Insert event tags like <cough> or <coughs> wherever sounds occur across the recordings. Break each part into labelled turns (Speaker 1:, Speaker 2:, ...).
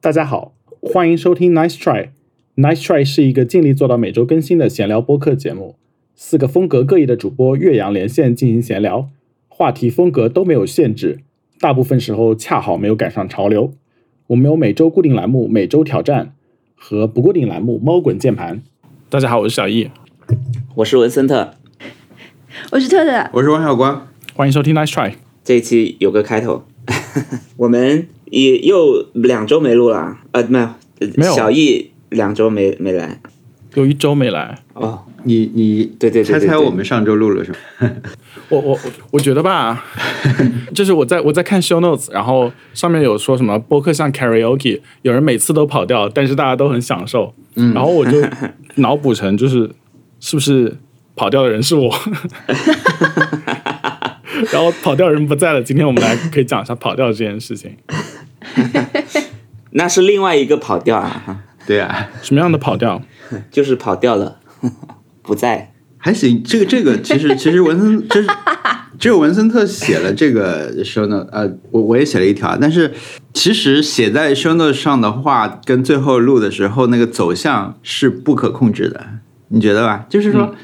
Speaker 1: 大家好，欢迎收听 Nice Try。Nice Try 是一个尽力做到每周更新的闲聊播客节目，四个风格各异的主播岳阳连线进行闲聊，话题风格都没有限制，大部分时候恰好没有赶上潮流。我们有每周固定栏目“每周挑战”和不固定栏目“猫滚键盘”。大家好，我是小易，
Speaker 2: 我是文森特。
Speaker 3: 我是特特，
Speaker 4: 我是王小光。
Speaker 1: 欢迎收听 Nice Try。
Speaker 2: 这一期有个开头， <laughs> 我们也又两周没录了，呃，没有，呃
Speaker 1: 没有
Speaker 2: 小易两周没没来。
Speaker 1: 有一周没来，
Speaker 2: 哦，
Speaker 4: 你你
Speaker 2: 对对对
Speaker 4: 猜
Speaker 2: 对
Speaker 4: 猜
Speaker 2: 对
Speaker 4: 我们上周录了什么？
Speaker 1: 我我我我觉得吧，就是我在我在看 show notes，然后上面有说什么播客像 karaoke，有人每次都跑调，但是大家都很享受。嗯，然后我就脑补成就是是不是跑调的人是我， <laughs> 然后跑调人不在了。今天我们来可以讲一下跑调这件事情，
Speaker 2: 那是另外一个跑调啊，
Speaker 4: 对啊，
Speaker 1: 什么样的跑调？
Speaker 2: 就是跑调了， <laughs> 不在。
Speaker 4: <laughs> 还行。这个这个，其实其实文森这是只有文森特写了这个 show note，呃，我我也写了一条，但是其实写在 show note 上的话，跟最后录的时候那个走向是不可控制的，你觉得吧？就是说。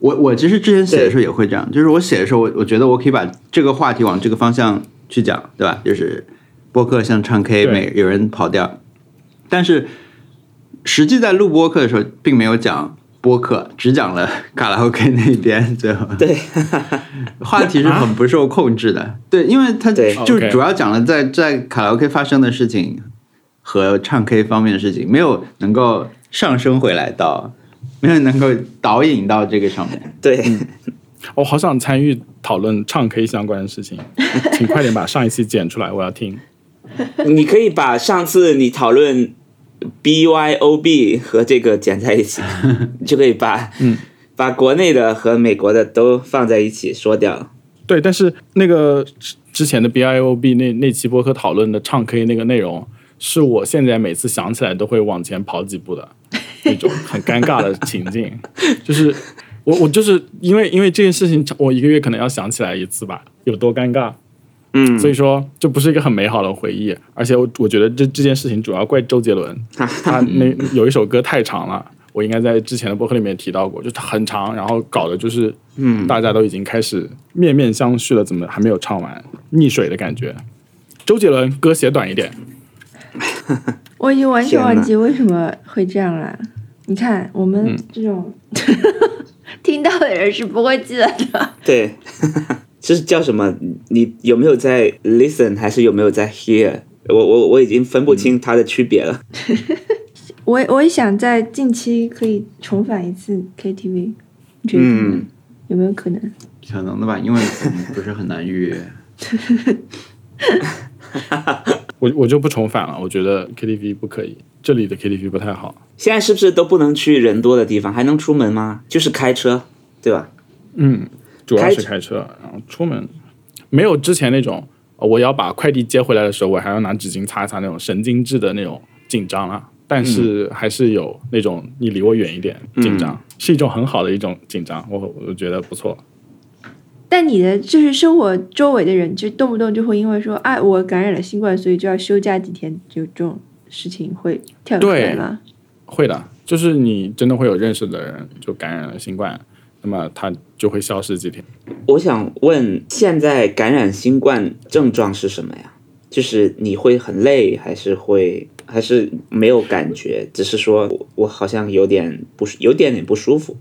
Speaker 4: 我我其实之前写的时候也会这样，就是我写的时候，我我觉得我可以把这个话题往这个方向去讲，对吧？就是播客像唱 K，
Speaker 1: 对
Speaker 4: 每有人跑调，但是实际在录播客的时候，并没有讲播客，只讲了卡拉 OK 那一边，
Speaker 1: <laughs>
Speaker 4: 最后
Speaker 2: 对，
Speaker 4: 话题是很不受控制的，对，因为它
Speaker 2: 对
Speaker 4: 就
Speaker 1: 啊 OK
Speaker 4: 主要讲了在在卡拉 OK 发生的事情和唱 K 方面的事情，没有能够上升回来到，没有能够导引到这个上面。
Speaker 2: 对，
Speaker 1: 我好想参与讨论唱 K 相关的事情，请快点把上一期剪出来，我要听。
Speaker 4: 嗯
Speaker 2: 你可以把上次你讨论 B Y O B 和这个剪在一
Speaker 4: <laughs>
Speaker 2: 起，你就可以把嗯把国内的和美国的都放在一起说掉。
Speaker 1: 对，但是那个之之前的 B I O B 那那期播客讨论的唱 K 那个内容，是我现在每次想起来都会往前跑几步的那种很尴尬的情境，就是我我就是因为因为这件事情，我一个月可能要想起来一次吧，有多尴尬。
Speaker 2: 嗯，
Speaker 1: 所以说这不是一个很美好的回忆，而且我我觉得这这件事情主要怪周杰伦，他那有一首歌太长了，我应该在之前的播客里面提到过，就是很长，然后搞的就是，嗯，大家都已经开始面面相觑了，怎么还没有唱完，溺水的感觉。周杰伦歌写短一点，
Speaker 3: 我已经完全
Speaker 2: 天哪
Speaker 3: 忘记为什么会这样了。你看，我们这种、听到的人是不会记得的。
Speaker 2: <laughs> 对，这是叫什么？你有没有在 listen 还是有没有在 hear？我我我已经分不清它的区别了。
Speaker 3: 我也我也想在近期可以重返一次 KTV，你觉得、
Speaker 2: 嗯，
Speaker 3: 有没有可能？
Speaker 4: 可能的吧，因为我们不是很难预约。
Speaker 1: 我我就不重返了，我觉得 KTV 不可以，这里的 KTV 不太好。
Speaker 2: 现在是不是都不能去人多的地方？还能出门吗？就是开车，对吧？
Speaker 1: 嗯，主要是
Speaker 2: 开
Speaker 1: 开车，然后出门没有之前那种呃我要把快递接回来的时候，我还要拿纸巾擦一擦那种神经质的那种紧张了、但是还是有那种你离我远一点紧张，是一种很好的一种紧张，我我觉得不错。
Speaker 3: 但你的就是生活周围的人，就动不动就会因为说，哎，我感染了新冠，所以就要休假几天，就这种事情会跳出来
Speaker 1: 对
Speaker 3: 吗？
Speaker 1: 会的，就是你真的会有认识的人就感染了新冠，那么他就会消失几天。
Speaker 2: 我想问，现在感染新冠症状是什么呀？就是你会很累，还是会还是没有感觉？只是说我我好像有点不舒有点点不舒服。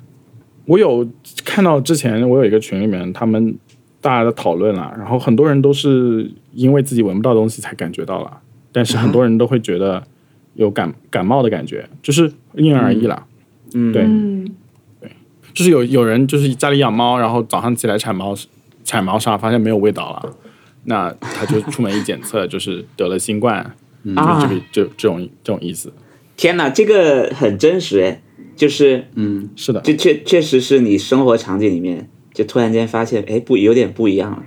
Speaker 1: 我有看到之前我有一个群里面他们大家的讨论啦，然后很多人都是因为自己闻不到东西才感觉到了，但是很
Speaker 2: 嗯
Speaker 1: 多人都会觉得有感感冒的感觉，就是因人而异啦。
Speaker 2: 嗯，
Speaker 1: 对
Speaker 3: 嗯，
Speaker 1: 就是有有人就是家里养猫，然后早上起来铲猫铲猫砂，发现没有味道了，那他就出门一检测就是得了新冠，就是这
Speaker 2: 啊
Speaker 1: 个，这这种这种意思。
Speaker 2: 天哪，这个很真实哎，就是
Speaker 1: 是的，
Speaker 2: 这确确实是你生活场景里面，就突然间发现，哎，不，有点不一样了。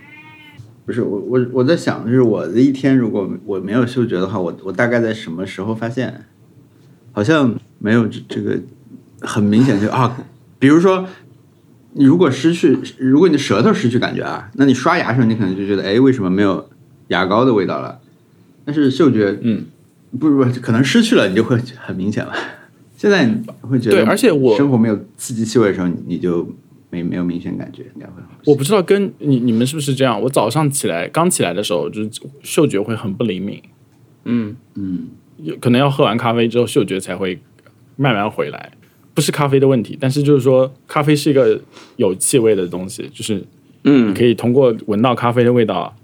Speaker 4: 不是我我我在想，就是我的一天，如果我没有嗅觉的话，我我大概在什么时候发现？好像没有这这个很明显就啊，比如说，你如果失去，如果你的舌头失去感觉啊，那你刷牙的时候，你可能就觉得，哎，为什么没有牙膏的味道了？但是嗅觉，
Speaker 1: 嗯，
Speaker 4: 不是不是，可能失去了，你就会很明显了。现在你会觉得，
Speaker 1: 对而且我
Speaker 4: 生活没有刺激气味的时候，你你就没没有明显感觉，应该会好
Speaker 1: 我不知道跟你你们是不是这样，我早上起来刚起来的时候，就是嗅觉会很不灵敏，
Speaker 2: 嗯，
Speaker 4: 嗯，
Speaker 1: 有可能要喝完咖啡之后，嗅觉才会慢慢回来。不是咖啡的问题，但是就是说，咖啡是一个有气味的东西，就是
Speaker 2: 嗯
Speaker 1: 你可以通过闻到咖啡的味道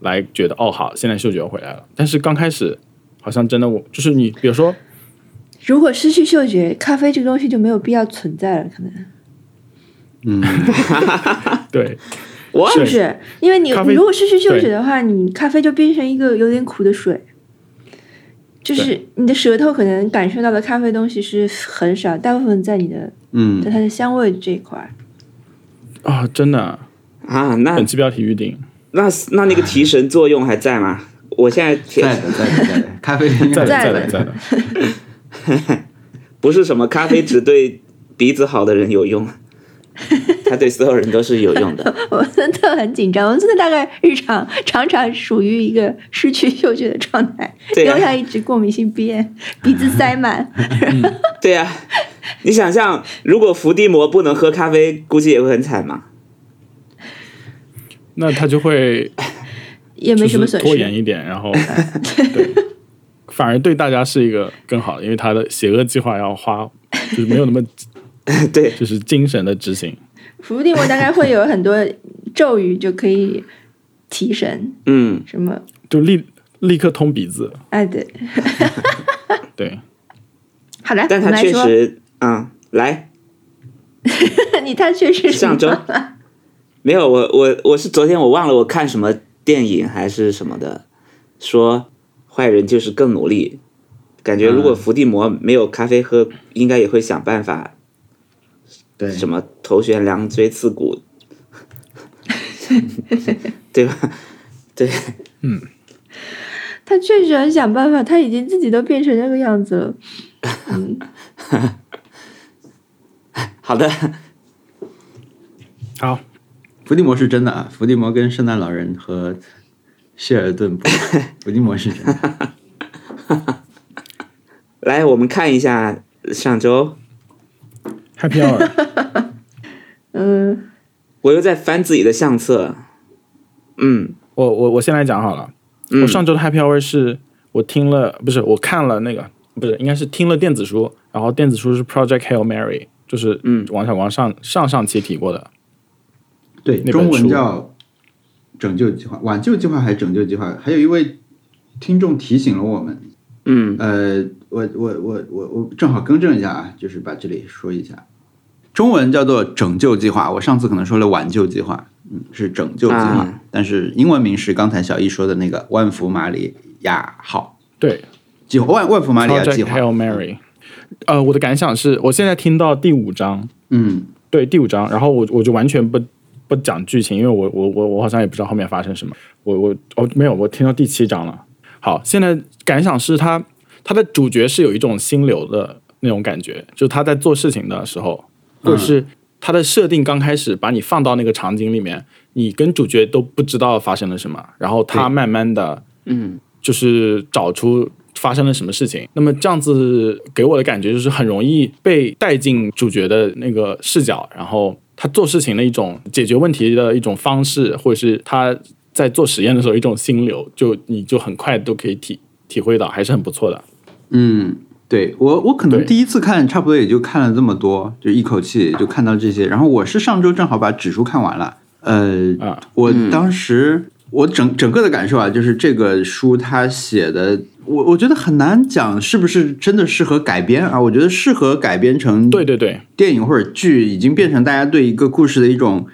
Speaker 1: 来觉得哦好，现在嗅觉回来了。但是刚开始好像真的我就是你，比如说
Speaker 3: 如果失去嗅觉，咖啡这个东西就没有必要存在了，可能
Speaker 1: 对
Speaker 2: 我
Speaker 3: 是不是？因为你
Speaker 1: 咖啡
Speaker 3: 你如果失去嗅觉的话，你咖啡就变成一个有点苦的水，就是你的舌头可能感受到的咖啡东西是很少，大部分在你的
Speaker 4: 嗯
Speaker 3: 在它的香味这一块儿。 <laughs>
Speaker 1: 啊，真的
Speaker 2: 啊，那
Speaker 1: 本期标题预定
Speaker 2: 那那那个提神作用还在吗？我现在提
Speaker 4: 在的在的在的，咖啡应
Speaker 1: 在
Speaker 4: 该
Speaker 1: 的
Speaker 3: 在
Speaker 1: 在
Speaker 3: 的
Speaker 1: 的在的，
Speaker 2: 不是什么咖啡只对鼻子好的人有用，它对所有人都是有用的。
Speaker 3: 我真的很紧张，我真的大概日常常常属于一个失去嗅觉的状态，
Speaker 2: 对
Speaker 3: 因为它
Speaker 2: 呀、
Speaker 3: 一直过敏性鼻炎， <laughs> 鼻子塞满，
Speaker 1: <laughs>
Speaker 2: 对呀、你想象如果伏地魔不能喝咖啡，估计也会很惨嘛。 <laughs>
Speaker 1: 那他就会
Speaker 3: 也没什么
Speaker 1: 就是
Speaker 3: 损
Speaker 1: 拖延
Speaker 3: 失。
Speaker 1: 一点，然后
Speaker 3: <laughs>
Speaker 1: 对，反而对大家是一个更好的，因为他的邪恶计划要花，就是没有那么
Speaker 2: 对，
Speaker 1: 就是精神的执行。
Speaker 3: 伏地魔大概会有很多咒语就可以提神，
Speaker 2: 嗯，
Speaker 3: 什么
Speaker 1: 就立立刻通鼻子。
Speaker 3: 哎对，
Speaker 1: 对，
Speaker 3: 好的，
Speaker 2: 但
Speaker 3: 我
Speaker 2: 它
Speaker 3: 们来
Speaker 2: 确
Speaker 3: 说，
Speaker 2: 实，嗯，来
Speaker 3: <laughs> 你他确
Speaker 2: <laughs>
Speaker 3: 实是
Speaker 2: 上周没有我我我是昨天我忘了我看什么电影还是什么的，说坏人就是更努力，感觉
Speaker 4: 嗯
Speaker 2: 如果伏地魔没有咖啡喝，应该也会想办法
Speaker 4: 对
Speaker 2: 什么头悬梁锥刺股，
Speaker 4: <laughs>
Speaker 2: 对吧？
Speaker 3: <laughs> 他确实很想办法，他已经自己都变成那个样子了。嗯，
Speaker 2: 好的，
Speaker 1: 好，
Speaker 4: 伏地魔是真的啊，伏地魔跟圣诞老人和谢尔顿不一
Speaker 2: <laughs>
Speaker 4: 样，伏地魔是真的。
Speaker 2: 来我们看一下上周，
Speaker 1: Happy Hour，
Speaker 3: 嗯，
Speaker 2: 我又在翻自己的相册。嗯
Speaker 1: 我我我先来讲好了。
Speaker 2: 嗯
Speaker 1: 我上周的 Happy Hour 是我听了，不是我看了那个，不是应该是听了电子书，然后电子书是 Project Hail Mary，就是
Speaker 2: 嗯
Speaker 1: 王小光上上上期提过的。
Speaker 4: 对，
Speaker 1: 那本
Speaker 4: 中文
Speaker 1: 书
Speaker 4: 叫拯救计划、挽救计划还是拯救计划？还有一位听众提醒了我们，
Speaker 2: 嗯，
Speaker 4: 呃，我我我我我正好更正一下啊，就是把这里说一下，中文叫做拯救计划，我上次可能说了挽救计划，嗯，是拯救计划，
Speaker 2: 啊
Speaker 4: 但是英文名是刚才小易说的那个万福马里亚号
Speaker 1: 对
Speaker 4: 计划，万万福马里亚计
Speaker 1: ，Project
Speaker 4: 划，
Speaker 1: Hail Mary。呃，我的感想是我现在听到第五章，
Speaker 4: 嗯，
Speaker 1: 对第五章，然后我我就完全不不讲剧情，因为我我我我好像也不知道后面发生什么。我我哦没有，我听到第七章了。好，现在感想是他他的主角是有一种心流的那种感觉，就是他在做事情的时候，或者是他的设定刚开始把你放到那个场景里面，你跟主角都不知道发生了什么，然后他慢慢的
Speaker 2: 嗯
Speaker 1: 就是找出发生了什么事情。那么这样子给我的感觉就是很容易被带进主角的那个视角，然后他做事情的一种解决问题的一种方式，或者是他在做实验的时候一种心流，就你就很快都可以体体会到，还是很不错的。
Speaker 4: 嗯，对我我可能
Speaker 1: 对
Speaker 4: 第一次看，差不多也就看了这么多，就一口气就看到这些。然后我是上周正好把指数看完了，呃，
Speaker 1: 啊
Speaker 4: 我当时我整整个的感受啊，就是这个书它写的，我我觉得很难讲是不是真的适合改编啊。我觉得适合改编成
Speaker 1: 对对对，
Speaker 4: 电影或者剧已经变成大家对一个故事的一种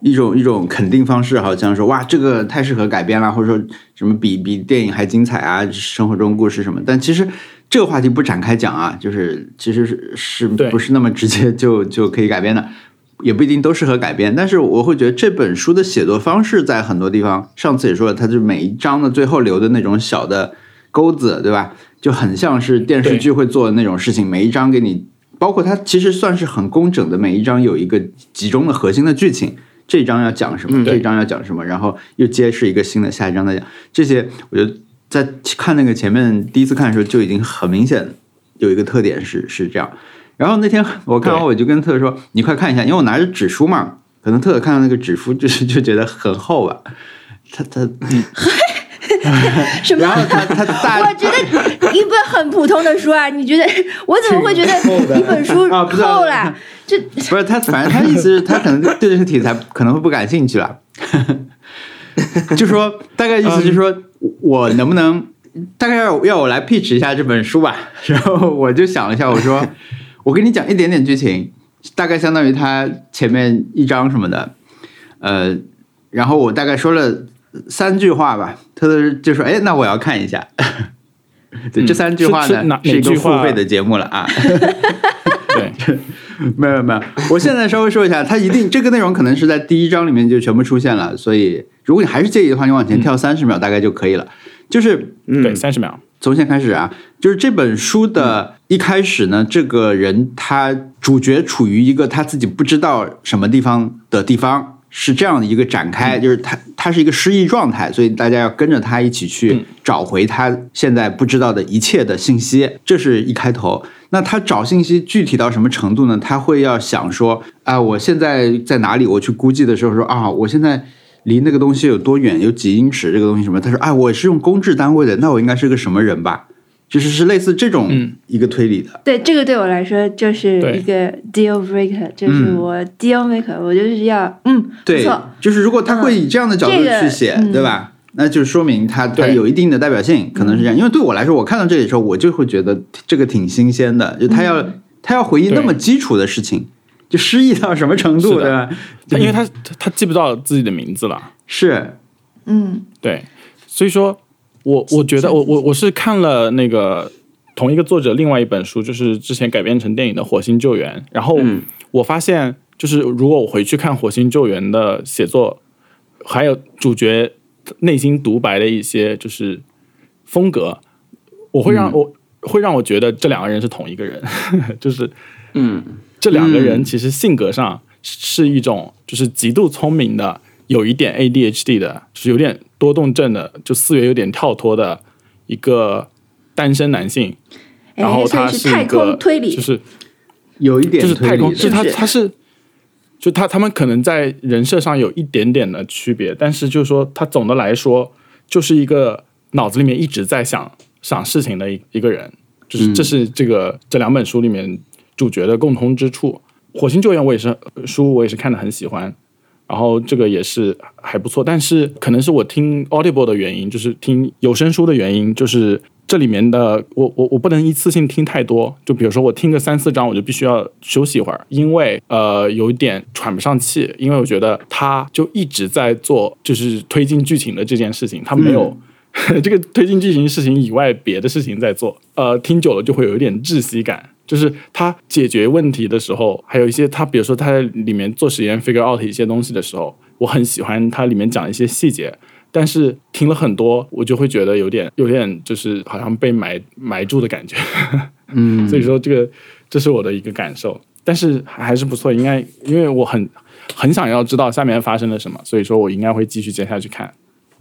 Speaker 4: 一种一种肯定方式，好像说哇，这个太适合改编了，或者说什么比比电影还精彩啊，生活中故事什么。但其实这个话题不展开讲啊，就是其实是是
Speaker 1: 对
Speaker 4: 不是那么直接就就可以改编的，也不一定都适合改编。但是我会觉得这本书的写作方式在很多地方，上次也说了，它就每一章的最后留的那种小的钩子，对吧？就很像是电视剧会做的那种事情，每一章给你，包括它其实算是很工整的，每一章有一个集中的核心的剧情，这一章要讲什么，
Speaker 1: 对
Speaker 4: 这一章要讲什么，然后又揭示一个新的，下一章再讲，这些我觉得在看那个前面第一次看的时候就已经很明显有一个特点是是这样。然后那天我看完我就跟特说：“你快看一下，因为我拿着纸书嘛，可能特看到那个纸书就是就觉得很厚啊吧。他他，
Speaker 3: 什
Speaker 4: <laughs> 然后
Speaker 3: 么？
Speaker 4: 他他大
Speaker 3: 我觉得一本很普通的书啊，你觉得我怎么会觉得一本书
Speaker 4: 啊不知道
Speaker 3: 厚啦？这
Speaker 4: <laughs> 不是他，反正他意思是，他可能对这个题材可能会不感兴趣了。 <laughs> 就说大概意思就是说，我能不能大概要要我来 pitch 一下这本书吧？ <laughs> 然后我就想了一下，我说 <laughs> 我跟你讲一点点剧情，大概相当于他前面一章什么的，呃，然后我大概说了三句话吧，他的就说，哎，那我要看一下。 <laughs> 对，这三句话
Speaker 1: 是
Speaker 4: 呢
Speaker 1: 是哪
Speaker 4: 是一个
Speaker 1: 哪句
Speaker 4: 付
Speaker 1: 话
Speaker 4: 费的节目了啊。
Speaker 1: 对，
Speaker 4: <laughs> 没有没有，我现在稍微说一下，它一定这个内容可能是在第一章里面就全部出现了，所以如果你还是介意的话，你往前跳三十秒大概就可以了。就是
Speaker 1: 对，
Speaker 2: 嗯，
Speaker 1: 三十秒，
Speaker 4: 从现在开始啊，就是这本书的一开始呢，这个人他主角处于一个他自己不知道什么地方的地方，是这样的一个展开，就是他他是一个失忆状态，所以大家要跟着他一起去找回他现在不知道的一切的信息，这是一开头。那他找信息具体到什么程度呢？他会要想说啊，我现在在哪里？我去估计的时候说啊，我现在离那个东西有多远，有几英尺，这个东西什么？他说啊，我是用公制单位的，那我应该是个什么人吧？就是是类似这种
Speaker 1: 嗯
Speaker 4: 一个推理的。
Speaker 3: 对这个对我来说就是
Speaker 1: 对
Speaker 3: 一个 deal breaker，就是
Speaker 4: 嗯
Speaker 3: 我 deal maker，我就是要嗯，不
Speaker 4: 对
Speaker 3: 错，，
Speaker 4: 就是如果他会以这样的角度
Speaker 3: 这个
Speaker 4: 去写，
Speaker 3: 嗯
Speaker 4: 对吧？那就说明他他
Speaker 1: 对
Speaker 4: 有一定的代表性，可能是
Speaker 3: 嗯
Speaker 4: 这样。因为对我来说，我看到这里的时候，我就会觉得这个挺新鲜的，就他要、
Speaker 3: 嗯
Speaker 4: 他要回忆那么基础的事情，就失忆到什么程
Speaker 1: 是
Speaker 4: 度，
Speaker 1: 的
Speaker 4: 对吧？
Speaker 1: 他因为他他他记不到自己的名字了。
Speaker 4: 是，
Speaker 3: 嗯，
Speaker 1: 对，所以说我我觉得我我我是看了那个同一个作者另外一本书，就是之前改编成电影的《火星救援》，然后
Speaker 2: 嗯
Speaker 1: 我发现，就是如果我回去看《火星救援》的写作，还有主角内心独白的一些就是风格，我会让我、会让我觉得这两个人是同一个人， <laughs> 就是
Speaker 2: 嗯
Speaker 1: 这两个人
Speaker 4: 嗯
Speaker 1: 其实性格上是一种就是极度聪明的，有一点 ADHD 的，就是有点多动症的，就思维有点跳脱的一个单身男性。
Speaker 3: 哎
Speaker 1: 然后
Speaker 3: 所以
Speaker 1: 他
Speaker 3: 是
Speaker 1: 一
Speaker 3: 太
Speaker 1: 个
Speaker 3: 空推理，
Speaker 1: 就是
Speaker 4: 有一点
Speaker 1: 就是
Speaker 4: 推
Speaker 1: 太
Speaker 4: 理
Speaker 1: 空，
Speaker 4: 的，
Speaker 1: 就是他
Speaker 3: 是不是
Speaker 1: 他是就他他们可能在人设上有一点点的区别，但是就是说他总的来说就是一个脑子里面一直在想想事情的一一个人，就是
Speaker 4: 嗯
Speaker 1: 这是这个、这两本书里面主角的共通之处。《火星救援》我也是呃书，我也是看的很喜欢，然后这个也是还不错，但是可能是我听 Audible 的原因，就是听有声书的原因，就是这里面的我我我不能一次性听太多，就比如说我听个三四章，我就必须要休息一会儿，因为呃有一点喘不上气，因为我觉得他就一直在做就是推进剧情的这件事情，他没有、 <laughs> 这个推进剧情事情以外别的事情在做，呃，听久了就会有一点窒息感。就是他解决问题的时候，还有一些他，比如说他在里面做实验 figure out 一些东西的时候，我很喜欢他里面讲一些细节，但是听了很多，我就会觉得有点有点就是好像被埋埋住的感觉。嗯， <laughs> 所以说这个这是我的一个感受，但是还还是不错，应该因为我很很想要知道下面发生了什么，所以说我应该会继续接下去看。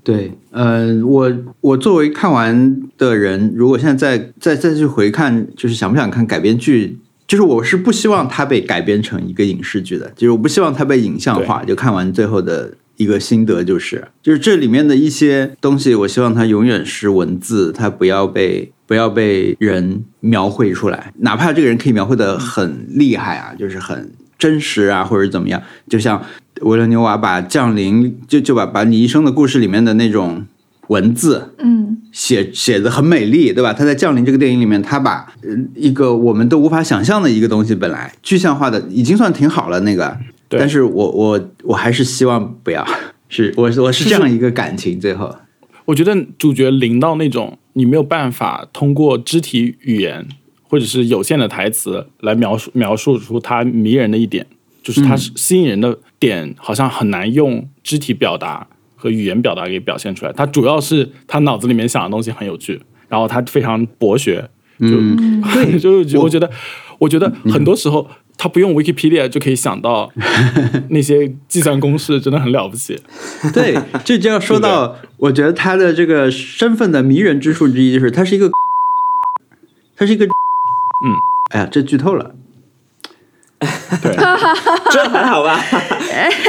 Speaker 4: 对，呃，我我作为看完的人，如果现在再再再去回看，就是想不想看改编剧，就是我是不希望它被改编成一个影视剧的，就是我不希望它被影像化。就看完最后的一个心得就是，就是这里面的一些东西，我希望它永远是文字，它不要被不要被人描绘出来，哪怕这个人可以描绘的很厉害啊，就是很真实啊，或者怎么样，就像维伦纽瓦把《降临》就就把把你一生的故事里面的那种文字
Speaker 3: 嗯，
Speaker 4: 写写的很美丽，对吧？他在《降临》这个电影里面，他把呃一个我们都无法想象的一个东西，本来具象化的已经算挺好了那个，
Speaker 1: 对
Speaker 4: 但是我我我还是希望不要，是我我是这样一个感情，最 <laughs> 后
Speaker 1: 我觉得主角灵到那种你没有办法通过肢体语言或者是有限的台词来描述描述出他迷人的一点，就是他吸引人的点好像很难用肢体表达和语言表达给表现出来。他主要是他脑子里面想的东西很有趣，然后他非常博学，就、
Speaker 4: 嗯
Speaker 1: <laughs> 就是觉我觉得，我觉得很多时候。他他不用 Wikipedia 就可以想到那些计算公式，真的很了不起。
Speaker 4: 对，这就要说到，我觉得他的这个身份的迷人之处之一就是他是一个，他是一个，嗯，哎呀，这剧透了。
Speaker 1: 对，
Speaker 2: 这还好
Speaker 4: <laughs>
Speaker 2: 吧？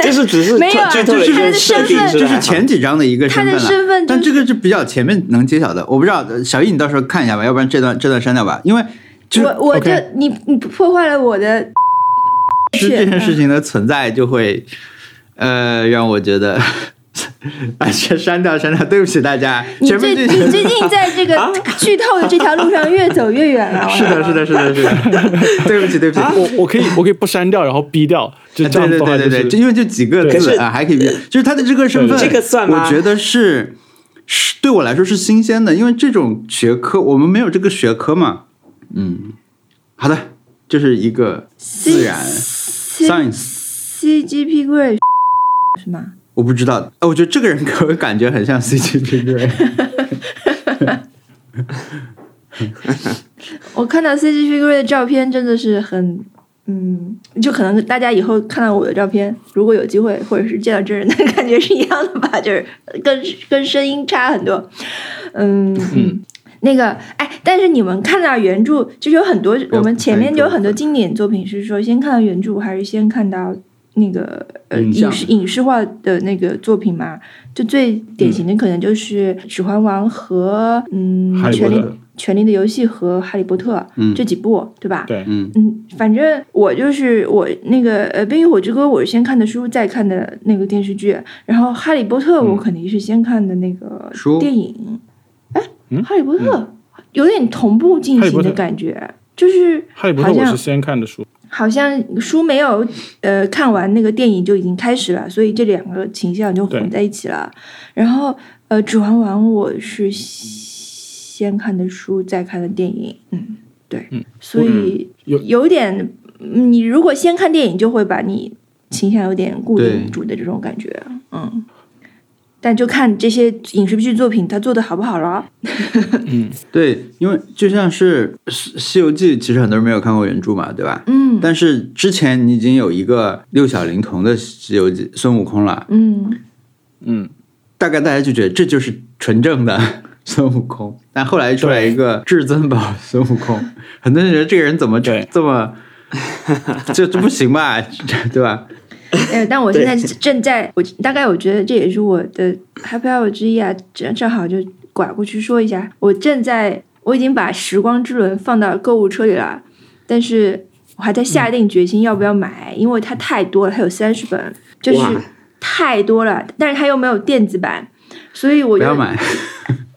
Speaker 2: 就是只是
Speaker 3: 没有啊
Speaker 2: 剧透了
Speaker 3: 就是
Speaker 2: 一个设定
Speaker 3: 他的
Speaker 2: 之
Speaker 3: 身份
Speaker 2: 外
Speaker 3: 对
Speaker 4: 就是前几章的一个身份
Speaker 3: 他的身
Speaker 4: 了，
Speaker 3: 份就是
Speaker 4: 但这个是比较前面能揭晓的。我不知道呃小易，你到时候看一下吧，要不然这段这段删掉吧，因为就
Speaker 3: 我我
Speaker 1: OK
Speaker 3: 这你你破坏了我的
Speaker 4: 是这件
Speaker 3: 嗯
Speaker 4: 事情的存在就会，呃，让我觉得， <laughs> 哎，删删掉删掉，对不起大家，
Speaker 3: 你
Speaker 4: 前面
Speaker 3: 最
Speaker 4: 这啊
Speaker 3: 你最近在这个剧透的这条路上越走越远了。
Speaker 4: <laughs> 是的，是的，是的，是
Speaker 3: <laughs>
Speaker 4: 的，对不起，对不起。
Speaker 3: 啊
Speaker 1: 我我可以我可以不删掉，然后逼掉，就
Speaker 4: 哎
Speaker 1: 这
Speaker 4: 对
Speaker 1: 样
Speaker 4: 对
Speaker 1: 的话
Speaker 4: 对
Speaker 1: 就
Speaker 4: 对
Speaker 1: 是
Speaker 4: 对，就因为就几个
Speaker 1: 对
Speaker 4: 字
Speaker 2: 可是
Speaker 4: 啊，还可以变，就是他的这个身份，
Speaker 1: 对
Speaker 2: 这个算吗
Speaker 4: 我觉得是是对我来说是新鲜的，因为这种学科我们没有这个学科嘛。嗯，好的，就是一个自然
Speaker 3: C
Speaker 4: science，
Speaker 3: C G P Grey 是吗？
Speaker 4: 我不知道，哎，我觉得这个人给我感觉很像 C G P Grey。
Speaker 3: 我看到 C G P Grey 的照片真的是很，嗯，就可能大家以后看到我的照片，如果有机会或者是见到真人的感觉是一样的吧，就是跟跟声音差很多。嗯嗯，那个哎，但是你们看到原著，就是有很多我们前面就有很多经典作品是说先看到原著，还是先看到那个呃
Speaker 4: 影像
Speaker 3: 影视影视化的那个作品嘛？就最典型的可能就是《指环王》和嗯
Speaker 1: 嗯哈
Speaker 3: 《
Speaker 1: 利波
Speaker 3: 权力
Speaker 1: 特
Speaker 3: 权力的游戏》和《哈利波特》
Speaker 4: 嗯
Speaker 3: 这几部，对吧？
Speaker 1: 对，
Speaker 3: 嗯，反正我就是我那个呃，《冰与火之歌》，我是先看的书，再看的那个电视剧。然后《哈利波特》，
Speaker 1: 嗯
Speaker 3: 我肯定是先看的那个
Speaker 4: 书
Speaker 3: 电影。哎，《哈利波特》有点同步进
Speaker 1: 嗯哈利
Speaker 3: 行
Speaker 1: 波
Speaker 3: 的
Speaker 1: 特
Speaker 3: 感觉，就是
Speaker 1: 哈利波
Speaker 3: 好
Speaker 1: 特我是
Speaker 3: 像
Speaker 1: 先看的书，
Speaker 3: 好像书没有呃看完，那个电影就已经开始了，所以这两个形象就混
Speaker 1: 对
Speaker 3: 在一起了。然后呃，《指环王》我是先看的书，再看的电影。嗯，对，所以
Speaker 1: 有
Speaker 3: 有点，嗯你如果先看电影，就会把你形象有点固定
Speaker 4: 对
Speaker 3: 住的这种感觉。嗯，但就看这些影视剧作品它做的好不好了。
Speaker 4: <laughs> 对，因为就像是《西西游记》，其实很多人没有看过原著嘛，对吧？
Speaker 3: 嗯
Speaker 4: 但是之前你已经有一个六小龄童的《西游记》孙悟空了，
Speaker 3: 嗯，
Speaker 1: 嗯，
Speaker 4: 大概大家就觉得这就是纯正的 <laughs> 孙悟空，但后来出来一个至尊宝孙悟空， <laughs> 很多人觉得这个人怎么
Speaker 1: 对
Speaker 4: 这么这这不行吧， <laughs> 对吧？
Speaker 3: 哎，但我现在正在，我大概我觉得这也是我的 happy hour 之一啊，正正好就拐过去说一下，我正在，我已经把《时光之轮》放到购物车里了，但是我还在下定决心要不要买，因为它太多了，它有三十本，就是
Speaker 2: 哇
Speaker 3: 太多了，但是它又没有电子版，所以我
Speaker 4: 不
Speaker 3: 就
Speaker 4: 要买，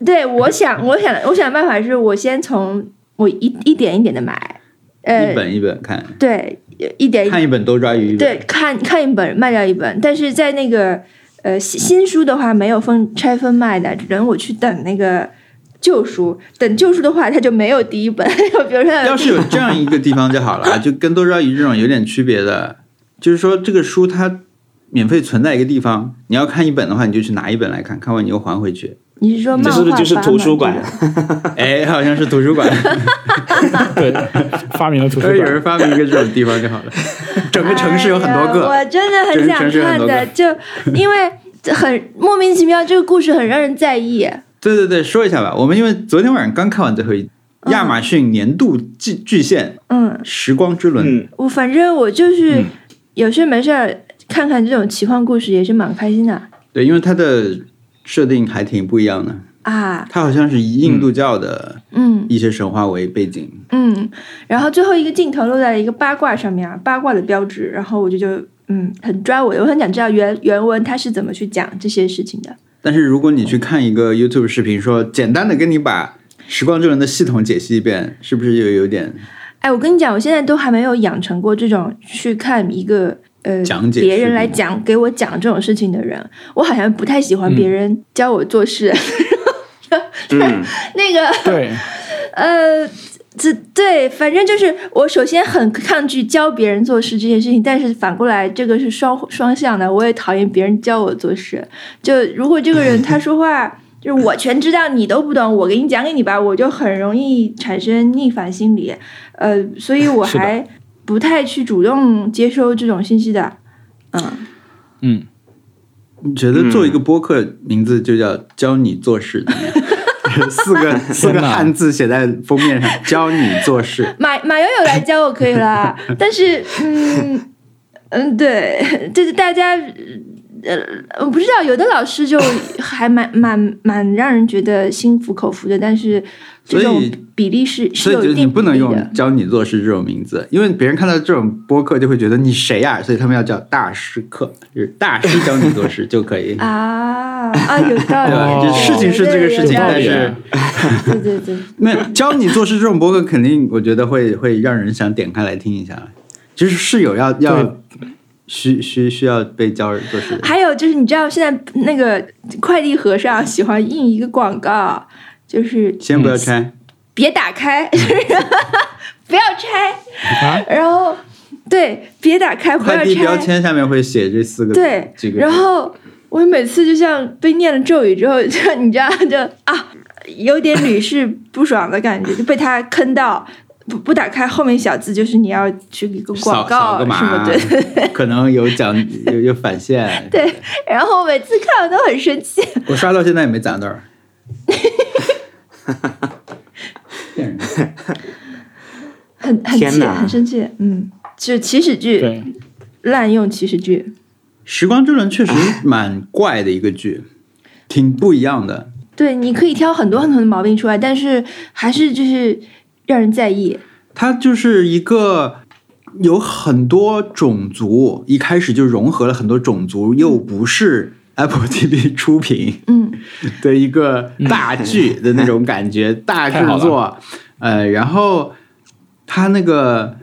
Speaker 3: 对，我想，我想，我想办法是我先从我一一点一点的买，呃
Speaker 4: 一，本一本看，
Speaker 3: 对，一点一
Speaker 4: 看一本多抓鱼一
Speaker 3: 哎对
Speaker 4: 本。，
Speaker 3: 看看一本卖掉一本，但是在那个呃新新书的话没有分拆分卖的，等我去等那个旧书，等旧书的话它就没有第一本， <laughs> 就比如说
Speaker 4: 要是有这样一个地方就
Speaker 3: <laughs>
Speaker 4: 好了，就跟多抓鱼这种有点区别的，就是说这个书它免费存在一个地方，你要看一本的话，你就去拿一本来看，看完你又还
Speaker 3: <laughs>
Speaker 4: 回去。
Speaker 3: 你是说漫
Speaker 2: 这
Speaker 3: 画
Speaker 2: 是不是就是
Speaker 3: 版
Speaker 2: 图书
Speaker 3: 本
Speaker 2: 馆
Speaker 3: 这个？
Speaker 4: 哎，好像是
Speaker 3: <laughs>
Speaker 4: 图书馆，
Speaker 1: 对，发明了图书
Speaker 4: 有
Speaker 1: 馆
Speaker 4: 人，发明一个这种地方就
Speaker 3: <laughs>
Speaker 4: 好了。整个城市有很多个，
Speaker 3: 哎呀我真的很想
Speaker 4: 整个城市有很
Speaker 3: 看
Speaker 4: 多
Speaker 3: 的，
Speaker 4: 个
Speaker 3: 就因为很莫名其妙，这个故事很让人在意。
Speaker 4: 对对对，说一下吧。我们因为昨天晚上刚看完最后一
Speaker 3: 嗯
Speaker 4: 亚马逊年度巨巨献
Speaker 3: 嗯
Speaker 4: 《时光之轮》
Speaker 2: 嗯，
Speaker 3: 我反正我就是
Speaker 1: 嗯
Speaker 3: 有事没事儿看看这种奇幻故事也是蛮开心的
Speaker 4: 对，因为它的设定还挺不一样的，
Speaker 3: 啊，
Speaker 4: 它好像是以印度教的
Speaker 3: 嗯。
Speaker 4: 一些神话为背景。
Speaker 3: 嗯，然后最后一个镜头落在了一个八卦上面啊，八卦的标志，然后我就就嗯很抓我的，我很想知道原原文他是怎么去讲这些事情的。
Speaker 4: 但是如果你去看一个 YouTube 视频说，简单的跟你把《时光之轮》的系统解析一遍，是不是又有点
Speaker 3: 哎，我跟你讲，我现在都还没有养成过这种去看一个呃
Speaker 4: 讲解
Speaker 3: 别
Speaker 4: 视
Speaker 3: 人
Speaker 4: 频
Speaker 3: 来讲给我讲这种事情的人，我好像不太喜欢别人教我做事。 <laughs>
Speaker 2: 嗯，
Speaker 3: 那个
Speaker 1: 对，
Speaker 3: 呃，这对，反正就是我首先很抗拒教别人做事这件事情，但是反过来这个是双双向的，我也讨厌别人教我做事。就如果这个人他说话。就是我全知道，你都不懂，我给你讲给你吧，我就很容易产生逆反心理，呃，所以我
Speaker 1: 是的
Speaker 3: 还不不太去主动接收这种信息的。嗯，
Speaker 4: 你觉得做一个播客名字就叫“教你做事”怎么样？四个四个汉字写在封面上，“教你做事
Speaker 3: 马马友友来教我可以
Speaker 4: <laughs>
Speaker 3: 啦，但是嗯嗯，对，就是大家呃，我不知道，有的老师就还蛮蛮蛮让人觉得心服口服的，但是这
Speaker 4: 所
Speaker 3: 种
Speaker 4: 以
Speaker 3: 比例是”，是
Speaker 4: 所以
Speaker 3: 有一
Speaker 4: 就是你
Speaker 3: 定
Speaker 4: 不
Speaker 3: 比
Speaker 4: 能
Speaker 3: 例
Speaker 4: 用
Speaker 3: 的
Speaker 4: “教你做事”这种名字，因为别人看到这种播客就会觉得你谁呀、所以他们要叫大师课，就是大师教你做事就可以。
Speaker 3: 啊啊，有道
Speaker 4: <laughs> 对吧？
Speaker 1: 哦
Speaker 3: 理，
Speaker 4: 就事情是这个事情，
Speaker 1: 有道
Speaker 4: 但
Speaker 1: 理
Speaker 4: 是
Speaker 3: 对对对，
Speaker 4: 没有教你做事这种播客，肯定我觉得会会让人想点开来听一下。其实是有要要需需需要被教人做事的，
Speaker 3: 还有就是，你知道现在那个快递盒上喜欢印一个广告，就是
Speaker 4: 先
Speaker 1: 嗯
Speaker 4: 不要拆。
Speaker 3: 别打开，
Speaker 4: 嗯
Speaker 3: <laughs> 不要拆，
Speaker 1: 啊，
Speaker 3: 然后对，别打开，不
Speaker 4: 快
Speaker 3: 要
Speaker 4: 递标
Speaker 3: 拆，
Speaker 4: 签下面会写这四个
Speaker 3: 对
Speaker 4: 几，个字，
Speaker 3: 然后我每次就像被念了咒语之后，就你知道就啊，有点屡试不爽的感
Speaker 4: <laughs>
Speaker 3: 觉，就被他坑到。不不打开后面小字就是你要去一个
Speaker 4: 扫
Speaker 3: 广
Speaker 4: 扫
Speaker 3: 告
Speaker 4: 个
Speaker 3: 什么
Speaker 4: 码
Speaker 3: 的， <laughs> 对
Speaker 4: 可能有奖有有返现。
Speaker 3: <laughs> 对，然后我每次看我都很生气，
Speaker 4: 我刷到现在也没攒到。骗人
Speaker 3: 很很
Speaker 2: 天
Speaker 3: 气，
Speaker 2: 哪
Speaker 3: 很生气。嗯，就起始句
Speaker 1: 对，
Speaker 3: 滥用起始句，
Speaker 4: <laughs> 时光之轮确实蛮怪的一个剧，挺不一样的。
Speaker 3: 对，你可以挑很多很多的毛病出来，但是还是就是让人在意。
Speaker 4: 它就是一个有很多种族，一开始就融合了很多种族，又不是 Apple TV 出品
Speaker 3: 嗯，
Speaker 4: 的一个大剧的那种感觉，大制
Speaker 1: 太好
Speaker 4: 作。呃，然后它那个，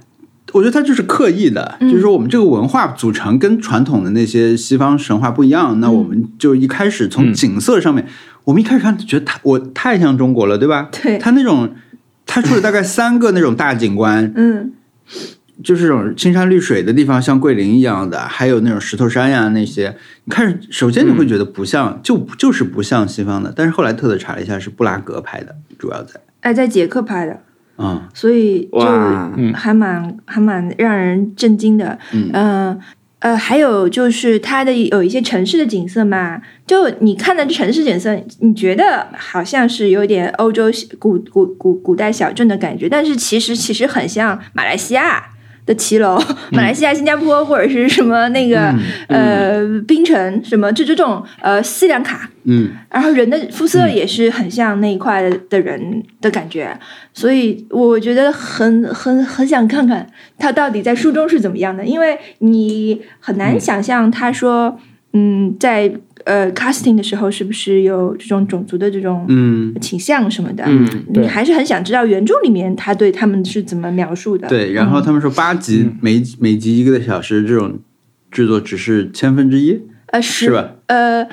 Speaker 4: 我觉得它就是刻意的，
Speaker 3: 嗯
Speaker 4: 就是说我们这个文化组成跟传统的那些西方神话不一样，那我们就一开始从
Speaker 1: 嗯
Speaker 4: 景色上面，我们一开始看觉得它我太像中国了，对吧？
Speaker 3: 对，
Speaker 4: 它那种。它出了大概三个那种大景观，
Speaker 3: 嗯
Speaker 4: 就是这种青山绿水的地方，像桂林一样的，还有那种石头山呀那些。你看，首先你
Speaker 3: 嗯
Speaker 4: 会觉得不像，就就是不像西方的。但是后来特地查了一下，是布拉格拍的，主要在。
Speaker 3: 哎，在捷克拍的，
Speaker 4: 嗯，
Speaker 3: 所以就
Speaker 2: 哇，
Speaker 1: 嗯
Speaker 3: 还蛮还蛮让人震惊的。
Speaker 4: 嗯
Speaker 3: 呃呃，还有就是它的有一些城市的景色嘛，就你看的城市景色，你觉得好像是有点欧洲小古古古古代小镇的感觉，但是其实其实很像马来西亚。的骑楼，
Speaker 4: 嗯
Speaker 3: 马来西亚、新加坡或者是什么那个、呃槟城什么，就这种呃斯里兰卡，
Speaker 4: 嗯，
Speaker 3: 然后人的肤色也是很像那一块的人的感觉，所以我觉得很很很想看看他到底在书中是怎么样的，因为你很
Speaker 4: 嗯
Speaker 3: 难想象他说，嗯，在呃 casting 的时候是不是有这种种族的这种
Speaker 4: 嗯，
Speaker 3: 倾向什么的，
Speaker 2: 嗯
Speaker 1: 对
Speaker 3: 你还是很想知道原著里面他对他们是怎么描述的。
Speaker 4: 对。然后他们说八集、
Speaker 3: 嗯
Speaker 4: 每每集一个小时，这种制作只是千分之一
Speaker 3: 呃，
Speaker 4: 是
Speaker 3: 十
Speaker 4: 吧？ <laughs>
Speaker 3: 呃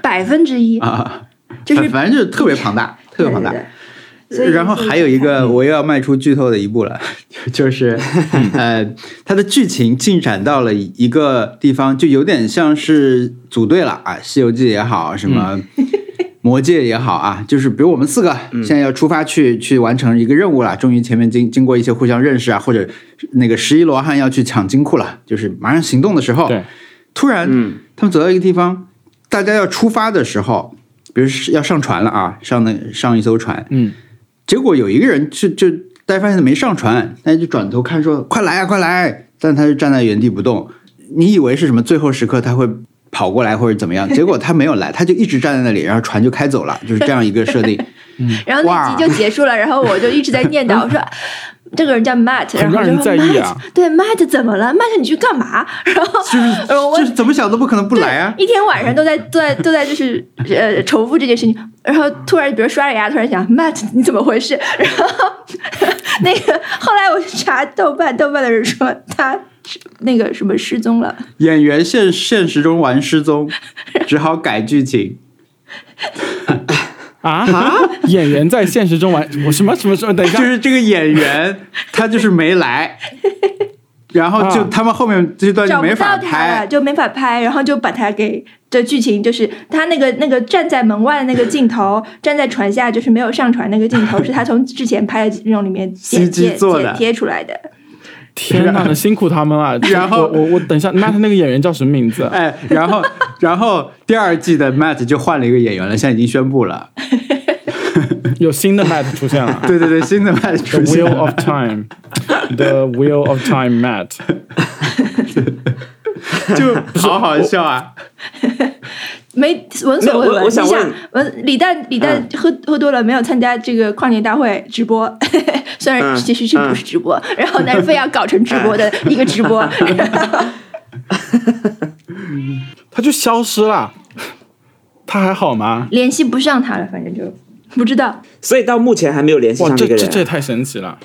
Speaker 3: 百分之一，
Speaker 4: 啊，
Speaker 3: 就是
Speaker 4: 反反正就是特别庞大，特
Speaker 3: 对
Speaker 4: 别
Speaker 3: 对
Speaker 4: 庞大。
Speaker 3: 对，所以
Speaker 4: 然后
Speaker 3: 所以
Speaker 4: 还有一
Speaker 3: 看
Speaker 4: 个，我又要迈出剧透的一步了， <laughs> 就是， <laughs> 呃，它的剧情进展到了一个地方，就有点像是组队了啊，《西游记》也好，什么《魔戒》也好啊，就是比如我们四个现在要出发去去完成一个任务了，终于前面经经过一些互相认识啊，或者那个十一罗汉要去抢金库了，就是马上行动的时候，
Speaker 1: 对，
Speaker 4: 突然
Speaker 2: 嗯
Speaker 4: 他们走到一个地方，大家要出发的时候，比如是要上船了啊，上那上一艘船，
Speaker 1: 嗯，
Speaker 4: 结果有一个人就就大家发现没上船，大家就转头看说快来啊快来，但他就站在原地不动。你以为是什么最后时刻他会跑过来或者
Speaker 3: <laughs>
Speaker 4: 怎么样，结果他没有来，他就一直站在那里，然后船就开走了，就是这样一个设定。
Speaker 3: 然后那集就结束了，然后我就一直在念叨，
Speaker 4: <laughs>
Speaker 3: 我说这个人叫 Matt，然
Speaker 1: 很
Speaker 3: 后
Speaker 1: 让人
Speaker 3: 就说
Speaker 1: 在意啊
Speaker 3: Matt，对 Matt 怎么了？Matt 你去干嘛？然后
Speaker 4: 就是
Speaker 3: <laughs> <laughs> 呃我
Speaker 4: 就是怎么想都不可能不来啊！
Speaker 3: 一天晚上都在 <laughs> 都在都在就是呃重复这件事情，然后突然比如刷着牙，突然想 Matt 你怎么回事？然后那个后来我去查豆瓣，豆瓣的人说他是那个什么失踪了，
Speaker 4: 演员现现实中玩
Speaker 3: <laughs>
Speaker 4: 失踪，只好改剧情。
Speaker 1: 啊 <laughs> 演员在现实中玩我什么什么什么？等一下
Speaker 4: 就，是这个演员他就是没
Speaker 3: <laughs>
Speaker 4: 来，然后就
Speaker 1: 啊
Speaker 4: 他们后面这段就
Speaker 3: 找
Speaker 4: 没
Speaker 3: 不
Speaker 4: 法
Speaker 3: 到他了
Speaker 4: 拍。
Speaker 3: 就没法拍，然后就把他给这剧情就是他那个那个站在门外的那个镜
Speaker 4: <laughs>
Speaker 3: 头，站在船下就是没有上船那个镜头，是他从之前拍的内容里面
Speaker 4: CG
Speaker 3: 剪剪
Speaker 4: 做的
Speaker 3: 剪贴出来的。
Speaker 1: 天呐，
Speaker 4: <laughs>
Speaker 1: 那辛苦他们了。
Speaker 4: 然后
Speaker 1: 我我我等一下，那他那个演员叫什么名字？
Speaker 4: <laughs>
Speaker 1: 啊
Speaker 4: 哎，然后然后第二季的 Matt 就换了一个演员了，现在已经宣布了。
Speaker 1: 有新的 Matt 出现了。
Speaker 4: 对 <laughs> 对对，新的 Matt
Speaker 1: The
Speaker 4: 出现
Speaker 1: Wheel
Speaker 2: <laughs>
Speaker 4: 了。
Speaker 1: of
Speaker 4: <laughs>
Speaker 1: Time，The Wheel of Time Matt。
Speaker 4: 就好好笑啊！
Speaker 3: 没闻所未
Speaker 2: 没有我
Speaker 3: 闻。
Speaker 2: 我想
Speaker 3: 你
Speaker 2: 问
Speaker 3: 闻李诞，李诞
Speaker 4: 嗯
Speaker 3: 喝、喝多了没有参加这个跨年大会直播， <laughs> 虽然
Speaker 2: 嗯
Speaker 3: 其实这不是直播，
Speaker 4: 嗯
Speaker 3: <laughs> 然后但是非要搞成直播的一个直播，
Speaker 4: <laughs>
Speaker 1: 他就消失了。他还好吗？
Speaker 3: 联系不上他了，反正就不知道，
Speaker 2: 所以到目前还没有联系
Speaker 1: 哇，
Speaker 2: 上
Speaker 1: 这
Speaker 2: 个
Speaker 1: 这这也
Speaker 2: 人。
Speaker 1: 太神奇了！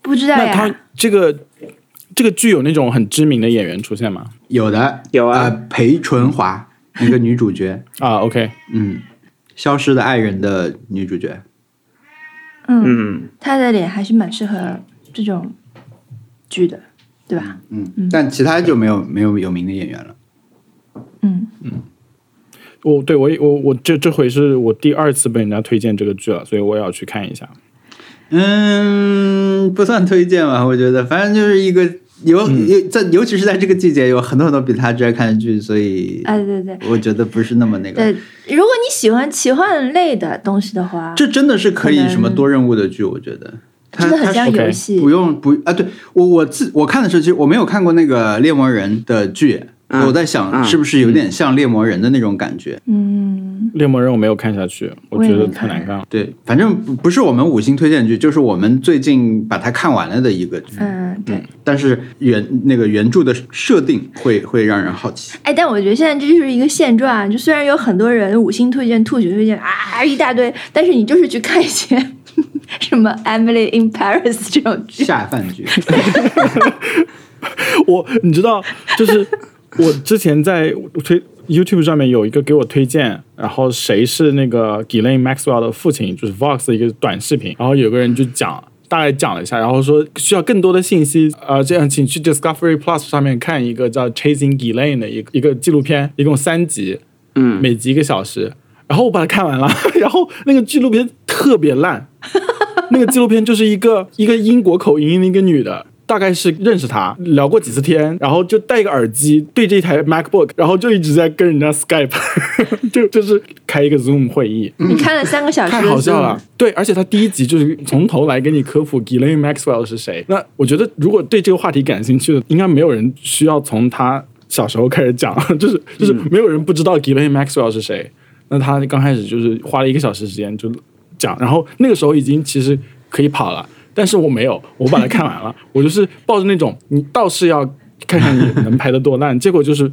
Speaker 3: 不知道
Speaker 1: 那
Speaker 3: 呀
Speaker 1: 他。这个这个剧有那种很知名的演员出现吗？
Speaker 4: 有的
Speaker 2: <laughs> 有啊
Speaker 4: 呃裴淳华那个女主角，
Speaker 1: 啊，OK，
Speaker 4: 嗯，消失的爱人的女主角，
Speaker 3: 嗯，
Speaker 2: 嗯，
Speaker 3: 他的脸还是蛮适合这种剧的，对吧？
Speaker 4: 嗯，但其他就没有没有有名的演员了。
Speaker 3: 嗯，
Speaker 1: 我对我也我我这这回是我第二次被人家推荐这个剧了，所以我也要去看一下。
Speaker 4: 嗯，不算推荐吧，我觉得，反正就是一个有
Speaker 2: 嗯
Speaker 4: 有在，尤其是在这个季节，有很多很多比他值得看的剧，所以
Speaker 3: 啊，对对对。
Speaker 4: 我觉得不是那么那个。
Speaker 3: 对，如果你喜欢奇幻类的东西的话，
Speaker 4: 这真的是可
Speaker 3: 啊可
Speaker 4: 以
Speaker 3: 能
Speaker 4: 什么多任务的剧，我觉得它
Speaker 3: 真的很
Speaker 4: 它
Speaker 3: 像
Speaker 1: ，OK，
Speaker 3: 游戏。
Speaker 4: 不用不啊，对我我自我看的时候，其实我没有看过那个猎魔人的剧，
Speaker 2: 嗯
Speaker 4: 我在想
Speaker 2: 嗯
Speaker 4: 是不是有点像猎魔人的那种感觉。
Speaker 3: 嗯，
Speaker 1: 猎魔人我没有看下去，我
Speaker 3: 我也
Speaker 1: 觉得
Speaker 3: 没
Speaker 1: 太难看了。
Speaker 4: 对，反正不不是我们五星推荐剧，就是我们最近把它看完了的一个剧。
Speaker 3: 嗯，对。
Speaker 4: 但是原那个原著的设定会会让人好奇。
Speaker 3: 哎，但我觉得现在这就是一个现状啊，就虽然有很多人五星推荐、吐血推荐啊一大堆，但是你就是去看一些 <laughs> 什么《Emily in Paris》这种剧，
Speaker 4: 下饭
Speaker 2: <laughs>
Speaker 4: 剧，
Speaker 1: <laughs> 我你知道，就是我之前在推 YouTube 上面有一个给我推荐，然后谁是那个 Ghislaine Maxwell 的父亲，就是 Vox 的一个短视频，然后有个人就讲。大概讲了一下，然后说需要更多的信息，呃，这样请去 Discovery Plus 上面看一个叫《Chasing Ghislaine》的一个一个纪录片，一共三集，嗯，每集一个小时，然后我把它看完了， <laughs> 然后那个纪录片特别烂，那个纪录片就是一个一个英国口音的一个女的。大概是认识她，聊过几次天，然后就戴一个耳机对着一台 MacBook，然后就一直在跟人家 Skype，就 <laughs> 就是开一个 Zoom 会议，
Speaker 3: 你看了三个小时，
Speaker 1: 太好笑了。。对，而且他第一集就是从头来给你科普 Ghislaine Maxwell 是谁。那我觉得，如果对这个话题感兴趣的，应该没有人需要从他小时候开始讲， <laughs> 就是就是没有人不知道 Ghislaine Maxwell 是谁。那他刚开始就是花了一个小时时间就讲，然后那个时候已经其实可以跑了，但是我没有，我把它看完了， <laughs> 我就是抱着那种你倒是要看看你能排得多烂，结果就是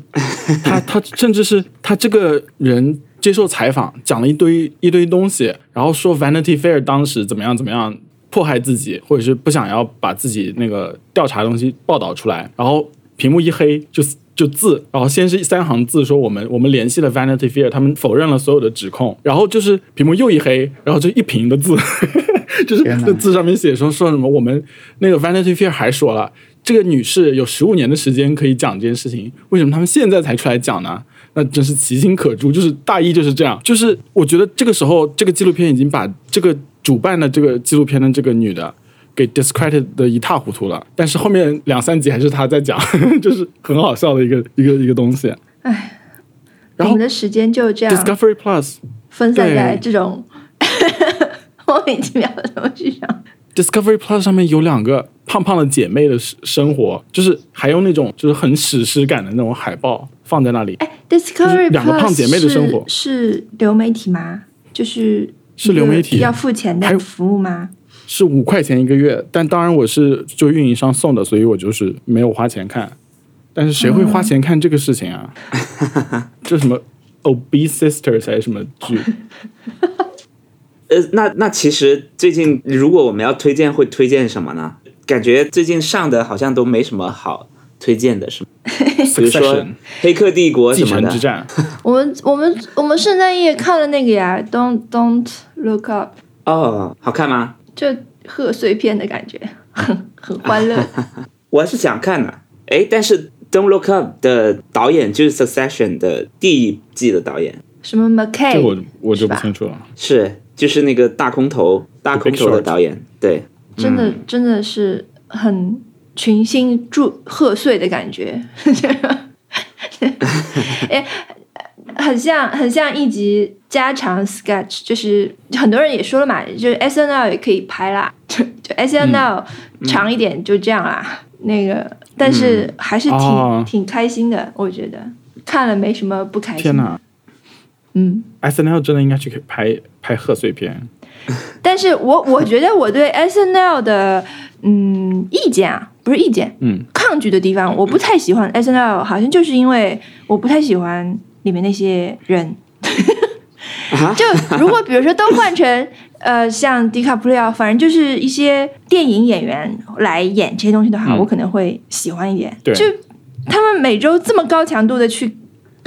Speaker 1: 他他甚至是他这个人接受采访讲了一堆一堆东西，然后说 Vanity Fair 当时怎么样怎么样迫害自己，或者是不想要把自己那个调查的东西报道出来，然后屏幕一黑就就字，然后先是三行字说我们我们联系了 Vanity Fair，他们否认了所有的指控，然后就是屏幕又一黑，然后就一屏的字，就是那字 <laughs> 上面写说说什么我们那个 Vanity Fair 还说了。这个女士有十五年的时间可以讲这件事情，为什么他们现在才出来讲呢？那真是其心可诛，就是大意就是这样。就是我觉得这个时候，这个纪录片已经把这个主办的这个纪录片的这个女的给 discredit 的一塌糊涂了。但是后面两三集还是她在讲，就是很好笑的一个一个一个东西。然
Speaker 3: 我
Speaker 1: 后
Speaker 3: 们的时间就这样
Speaker 1: Discovery Plus
Speaker 3: 分散在
Speaker 1: 对
Speaker 3: 这种 <laughs> 莫名其妙的东西上。
Speaker 1: Discovery Plus 上面有两个胖胖的姐妹的生生活，就是还有那种就是很史诗感的那种海报放在那里，
Speaker 3: 哎，Discovery
Speaker 1: 两个
Speaker 3: Plus
Speaker 1: 胖姐妹的生活
Speaker 3: 是是流媒体吗？就是
Speaker 1: 是流媒体
Speaker 3: 一个要付钱
Speaker 1: 还
Speaker 3: 的
Speaker 1: 有
Speaker 3: 服务吗？
Speaker 1: 是五块钱一个月，但当然我是就运营商送的，所以我就是没有花钱看。但是谁会花钱看这个事情啊？这什么 Obese Sisters 还是什么剧？
Speaker 2: 呃，那那其实最近如果我们要推荐，会推荐什么呢？感觉最近上的好像都没什么好推荐的，是吗？比如说
Speaker 1: ，Succession
Speaker 2: 《黑客帝国》
Speaker 1: 继
Speaker 2: 什么
Speaker 1: 承
Speaker 2: 的
Speaker 1: 之。战，
Speaker 3: 我们我们我们圣诞夜看了那个呀，Don't Don't Look Up。
Speaker 2: 哦，好看吗？
Speaker 3: 就贺岁片的感觉，很很
Speaker 1: <laughs>
Speaker 3: 欢乐。
Speaker 2: 我还是想看的。哎，但是《Don't Look Up》的导演就是《Succession》的第一季的导演，
Speaker 3: 什么 McKay，
Speaker 1: 这我我就是不
Speaker 3: 哎吧
Speaker 1: 清楚了。
Speaker 2: 是就是那个大空头大空头
Speaker 1: Short 嗯
Speaker 2: 的导演。对，
Speaker 3: 真的真的是很群星祝贺岁的感觉， <laughs> 哎，很像很像一集家常 sketch，就是很多人也说了嘛，就是 S N L 也可以拍啦， <laughs> 就就 S N
Speaker 1: 嗯
Speaker 3: L 长一点就这样啦，那个但是还是挺、
Speaker 1: 哦
Speaker 3: 挺开心的，我觉得看了没什么不开心。
Speaker 1: 天哪
Speaker 3: 嗯，
Speaker 1: ，S N L 真的应该去拍拍贺岁片。
Speaker 3: 但是我我觉得我对 S N L 的嗯意见啊，不是意见，
Speaker 1: 嗯，
Speaker 3: 抗拒的地方，我不太喜欢 S N L，好像就是因为我不太喜欢里面那些人。
Speaker 1: 啊
Speaker 3: <laughs> 就如果比如说都换成呃像迪卡普里奥，反正就是一些电影演员来演这些东西的话，
Speaker 1: 嗯
Speaker 3: 我可能会喜欢一点。
Speaker 1: 对
Speaker 3: 就他们每周这么高强度的去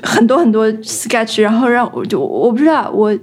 Speaker 3: 很多很多 sketch，然后让我就我不知道我。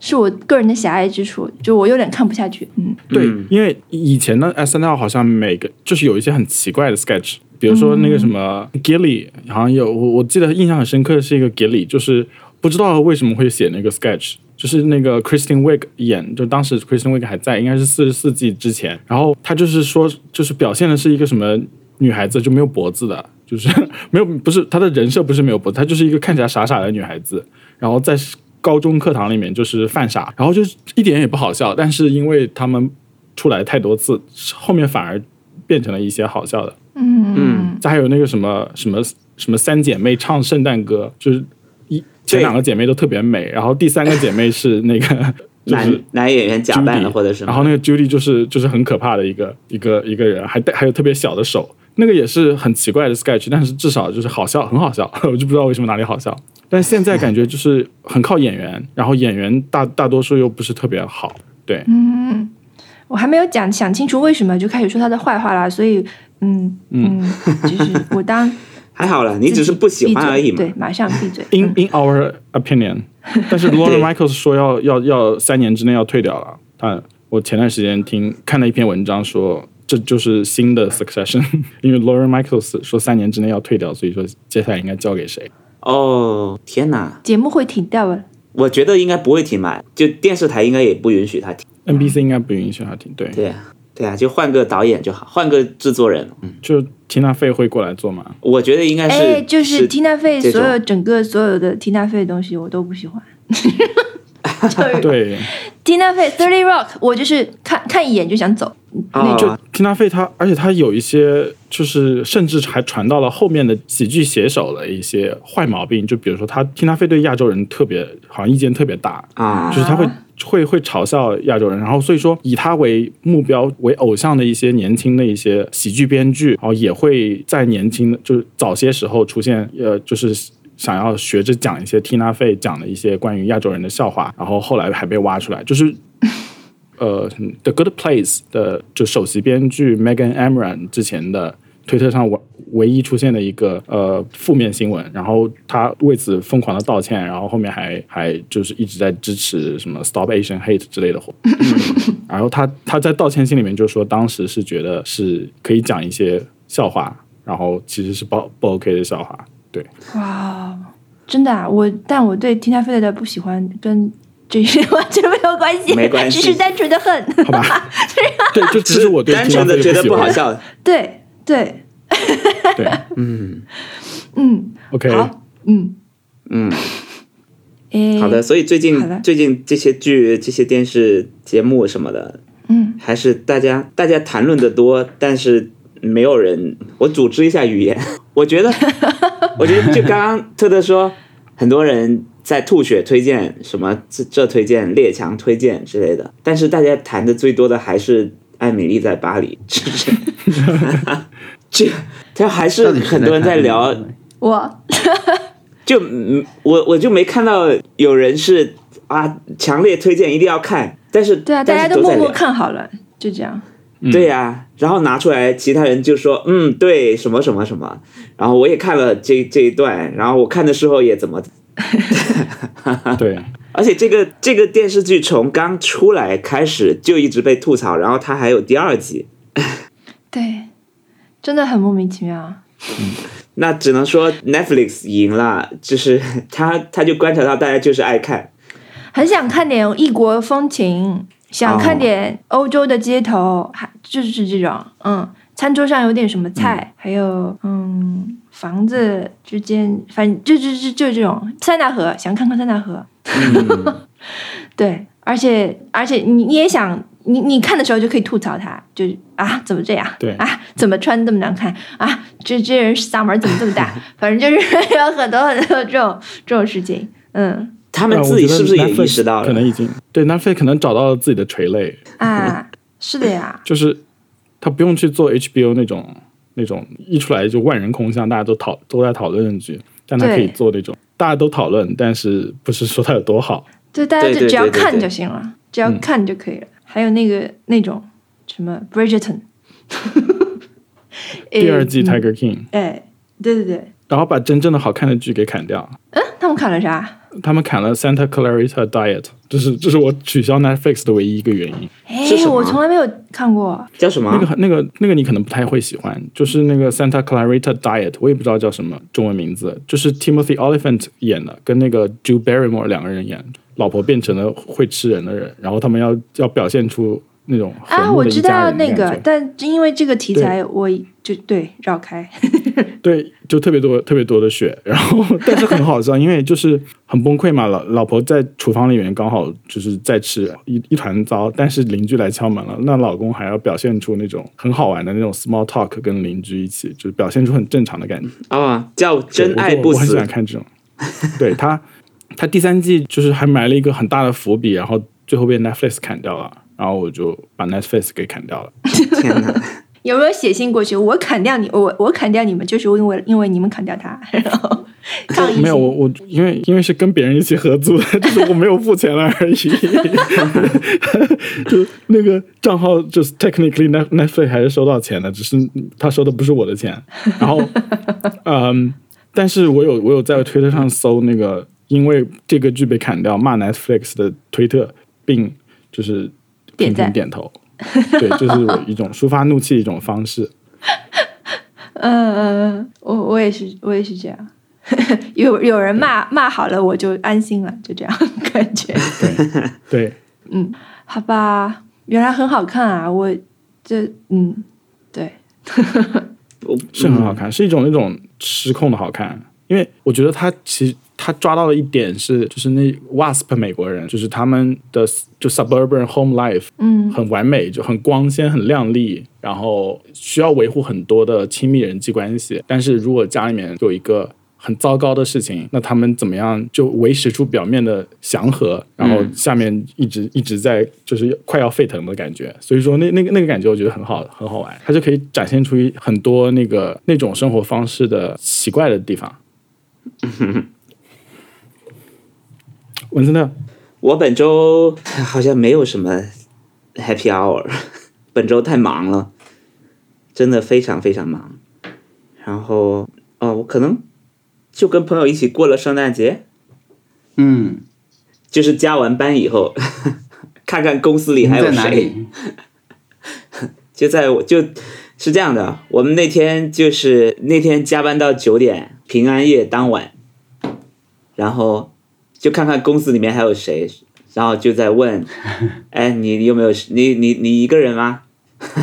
Speaker 3: 是我个人的狭隘之处，就我有点看不下去。嗯，
Speaker 1: 对
Speaker 2: 嗯，
Speaker 1: 因为以前的 S N L 好像每个就是有一些很奇怪的 sketch，比如说那个什么 Gilly，好像有我我记得印象很深刻的是一个 Gilly，就是不知道为什么会写那个 sketch。就是那个 Kristen Wiig 演，就当时 Kristen Wiig 还在，应该是四十四季之前。然后她就是说，就是表现的是一个什么女孩子，就没有脖子的，就是 <laughs> 没有不是她的人设不是没有脖子，她就是一个看起来傻傻的女孩子。然后在高中课堂里面就是犯傻，然后就是一点也不好笑，但是因为他们出来太多次，后面反而变成了一些好笑的。
Speaker 2: 嗯，
Speaker 1: 再还有那个什么什么什么三姐妹唱圣诞歌，就是一前
Speaker 2: 对
Speaker 1: 两个姐妹都特别美，然后第三个姐妹是那个就是
Speaker 2: 男男演员假扮
Speaker 1: Judy，
Speaker 2: 的或者什么，
Speaker 1: 然后那个 Judy 就是就是很可怕的一个一个一个人，还带还有特别小的手，那个也是很奇怪的 sketch，但是至少就是好笑，很好笑， <laughs> 我就不知道为什么哪里好笑。但是现在感觉就是很靠演员，然后演员大大多数又不是特别好，对，
Speaker 3: 我还没有讲想清楚为什么就开始说他的坏话啦，所以，嗯嗯，就是我当
Speaker 2: 还好 <laughs> 了，你只是不喜欢而已
Speaker 3: 闭嘴
Speaker 2: 嘛
Speaker 3: 对，。马上闭嘴。
Speaker 1: In in our <laughs> opinion，但是 Laura Michaels 说要要要三年之内要退掉了。但我前段时间听看了一篇文章说，这就是新的 Succession，因 <laughs> 为 Laura Michaels 说三年之内要退掉，所以说接下来应该交给谁？
Speaker 2: 哦，天哪，
Speaker 3: 节目会停掉的，
Speaker 2: 我觉得应该不会停吧，就电视台应该也不允许他停。
Speaker 1: NBC 应该不允许他停，对，
Speaker 2: 对啊，对啊，就换个导演就好，换个制作人。嗯，
Speaker 1: 就缇娜费会过来做嘛？
Speaker 2: 我觉得应该
Speaker 3: 哎，
Speaker 2: 是
Speaker 3: 就是 Tina Fey
Speaker 2: 这
Speaker 3: 所
Speaker 2: 种
Speaker 3: 有整个所有的 Tina Fey 的东西我都不
Speaker 2: <laughs>
Speaker 3: 喜欢。就是
Speaker 1: 对，
Speaker 3: Tina Fey Thirty Rock，我就是看看一眼就想走。
Speaker 2: 啊，
Speaker 1: 就缇娜费她，而且她有一些就是甚至还传到了后面的喜剧写手的一些坏毛病，就比如说她缇娜费对亚洲人特别好像意见特别大，
Speaker 2: 啊，
Speaker 1: 就是他会会会嘲笑亚洲人，然后所以说以他为目标为偶像的一些年轻的一些喜剧编剧，然后也会在年轻的就是早些时候出现，呃，就是。想要学着讲一些 Tina Fey 讲的一些关于亚洲人的笑话，然后后来还被挖出来，就是，呃，《The Good Place》的就首席编剧 Megan Amran 之前的推特上唯唯一出现的一个呃负面新闻，然后他为此疯狂的道歉，然后后面还还就是一直在支持什么 Stop Asian Hate 之类的活
Speaker 2: <laughs>
Speaker 1: 动。然后他他在道歉信里面就说，当时是觉得是可以讲一些笑话，然后其实是不不 OK 的笑话。对，
Speaker 3: 哇哦，真的啊！我但我对 Tina Fey 的不喜欢跟这些 <laughs> 完全没有关系，
Speaker 2: 没关系
Speaker 3: 只是单纯的恨。
Speaker 1: 好
Speaker 2: <laughs>
Speaker 1: 吧，对，就只是我对
Speaker 2: 单纯的
Speaker 1: Tina Fey
Speaker 2: 觉得
Speaker 1: 不喜
Speaker 2: 不好
Speaker 1: 欢。
Speaker 2: 笑。
Speaker 3: 对对，
Speaker 2: <laughs>
Speaker 1: 对
Speaker 2: 嗯
Speaker 3: 嗯，
Speaker 1: ，OK，
Speaker 3: 好，嗯， <laughs>
Speaker 2: 嗯，
Speaker 3: 哎，
Speaker 2: 好的。，所以最
Speaker 3: 好的
Speaker 2: 近最近这些剧、这些电视节目什么的，
Speaker 3: 嗯，
Speaker 2: 还是大家大家谈论的多，但是没有人。我组织一下语言， <laughs> 我
Speaker 3: <laughs>
Speaker 2: 觉得，我觉得就刚刚特特说，很多人在吐血推荐什么这这推荐列强推荐之类的，但是大家谈的最多的还是《艾米丽在巴黎》，是 <laughs> 不是？这他还是
Speaker 4: 到底谁
Speaker 2: 很多人在
Speaker 4: 看
Speaker 2: 聊
Speaker 3: 我
Speaker 2: 就嗯，我我就没看到有人是啊，强烈推荐一定要看，但是
Speaker 3: 对啊，大
Speaker 2: 但
Speaker 3: 家
Speaker 2: 是
Speaker 3: 都
Speaker 2: 在
Speaker 3: 默默
Speaker 2: 聊
Speaker 3: 看好了，就这样。
Speaker 2: 对呀、然后拿出来，其他人就说嗯，对，什么什么什么，然后我也看了这这一段，然后我看的时候也怎么，
Speaker 1: 对，
Speaker 2: 而且这个这个电视剧从刚出来开始就一直被吐槽，然后它还有第二季，
Speaker 3: 对，真的很莫名其妙。
Speaker 2: 那只能说 Netflix 赢了，就是他他就观察到大家就是爱看，
Speaker 3: 很想看点异国风情，想看点欧洲的街头，还就是这种，嗯，餐桌上有点什么菜，还有嗯，房子之间，反正就就就就这种塞纳河，想看看塞纳河。 <laughs> 对，而且而且你你也想，你你看的时候就可以吐槽他，就是啊怎么这样，
Speaker 1: 对
Speaker 3: 啊怎么穿这么难看啊，这这人嗓门怎么这么大， <laughs> 反正就是有很多很多这种这种事情，嗯
Speaker 2: 他
Speaker 1: 啊
Speaker 2: 们自己是不是也意识到
Speaker 1: 可能
Speaker 2: 了？
Speaker 1: 已经对 Netflix 可能找到了自己的垂类，
Speaker 3: 啊是的
Speaker 1: <laughs>
Speaker 3: 呀，
Speaker 1: 就是他不用去做 HBO 那种那种一出来就万人空巷，大家都讨都在讨论的剧，但他可以
Speaker 3: 对
Speaker 1: 做那种大家都讨论，但是不是说它有多
Speaker 2: <laughs>
Speaker 1: 好。
Speaker 3: 对，大家
Speaker 2: 对
Speaker 3: 就
Speaker 2: 对
Speaker 3: 只要
Speaker 2: 对对
Speaker 3: 看
Speaker 2: 对
Speaker 3: 就行了，只要看就可以了。还有那个那种什么 Bridgerton，
Speaker 1: 第二季
Speaker 3: <laughs> 哎
Speaker 1: Tiger King，、
Speaker 3: 哎，对对对，
Speaker 1: 然后把真正的好看的剧给砍掉，
Speaker 3: 他们看了啥？
Speaker 1: 他们砍了 Santa Clarita Diet，这是这是我取消 Netflix 的唯一一个原因。
Speaker 3: 哎
Speaker 2: 是什，么
Speaker 3: 我从来没有看过，
Speaker 2: 叫什么？
Speaker 1: 那个那个那个你可能不太会喜欢，就是那个 Santa Clarita Diet，我也不知道叫什么中文名字，就是 Timothy Oliphant 演的，跟那个 Drew Barrymore 两个人演，老婆变成了会吃人的人，然后他们要要表现出那种和
Speaker 3: 啊，
Speaker 1: 睦
Speaker 3: 我
Speaker 1: 的一
Speaker 3: 知
Speaker 1: 家
Speaker 3: 道
Speaker 1: 人的
Speaker 3: 那个
Speaker 1: 感，觉
Speaker 3: 但因为这个题材，我就对绕开。
Speaker 1: 对，就特别多特别多的血，然后但是很好笑，因为就是很崩溃嘛，老老婆在厨房里面刚好就是在吃一一团糟，但是邻居来敲门了，那老公还要表现出那种很好玩的那种 small talk，跟邻居一起就是表现出很正常的感觉。
Speaker 2: 啊、叫真
Speaker 1: 对
Speaker 2: 爱
Speaker 1: 我
Speaker 2: 不
Speaker 1: 我很喜
Speaker 2: 死
Speaker 1: 欢。看这种。对他，他第三季就是还埋了一个很大的伏笔，然后最后被 Netflix 砍掉了，然后我就把 Netflix 给砍掉了。
Speaker 2: 天哪！
Speaker 3: 有没有写信过去？我砍掉你，我我砍掉你们，就是因为因为你们砍掉他，然后抗
Speaker 1: <laughs>
Speaker 3: 议
Speaker 1: 没有
Speaker 3: 信
Speaker 1: 我我因为因为是跟别人一起合租的， <laughs> 就是我没有付钱了而已。 <laughs> 就那个账号就是 technically net Netflix 还是收到钱的，只是他收的不是我的钱。然后，嗯，但是我有我有在推特上搜那个，因为这个剧被砍掉骂 Netflix 的推特，并就是
Speaker 3: 点
Speaker 1: 频
Speaker 3: 赞
Speaker 1: 频点头。对，这、是我一种抒发怒气的一种方式。
Speaker 3: 嗯嗯，嗯，我我也是，我也是这样。有有人骂骂好了，我就安心了，就这样感觉。
Speaker 1: 对，
Speaker 3: 好吧，原来很好看啊！我这嗯，对，
Speaker 2: 我
Speaker 1: 是很好看，是一种那种失控的好看。因为我觉得他其实他抓到了一点是，就是那 WASP 美国人，就是他们的就 suburban home life，
Speaker 3: 嗯
Speaker 1: 很完美，就很光鲜、很亮丽，然后需要维护很多的亲密人际关系。但是如果家里面有一个很糟糕的事情，那他们怎么样就维持住表面的祥和，然后下面一直一直在就是快要沸腾的感觉。所以说那那个那个感觉我觉得很好，很好玩，它就可以展现出一很多那个那种生活方式的奇怪的地方。文森特，
Speaker 2: 我本周哎好像没有什么 happy hour，本 <laughs> 周太忙了，真的非常非常忙。然后哦，我可能就跟朋友一起过了圣诞节，
Speaker 4: 嗯，
Speaker 2: 就是加完班以后， <laughs> 看看公司里
Speaker 4: 你
Speaker 2: 还
Speaker 4: 们
Speaker 2: 有
Speaker 4: 在哪
Speaker 2: 谁。
Speaker 4: 里？
Speaker 2: 就在我就是这样的，我们那天就是那天加班到九点，平安夜当晚，然后就看看公司里面还有谁，然后就在
Speaker 4: <laughs>
Speaker 2: 问，哎，你有没有你你你一个人吗？ <laughs>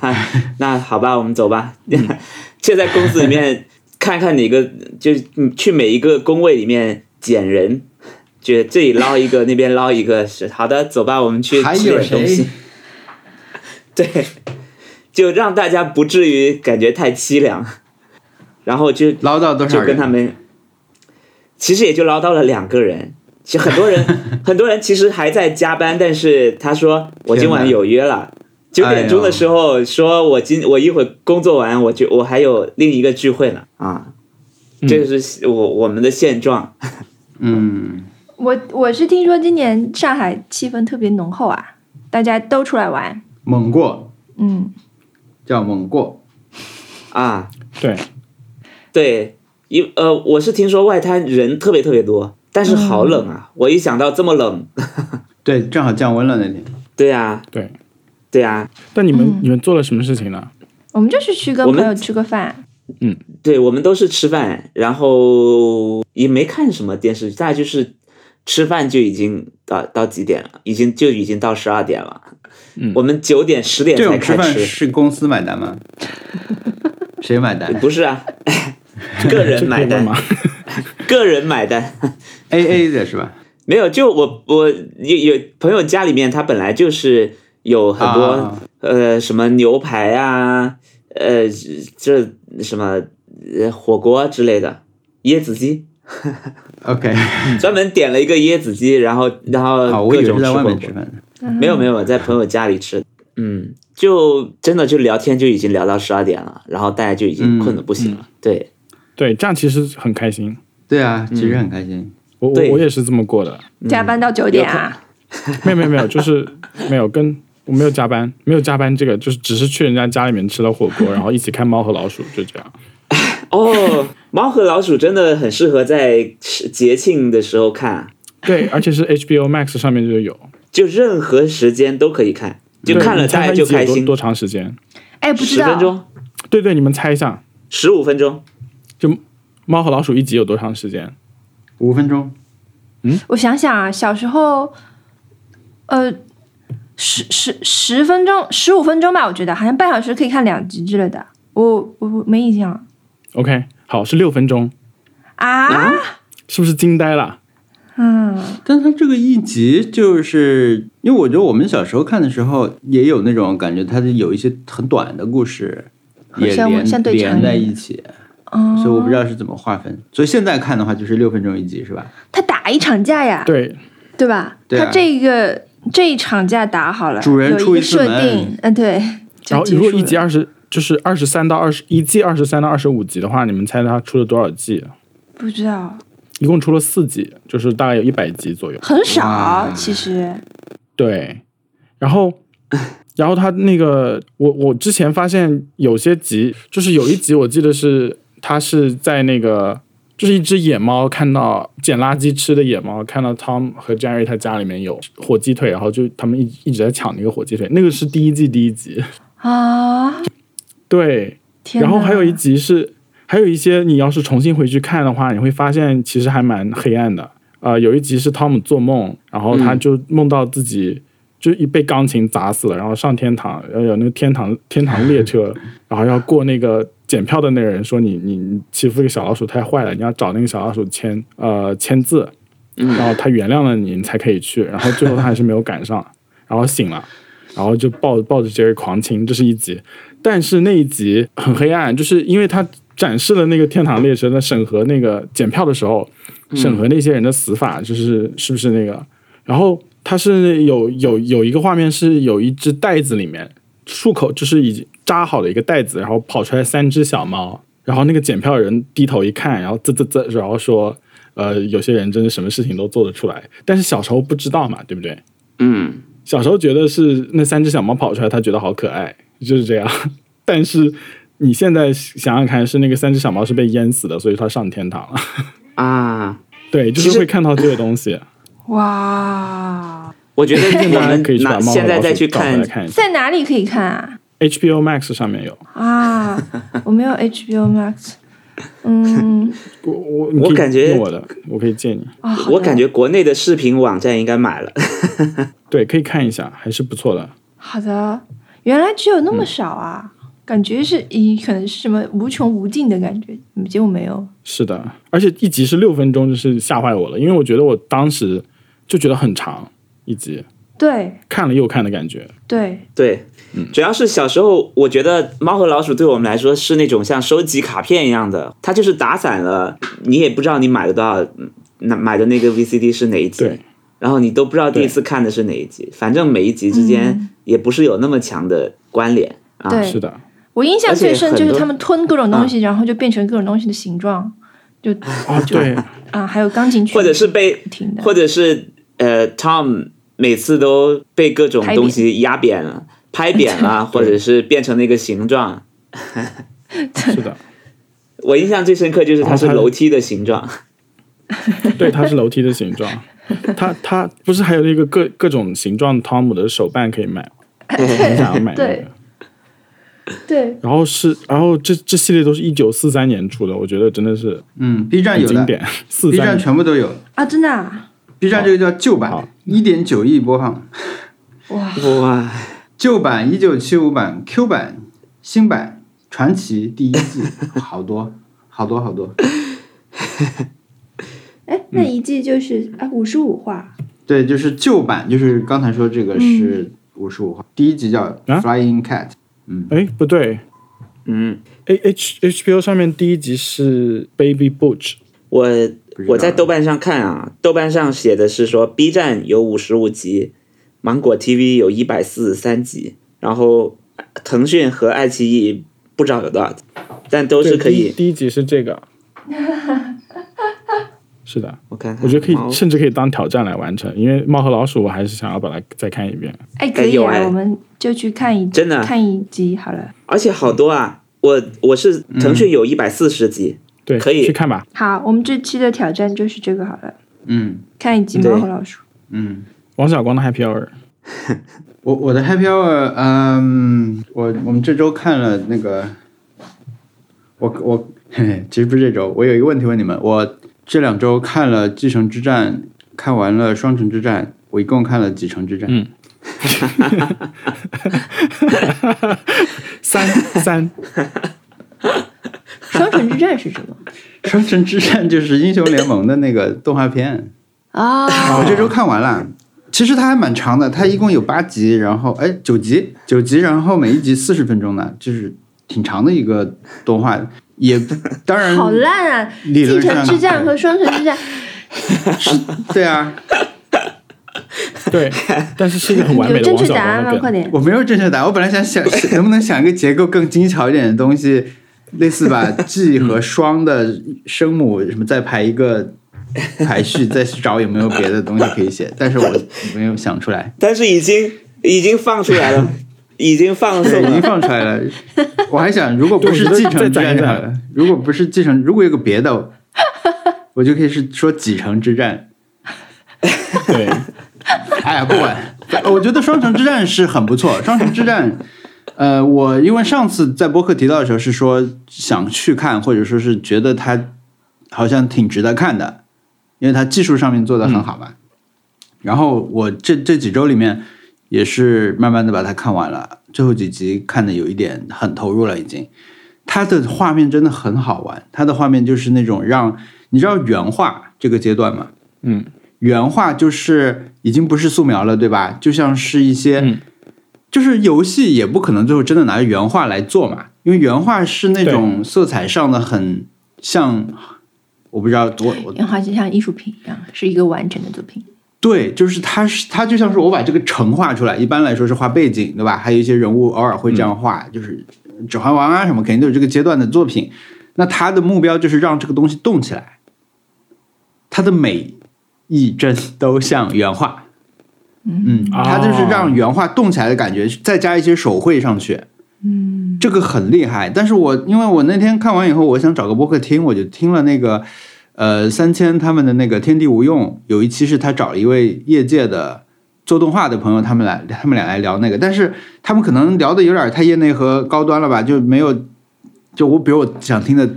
Speaker 2: 那那好吧，我们走吧。
Speaker 4: 嗯
Speaker 2: <laughs> 就在公司里面看看哪个，就是去每一个工位里面捡人，就这里捞一个，那边捞一个，是好的，走吧，我们去
Speaker 4: 还
Speaker 2: 吃
Speaker 4: 有
Speaker 2: 点东西
Speaker 4: 谁。？
Speaker 2: 对，就让大家不至于感觉太凄凉。 <laughs> 然后就
Speaker 4: 捞到多少
Speaker 2: 就
Speaker 4: 人？
Speaker 2: 跟他们，其实也就捞到了两个人。其实很多人，很多人其实还在加班，但是他说我今晚有约了，九
Speaker 4: 哪
Speaker 2: 点钟的时候说我今我一会儿工作完，我就我还有另一个聚会呢啊，这就是我我们的现状。
Speaker 4: 嗯，
Speaker 3: 我我是听说今年上海气氛特别浓厚啊，大家都出来玩，
Speaker 4: 猛过
Speaker 3: 嗯，
Speaker 4: 叫猛过，
Speaker 2: 啊，
Speaker 1: 对，
Speaker 2: 对，一呃，我是听说外滩人特别特别多，但是好冷啊！我一想到这么冷，
Speaker 4: 对，正好降温了那天。
Speaker 2: 对啊，
Speaker 1: 对，
Speaker 2: 对啊，
Speaker 1: 但你们、你们做了什么事情呢？
Speaker 3: 我们就是去跟
Speaker 2: 我们
Speaker 3: 朋友吃个饭，
Speaker 2: 对我们都是吃饭，然后也没看什么电视剧，大概就是吃饭就已经到到几点了？已经就已经到十二点了。
Speaker 1: 嗯
Speaker 2: 我们九点十点
Speaker 4: 这
Speaker 2: 才
Speaker 4: 种吃
Speaker 2: 开
Speaker 4: 饭
Speaker 2: 吃，
Speaker 4: 是公司买单吗？谁买单
Speaker 2: 不是啊， <laughs> 个人
Speaker 1: 这可以
Speaker 2: 买
Speaker 1: 问
Speaker 2: 单
Speaker 1: 吗， <laughs>
Speaker 2: 个人买单。
Speaker 4: ？A A 的是吧？
Speaker 2: 没有，就我我有有朋友家里面，他本来就是有很多、
Speaker 4: 啊
Speaker 2: 呃什么牛排啊，呃这什么呃火锅啊之类的，椰子鸡，
Speaker 4: OK，
Speaker 2: 专门点了一个椰子鸡，然后然
Speaker 1: 啊
Speaker 4: 好，
Speaker 2: 后呃
Speaker 4: 我
Speaker 2: 各
Speaker 4: 以为
Speaker 2: 种
Speaker 4: 是在
Speaker 2: 吃火
Speaker 4: 外面
Speaker 2: 锅，
Speaker 4: 吃饭的。
Speaker 2: 没有没有，在朋友家里吃，嗯，就真的就聊天就已经聊到十二点了，然后大家就已经困得不行了，
Speaker 1: 嗯
Speaker 2: 对，
Speaker 1: 对，这样其实很开心。
Speaker 4: 对啊，其实很开心。
Speaker 1: 我我
Speaker 2: 对
Speaker 1: 我也是这么过的，
Speaker 3: 加班到九点啊，
Speaker 1: 没有没有没有，就是没有跟我没有加班，没有加班这个，就是只是去人家家里面吃了火锅，然后一起看《猫和老鼠》，就这样。
Speaker 2: 哦，猫和老鼠真的很适合在节庆的时候看。
Speaker 1: 对，而且是 HBO Max 上面就有，
Speaker 2: 就任何时间都可以看，就
Speaker 1: 对
Speaker 2: 看了
Speaker 1: 你猜
Speaker 2: 大
Speaker 1: 它
Speaker 2: 家
Speaker 1: 一
Speaker 2: 就
Speaker 1: 集有
Speaker 2: 开
Speaker 1: 多
Speaker 2: 心
Speaker 1: 多。长时间？
Speaker 3: 哎，不知
Speaker 2: 十
Speaker 3: 道
Speaker 2: 分钟、
Speaker 1: 对对，你们猜一下，
Speaker 2: 十五分钟，
Speaker 1: 猫和老鼠一集有多长时间？
Speaker 4: 五分钟，
Speaker 3: 我想想啊，小时候，呃，十十十分钟、十五分钟吧，我觉得好像半小时可以看两集之类的。我我我没印象了
Speaker 1: OK，好，是六分钟，
Speaker 3: 啊，
Speaker 1: 是不是惊呆了？
Speaker 3: 嗯，
Speaker 4: 但它这个一集就是因为我觉得我们小时候看的时候也有那种感觉，它是有一些很短的故事
Speaker 3: 好
Speaker 4: 也
Speaker 3: 像我
Speaker 4: 连
Speaker 3: 像对成
Speaker 4: 连在
Speaker 3: 语，
Speaker 4: 一起，所以我不知道是怎么划分。所以现在看的话就是六分钟一集是吧？
Speaker 3: 他打一场架呀，
Speaker 1: 对，
Speaker 3: 对吧？
Speaker 4: 对啊
Speaker 3: 他这个这一场架打好了，
Speaker 4: 主
Speaker 3: 有一
Speaker 4: 人出
Speaker 3: 个
Speaker 4: 一次
Speaker 3: 设
Speaker 4: 门
Speaker 3: 定，嗯，对，就
Speaker 1: 然后
Speaker 3: 结
Speaker 1: 如果
Speaker 3: 束
Speaker 1: 一
Speaker 3: 了
Speaker 1: 集二十，就是二十三到二十一季二十三到二十五集的话，你们猜它出了多少季？
Speaker 3: 不知道
Speaker 1: 一共出了四季，就是大概有一百集左右。
Speaker 3: 很少
Speaker 4: 哇，
Speaker 3: 其实
Speaker 1: 对，然后，然后他那个，我我之前发现有些集，就是有一集我记得是他是在那个，就是一只野猫看到捡垃圾吃的野猫看到 Tom 和 Jerry 他家里面有火鸡腿，然后就他们一一直在抢那个火鸡腿，那个是第一季第一集，
Speaker 3: 啊，
Speaker 1: 对，
Speaker 3: 天哪，
Speaker 1: 然后还有一集是，还有一些你要是重新回去看的话，你会发现其实还蛮黑暗的。呃，有一集是汤姆做梦，然后他就梦到自己就一被钢琴砸死了，然后上天堂，然后有那个天堂天堂列车，然后要过那个检票的那个人说你你你欺负一个小老鼠太坏了，你要找那个小老鼠签呃签字，然后他原谅了你，你才可以去。然后最后他还是没有赶上，然后醒了，然后就抱抱着杰瑞狂亲，这是一集。但是那一集很黑暗，就是因为他展示了那个天堂列车在审核那个检票的时候，审核那些人的死法，就是是不是那个，然后他是有有有一个画面是有一只袋子里面漱口就是已经扎好的一个袋子，然后跑出来三只小猫，然后那个检票人低头一看，然后啧啧啧，然后说。呃，有些人真的什么事情都做得出来，但是小时候不知道嘛，对不对？
Speaker 2: 嗯，
Speaker 1: 小时候觉得是那三只小猫跑出来，他觉得好可爱，就是这样。 <laughs> 但是你现在想想看，是那个三只小猫是被淹死的，所以它上天堂了。 <laughs>
Speaker 2: 啊，
Speaker 1: 对，就
Speaker 2: 其
Speaker 1: 是
Speaker 2: 实
Speaker 1: 会看到这个东 <coughs> 西。
Speaker 3: 哇，
Speaker 2: 我
Speaker 1: <laughs>
Speaker 2: 觉得我
Speaker 1: 大家
Speaker 2: 们
Speaker 1: 可以去把
Speaker 2: 拿
Speaker 1: 猫和
Speaker 2: 现在
Speaker 1: 老
Speaker 2: 再
Speaker 1: 鼠
Speaker 2: 去
Speaker 1: 找回
Speaker 2: 看
Speaker 1: 来，看一下。
Speaker 3: 在哪里可以看啊？
Speaker 1: HBO Max 上面有，
Speaker 3: 啊，我没有 HBO Max，嗯，
Speaker 1: 我我你
Speaker 2: 我
Speaker 1: 可以
Speaker 2: 感觉
Speaker 1: 用我的，我可以借你。
Speaker 3: 啊，好的
Speaker 2: 我感觉国内的视频网站应该买了。
Speaker 1: 对，可以看一下，还是不错的。
Speaker 3: 好的，原来只有那么少啊，
Speaker 2: 嗯
Speaker 3: 感觉是咦，可能是什么无穷无尽的感觉，嗯结果没有，
Speaker 1: 是的，而且一集是六分钟，就是吓坏我了，因为我觉得我当时就觉得很长，一集
Speaker 3: 对
Speaker 1: 看了又看的感觉。
Speaker 3: 对，
Speaker 2: 对，主要是小时候，我觉得《猫和老鼠》对我们来说是那种像收集卡片一样的，它就是打散了，你也不知道你买的多少，那买的那个 VCD 是哪一集
Speaker 1: 对，
Speaker 2: 然后你都不知道第一次看的是哪一集，反正每一集之间也不是有那么强的关联啊。
Speaker 3: 对
Speaker 1: 是的，
Speaker 3: 我印象
Speaker 2: 而且
Speaker 3: 最深就是
Speaker 2: 很多
Speaker 3: 他们吞各种东西，然后就变成各种东西的形状，就
Speaker 1: 哦，对，
Speaker 3: 啊，还有钢琴曲，
Speaker 2: 或者是被
Speaker 3: 挺的，
Speaker 2: 或者是呃，Tom 每次都被各种
Speaker 3: 拍扁
Speaker 2: 东西压扁了、拍扁了， <laughs> 或者是变成那个形状。
Speaker 1: <laughs> 是的。
Speaker 2: 我印象最深刻就是哦它是
Speaker 1: 然后它
Speaker 2: 楼梯的形状，
Speaker 1: 对，它是楼梯的形状。它它不是还有那个各各种形状汤姆的手办可以买吗？很想要买那
Speaker 3: 对
Speaker 1: 个。
Speaker 3: 对，
Speaker 1: 然后是，然后这这系列都是一九四三年出的，我觉得真的是
Speaker 4: 嗯，B 站
Speaker 1: 很
Speaker 4: 有
Speaker 1: 经
Speaker 4: 的
Speaker 1: 典。四
Speaker 4: ，B 站
Speaker 1: 三
Speaker 4: 全部都有。
Speaker 3: 啊，真的啊，
Speaker 4: B 站这个叫旧版
Speaker 1: 好，
Speaker 4: 一点九亿播放，
Speaker 3: 哇，
Speaker 2: 哇，
Speaker 4: 旧版、一九七五版、Q 版、新版、传奇第一季，好多好多好多。
Speaker 3: 哎，
Speaker 2: 嗯
Speaker 3: 那一季就是啊五十五话，
Speaker 4: 对，就是旧版，就是刚才说这个是五十五号，第一集叫《Flying Cat》，
Speaker 1: 哎，不对
Speaker 2: 嗯，
Speaker 1: ，A H H P O 上面第一集是 Baby Butch，
Speaker 2: 我
Speaker 4: 不知道
Speaker 2: 我在豆瓣上看啊，豆瓣上写的是说 B 站有五十五集，芒果 TV 有一百四十三集，然后腾讯和爱奇艺不知道有多少集，但都是
Speaker 1: 对
Speaker 2: 可
Speaker 1: 第一
Speaker 2: 以。
Speaker 1: 第一集是这个，是的，
Speaker 2: 我看看，
Speaker 1: 我觉得可
Speaker 2: 猫
Speaker 1: 以，甚至可以当挑战来完成，因为《猫和老鼠》我还是想要把它再看一遍。
Speaker 3: 哎可以
Speaker 2: 有
Speaker 3: 啊，
Speaker 2: 哎
Speaker 3: 我们就去看一
Speaker 2: 真的啊
Speaker 3: 看一集好了。
Speaker 2: 而且好多啊！我我是腾讯有一百四十集，
Speaker 1: 对，
Speaker 2: 可以
Speaker 1: 去看吧。
Speaker 3: 好，我们这期的挑战就是这个好了，
Speaker 4: 嗯
Speaker 3: 看一集《
Speaker 2: 对
Speaker 3: 猫和老鼠》。
Speaker 4: 嗯，
Speaker 1: 王小光的 Happy Hour，
Speaker 4: 我我的 Happy Hour，嗯，我我们这周看了那个，我我嘿嘿，其实不是这周，我有一个问题问你们，我这两周看了《继承之战》，看完了《双城之战》，我一共看了几城之战？
Speaker 1: 嗯三三，
Speaker 3: 双城之战是什么？
Speaker 4: 双城之战就是英雄联盟的那个动画片，
Speaker 3: 啊，
Speaker 4: 我这周看完了。其实它还蛮长的，它一共有八集，然后哎九集，九集，然后每一集四十分钟呢，就是挺长的一个动画，也不当然
Speaker 3: 好烂 <laughs> 啊！继
Speaker 4: 理论上
Speaker 3: 承之战和双城之战，
Speaker 4: 对啊，
Speaker 3: <laughs>
Speaker 1: 对，但是是一个很完美
Speaker 3: 有
Speaker 1: 的
Speaker 3: 正
Speaker 1: 王
Speaker 3: 确
Speaker 1: 小
Speaker 3: 答案
Speaker 1: 光
Speaker 3: 吗？
Speaker 1: 的
Speaker 3: 啊快
Speaker 1: 梗。
Speaker 3: 点！
Speaker 4: 我没有正确答案，我本来
Speaker 1: <laughs>
Speaker 4: 想想能不能想一个结构更精巧一点的东西，类
Speaker 1: <laughs>
Speaker 4: 似把 G 和双的声母什么再排一个
Speaker 1: <laughs>
Speaker 4: 排序，再去找有没有别的东西可以写，但是我没有想出来。
Speaker 2: 但是已经已经放出
Speaker 1: <laughs>
Speaker 2: 来了，已经放送
Speaker 4: 对，已经
Speaker 2: 了。
Speaker 4: 放出来了。我还想，如果不是
Speaker 1: 对我
Speaker 4: 继
Speaker 1: 觉得
Speaker 4: 承之
Speaker 1: 再攒
Speaker 4: 战
Speaker 1: 一
Speaker 4: 就好
Speaker 1: 攒
Speaker 4: 了，如果不是继承，如果有个别的，我就可以是说几城之战。
Speaker 1: 对，
Speaker 4: 哎呀，不管， <laughs> 我觉得双城之战是很不错。双城之战，呃，我因为上次在播客提到的时候是说想去看，或者说是觉得它好像挺值得看的，因为它技术上面做的
Speaker 1: 嗯
Speaker 4: 很好嘛。然后我这这几周里面也是慢慢的把它看完了，最后几集看的有一点很投入了，已经。它的画面真的很好玩，它的画面就是那种让你知道原画这个阶段吗？
Speaker 1: 嗯，
Speaker 4: 原画就是已经不是素描了，对吧？就像是一些，
Speaker 1: 嗯
Speaker 4: 就是游戏也不可能最后真的拿着原画来做嘛，因为原画是那种色彩上的很像，我不知道我我
Speaker 3: 原画就像艺术品一样，是一个完整的作品。
Speaker 4: 对，就是它是它就像是我把这个城画出来，一般来说是画背景，对吧？还有一些人物偶尔会这样画，就是《指环王》啊什么，肯定都有这个阶段的作品。那它的目标就是让这个东西动起来，它的每一帧都像原画，嗯，它就是让原画动起来的感觉，再加一些手绘上去，嗯，这个很厉害。但是我因为我那天看完以后，我想找个播客听，我就听了那个呃，三千他们的那个《天地无用》有一期是他找了一位业界的做动画的朋友，他们来他们俩来聊那个，但是他们可能聊的有点太业内和高端了吧，就没有就我比如我想听的。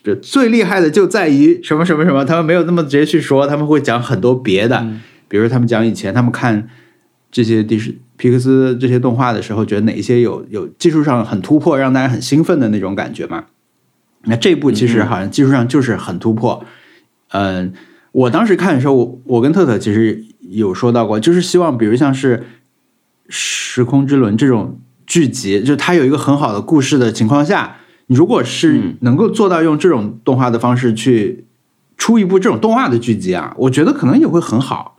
Speaker 4: 最最厉害的就在于什么什么什么，他们没有那么直接去说，他们会讲很多别的，比如他们讲以前他们看这些迪士皮克斯这些动画的时候，觉得哪一些有有技术上很突破，让大家很兴奋的那种感觉嘛。那这部其实好像技术上就是很突破。嗯、我当时看的时候，我我跟特特其实有说到过，就是希望比如像是《时空之轮》这种剧集，就是它有一个很好的故事的情况下，你如果是
Speaker 2: 嗯
Speaker 4: 能够做到用这种动画的方式去出一部这种动画的剧集啊，我觉得可能也会很好。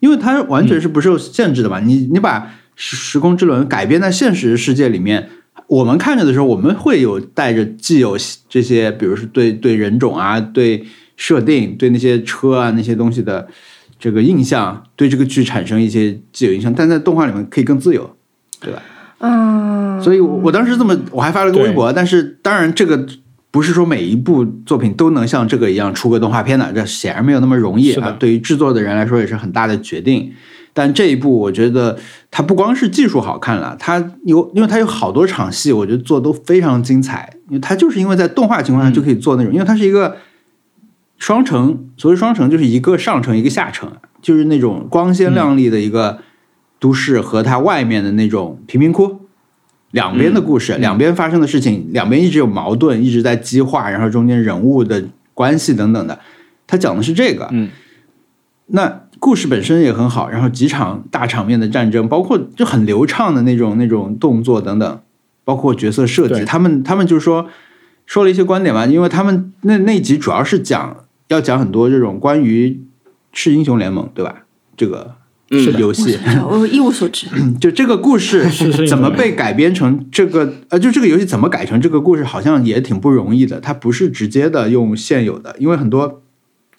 Speaker 4: 因为它完全是不受限制的嘛。你你把时时空之轮改编在现实世界里面，我们看着的时候，我们会有带着既有这些，比如说对对人种啊、对设定、对那些车啊那些东西的这个印象，对这个剧产生一些既有印象，但在动画里面可以更自由，对吧？
Speaker 3: 嗯，
Speaker 4: 所以我我当时这么，我还发了个微博，但是当然这个。不是说每一部作品都能像这个一样出个动画片的，这显然没有那么容易
Speaker 1: 是的
Speaker 4: 啊。对于制作的人来说也是很大的决定。但这一部我觉得它不光是技术好看了，它有因为它有好多场戏，我觉
Speaker 1: 嗯
Speaker 4: 得做得都非常精彩。因为它就是因为在动画情况下就可以做那种，因为它是一个双城，所谓双城就是一个上城一个下城，啊就是那种光
Speaker 1: 嗯
Speaker 4: 鲜亮丽的一个都市和它外面的那种贫民窟，两边
Speaker 1: 嗯
Speaker 4: 的故事，两边发生的事情，两边一直有矛盾，一直在激化，然后中间人物的关系等等的，它讲的是这个。
Speaker 1: 嗯，
Speaker 4: 那故事本身也很好，然后几场大场面的战争，包括就很流畅的那种那种动作等等，包括角色设计，
Speaker 1: 对
Speaker 4: 他们他们就是说说了一些观点嘛，因为他们那那集主要是讲要讲很多这种关于是英雄联盟对吧？这个
Speaker 2: 嗯
Speaker 1: 是的
Speaker 4: 游戏，
Speaker 3: 我一无所知。
Speaker 4: 嗯就这个故事
Speaker 1: <laughs> 是是
Speaker 4: 怎么被改编成这个呃，就这个游戏怎么改成这个故事，好像也挺不容易的。它不是直接的用现有的，因为很多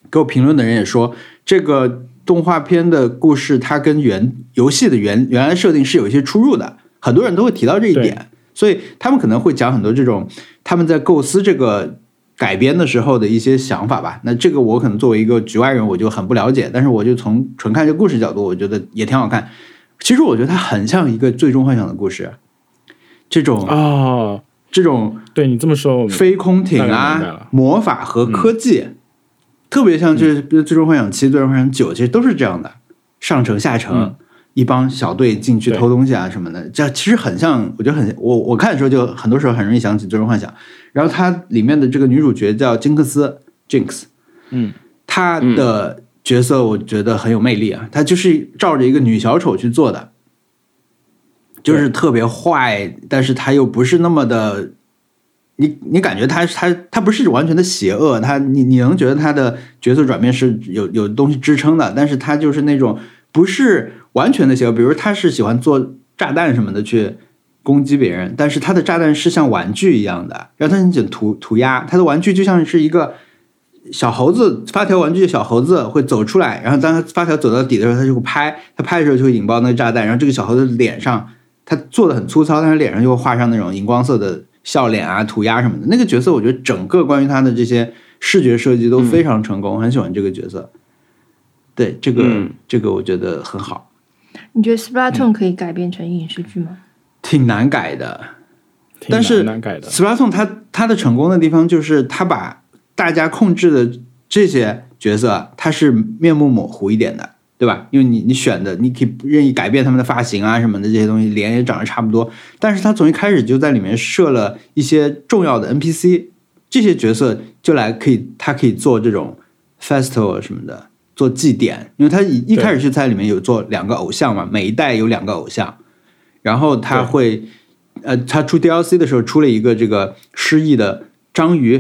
Speaker 4: 给我评论的人也说，这个动画片的故事它跟原游戏的原原来设定是有一些出入的，很多人都会提到这一点，所以他们可能会讲很多这种他们在构思这个改编的时候的一些想法吧。那这个我可能作为一个局外人，我就很不了解，但是我就从纯看这个故事角度，我觉得也挺好看。其实我觉得它很像一个《最终幻想》的故事，这种、
Speaker 1: 哦，
Speaker 4: 这种
Speaker 1: 对你这么说，我们
Speaker 4: 飞空艇
Speaker 1: 大概明白
Speaker 4: 啊
Speaker 1: 了、嗯
Speaker 4: 魔法和科技，特别像就是《最终幻想七》《最终幻想九》，其实都是这样的，上城下城，
Speaker 1: 嗯
Speaker 4: 一帮小队进去
Speaker 1: 对
Speaker 4: 偷东西啊什么的，这其实很像，我觉得很我我看的时候就很多时候很容易想起《最终幻想》，然后它里面的这个女主角叫金克斯 （Jinx），
Speaker 1: 嗯，
Speaker 4: 她的角色我觉得很有魅力啊，
Speaker 1: 嗯
Speaker 4: 她就是照着一个女小丑去做的。就是特别坏，但是她又不是那么的你你感觉他他他不是完全的邪恶，他你你能觉得他的角色转变是有有东西支撑的，但是他就是那种不是完全的邪恶，比如他是喜欢做炸弹什么的去攻击别人，但是他的炸弹是像玩具一样的，让他很简涂涂鸦，他的玩具就像是一个小猴子发条玩具，小猴子会走出来，然后当他发条走到底的时候，他就会拍，他拍的时候就会引爆那个炸弹，然后这个小猴子脸上他做的很粗糙，但是脸上就会画上那种荧光色的笑脸啊、涂鸦什么的。那个角色，我觉得整个关于他的这些视觉设计都非常成功，我很喜欢这个角色。对这个、
Speaker 2: 嗯
Speaker 4: 这个，我觉得很好，
Speaker 3: 你觉得《Splatoon》可以改编成影视剧吗？
Speaker 4: 挺难改的。
Speaker 1: 挺
Speaker 4: 但是
Speaker 1: 难难改的，
Speaker 4: Splatoon 它它的成功的地方就是它把大家控制的这些角色，它是面目模糊一点的，对吧？因为你你选的，你可以任意改变他们的发型啊什么的这些东西，脸也长得差不多。但是它从一开始就在里面设了一些重要的 NPC，这些角色就来可以，它可以做这种 festival 什么的，做祭典，因为它一一开始就在里面有做两个偶像嘛，每一代有两个偶像，然后他
Speaker 1: 对
Speaker 4: 会，呃，他出 DLC 的时候出了一个这个失忆的章鱼，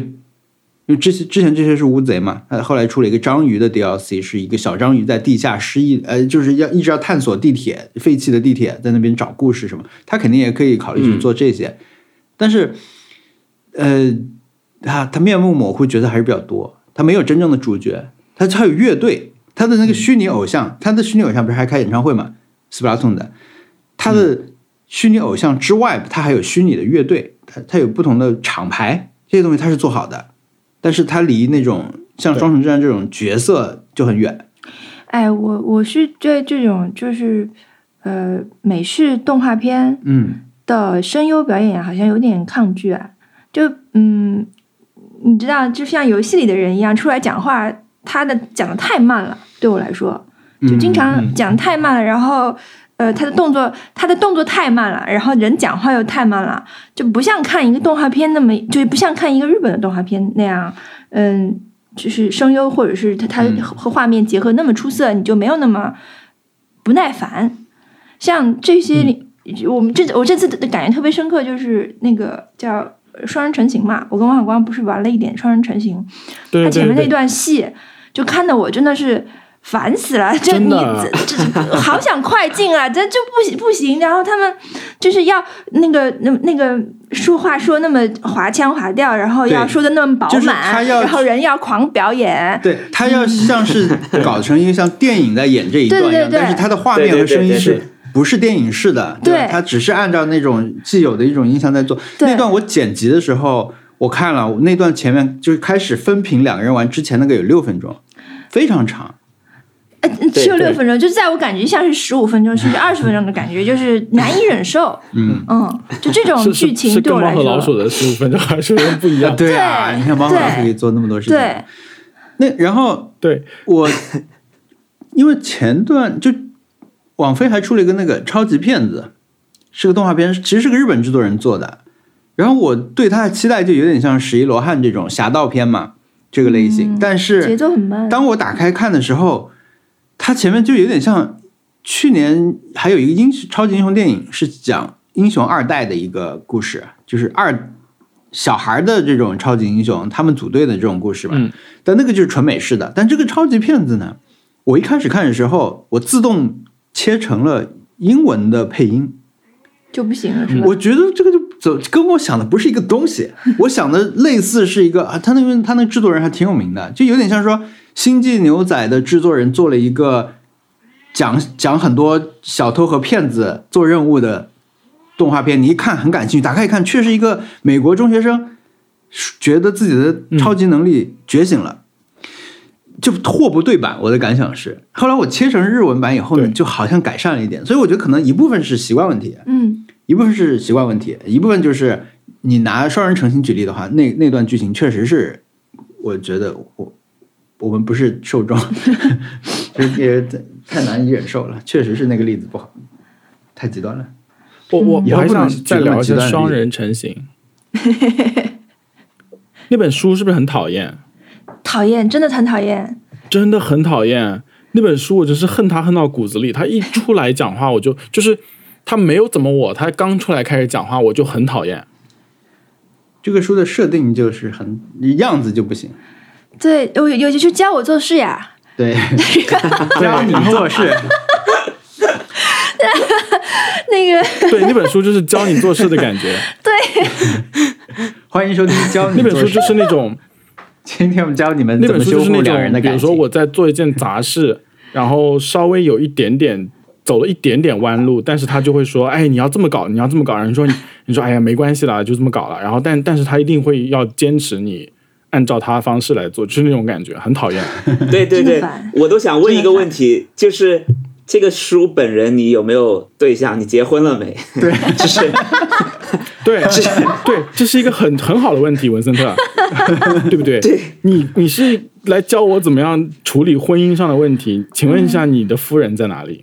Speaker 4: 因为之前之前这些是乌贼嘛，他后来出了一个章鱼的 DLC，是一个小章鱼在地下失忆，呃，就是要一直要探索地铁废弃的地铁，在那边找故事什么，他肯定也可以考虑去做这些，但是，呃，他他面目模糊角色还是比较多，他没有真正的主角，他他有乐队，他的那个虚拟偶像，他的虚拟偶像不是还开演唱会嘛，Splatoon 的，他的虚拟偶像之外，他还有虚拟的乐队，他他有不同的厂牌，这些东西他是做好的，但是他离那种像
Speaker 1: 对
Speaker 4: 双城之战这种角色就很远，
Speaker 3: 哎，我我是对这种就是呃美式动画片
Speaker 4: 嗯，
Speaker 3: 的声优表演好像有点抗拒啊，就嗯，你知道，就像游戏里的人一样，出来讲话，他的讲的太慢了，对我来说，就经常讲太慢了，然后呃，他的动作，他的动作太慢了，然后人讲话又太慢了，就不像看一个动画片那么，就不像看一个日本的动画片那样，嗯，就是声优或者是他他
Speaker 4: 嗯
Speaker 3: 和画面结合那么出色，你就没有那么不耐烦。像这些里，我们这我这次的感觉特别深刻，就是那个叫《双人成行》嘛，我跟王小光不是玩了一点《双人成行》，
Speaker 1: 对对
Speaker 3: 他前面那
Speaker 1: 对对，
Speaker 3: 段戏就看得我真的是烦死了，就
Speaker 1: 真
Speaker 3: 你
Speaker 1: 的
Speaker 3: 这这好想快进啊，这就不行不行。然后他们就是要那个那那个说话说那么滑腔滑调，然后要
Speaker 4: 对
Speaker 3: 说的那么饱
Speaker 4: 就是他
Speaker 3: 满，
Speaker 4: 要
Speaker 3: 然后人要狂表演。
Speaker 4: 对他要像是搞成一个像电影在演这一段一样，
Speaker 3: 对对对
Speaker 4: 但是他的画面和
Speaker 2: 对对对
Speaker 4: 声音
Speaker 2: 对
Speaker 4: 是
Speaker 2: 对
Speaker 4: 不是电影式的？吧
Speaker 3: 对
Speaker 4: 他只是按照那种既有的一种印象在做。
Speaker 3: 对
Speaker 4: 那段我剪辑的时候，我看了我那段前面就是开始分屏两个人玩之前那个有六分钟，非常长。。
Speaker 3: 呃，只有
Speaker 2: 对
Speaker 3: 六分钟，就在我感觉像是十五分钟甚至二十分钟的感觉，就是难以忍受。嗯就这种
Speaker 1: 是
Speaker 3: 剧
Speaker 1: 是
Speaker 3: 情
Speaker 1: 是
Speaker 3: 对
Speaker 1: 跟
Speaker 3: 我来
Speaker 1: 猫和
Speaker 3: 说，
Speaker 1: <laughs> 老鼠的十五分钟还是有点不一样
Speaker 4: 对啊，
Speaker 3: 对
Speaker 4: 你看猫老师可以做那么多事情。
Speaker 3: 对，
Speaker 4: 那然后
Speaker 1: 对，
Speaker 3: <laughs>
Speaker 4: 我因为前段就网飞还出了一个那个超级骗子，是个动画片，其实是个日本制作人做的。然后我对他的期待就有点像《十一罗汉》这种侠盗片嘛，这个类型。但
Speaker 3: 嗯节
Speaker 4: 是
Speaker 3: 奏很慢。
Speaker 4: 当我打开看的时候，它前面就有点像去年还有一个英超级英雄电影是讲英雄二代的一个故事，就是二小孩的这种超级英雄他们组队的这种故事嘛。
Speaker 1: 嗯
Speaker 4: 但那个就是纯美式的，但这个超级骗子呢，我一开始看的时候，我自动切成了英文的配音。
Speaker 3: 就不行了，是吧？
Speaker 4: 我觉得这个就走跟我想的不是一个
Speaker 3: <laughs>
Speaker 4: 东西，我想的类似是一个啊，他那边他那个制作人还挺有名的，就有点像说《星际牛仔》的制作人做了一个讲讲很多小偷和骗子做任务的动画片，你一看很感兴趣，打开一看，却是一个美国中学生觉得自己的超级能力觉醒
Speaker 3: 嗯
Speaker 4: 了。就货不对版，我的感想是，后来我切成日文版以后呢，
Speaker 1: 对
Speaker 4: 就好像改善了一点，所以我觉得可能一部分是习惯问题，
Speaker 3: 嗯，
Speaker 4: 一部分是习惯问题，一部分就是你拿双人成行举例的话，那那段剧情确实是，我觉得我我们不是受众， <laughs> 就是也太难以忍受了，确实是那个例子不好，太极端了。
Speaker 1: 我我
Speaker 4: 以
Speaker 1: 我
Speaker 4: 后
Speaker 1: 还
Speaker 4: 不能
Speaker 1: 想
Speaker 4: 举
Speaker 1: 再
Speaker 4: 这么
Speaker 1: 聊一
Speaker 4: 极
Speaker 1: 下
Speaker 4: 端的
Speaker 1: 双
Speaker 4: 例子
Speaker 1: 人成型。 <laughs> 那本书是不是很讨厌？
Speaker 3: 讨厌，真的很讨厌。
Speaker 1: 真的很讨厌那本书，我真是恨他恨到骨子里。他一出来讲话，我就就是他没有怎么我，他刚出来开始讲话，我就很讨厌。
Speaker 4: 这个书的设定就是很样子就不行，
Speaker 3: 对，尤尤其是教我做事呀， <laughs>
Speaker 4: 对，教你
Speaker 1: <laughs>
Speaker 4: 做事，
Speaker 3: 那个
Speaker 1: <laughs> 对，那本书就是教你做事的感
Speaker 4: <laughs>
Speaker 1: 觉。
Speaker 4: 欢迎收听教你
Speaker 1: 那本
Speaker 4: 做
Speaker 1: 书
Speaker 4: 事。
Speaker 1: 就是那种
Speaker 4: 今天我们教 <laughs> 你们
Speaker 1: 那
Speaker 4: 怎
Speaker 1: 本
Speaker 4: 么
Speaker 1: 书
Speaker 4: 修
Speaker 1: 就是
Speaker 4: 复
Speaker 1: 那
Speaker 4: 两人的
Speaker 1: 种，比
Speaker 4: 感
Speaker 1: 如
Speaker 4: 情。
Speaker 1: 说我在做一件杂事，然后稍微有一点点走了一点点弯路，但是他就会说：“哎，你要这么搞，你要这么搞。”然后你说：“你你说哎呀，没关系啦，就这么搞了。”然后但但是他一定会要坚持你按照他的方式来做，就是那种感觉，很讨厌。
Speaker 2: 对对
Speaker 3: 真
Speaker 2: 对
Speaker 3: 的烦，
Speaker 2: 我都想问一个问题，就是这个书本人你有没有对象？你结婚了没？对，就是
Speaker 4: <laughs>
Speaker 1: 对，这对，这是一个很很好的问题，文森特，啊 <laughs> 对不对？
Speaker 2: 对
Speaker 1: 你你是来教我怎么样处理婚姻上的问题？请问一下，你的夫人在哪里？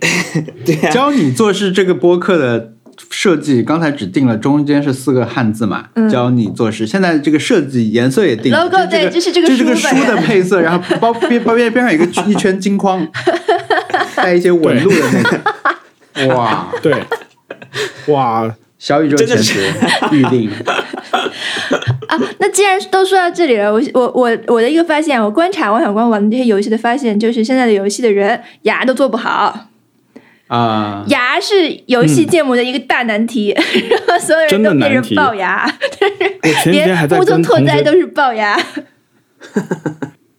Speaker 4: 教你做事这个播客的设计，刚才只定了中间是四个汉字嘛，
Speaker 3: 嗯
Speaker 4: 教你做事。现在这个设计颜色也定了
Speaker 3: Logo，对
Speaker 4: 就
Speaker 3: 这是
Speaker 4: 是
Speaker 3: 这个
Speaker 4: 这个这是个
Speaker 3: 书
Speaker 4: 书
Speaker 3: 本
Speaker 4: 的配色，然后包边包边边上有一个一圈金框，带一些纹路的那个。哇，
Speaker 1: <laughs> 对，哇，
Speaker 4: 小宇宙
Speaker 2: 真
Speaker 4: 前
Speaker 2: 的
Speaker 4: 十
Speaker 2: 是
Speaker 4: 预定，
Speaker 3: 啊，那既然都说到这里了，我我我我的一个发现，我观察王小光玩的这些游戏的发现，就是现在的游戏的人牙都做不好，
Speaker 4: 啊、
Speaker 3: 牙是游戏建模的一个大难题， <laughs> 然后所有人
Speaker 1: 真的
Speaker 3: 都变
Speaker 1: 难
Speaker 3: 成
Speaker 1: 题
Speaker 3: 龅牙，
Speaker 1: 我前几天还
Speaker 3: 连
Speaker 1: 在
Speaker 3: 目中
Speaker 1: 跟
Speaker 3: 拓
Speaker 1: 同
Speaker 3: 哉
Speaker 1: 学
Speaker 3: 都是龅牙，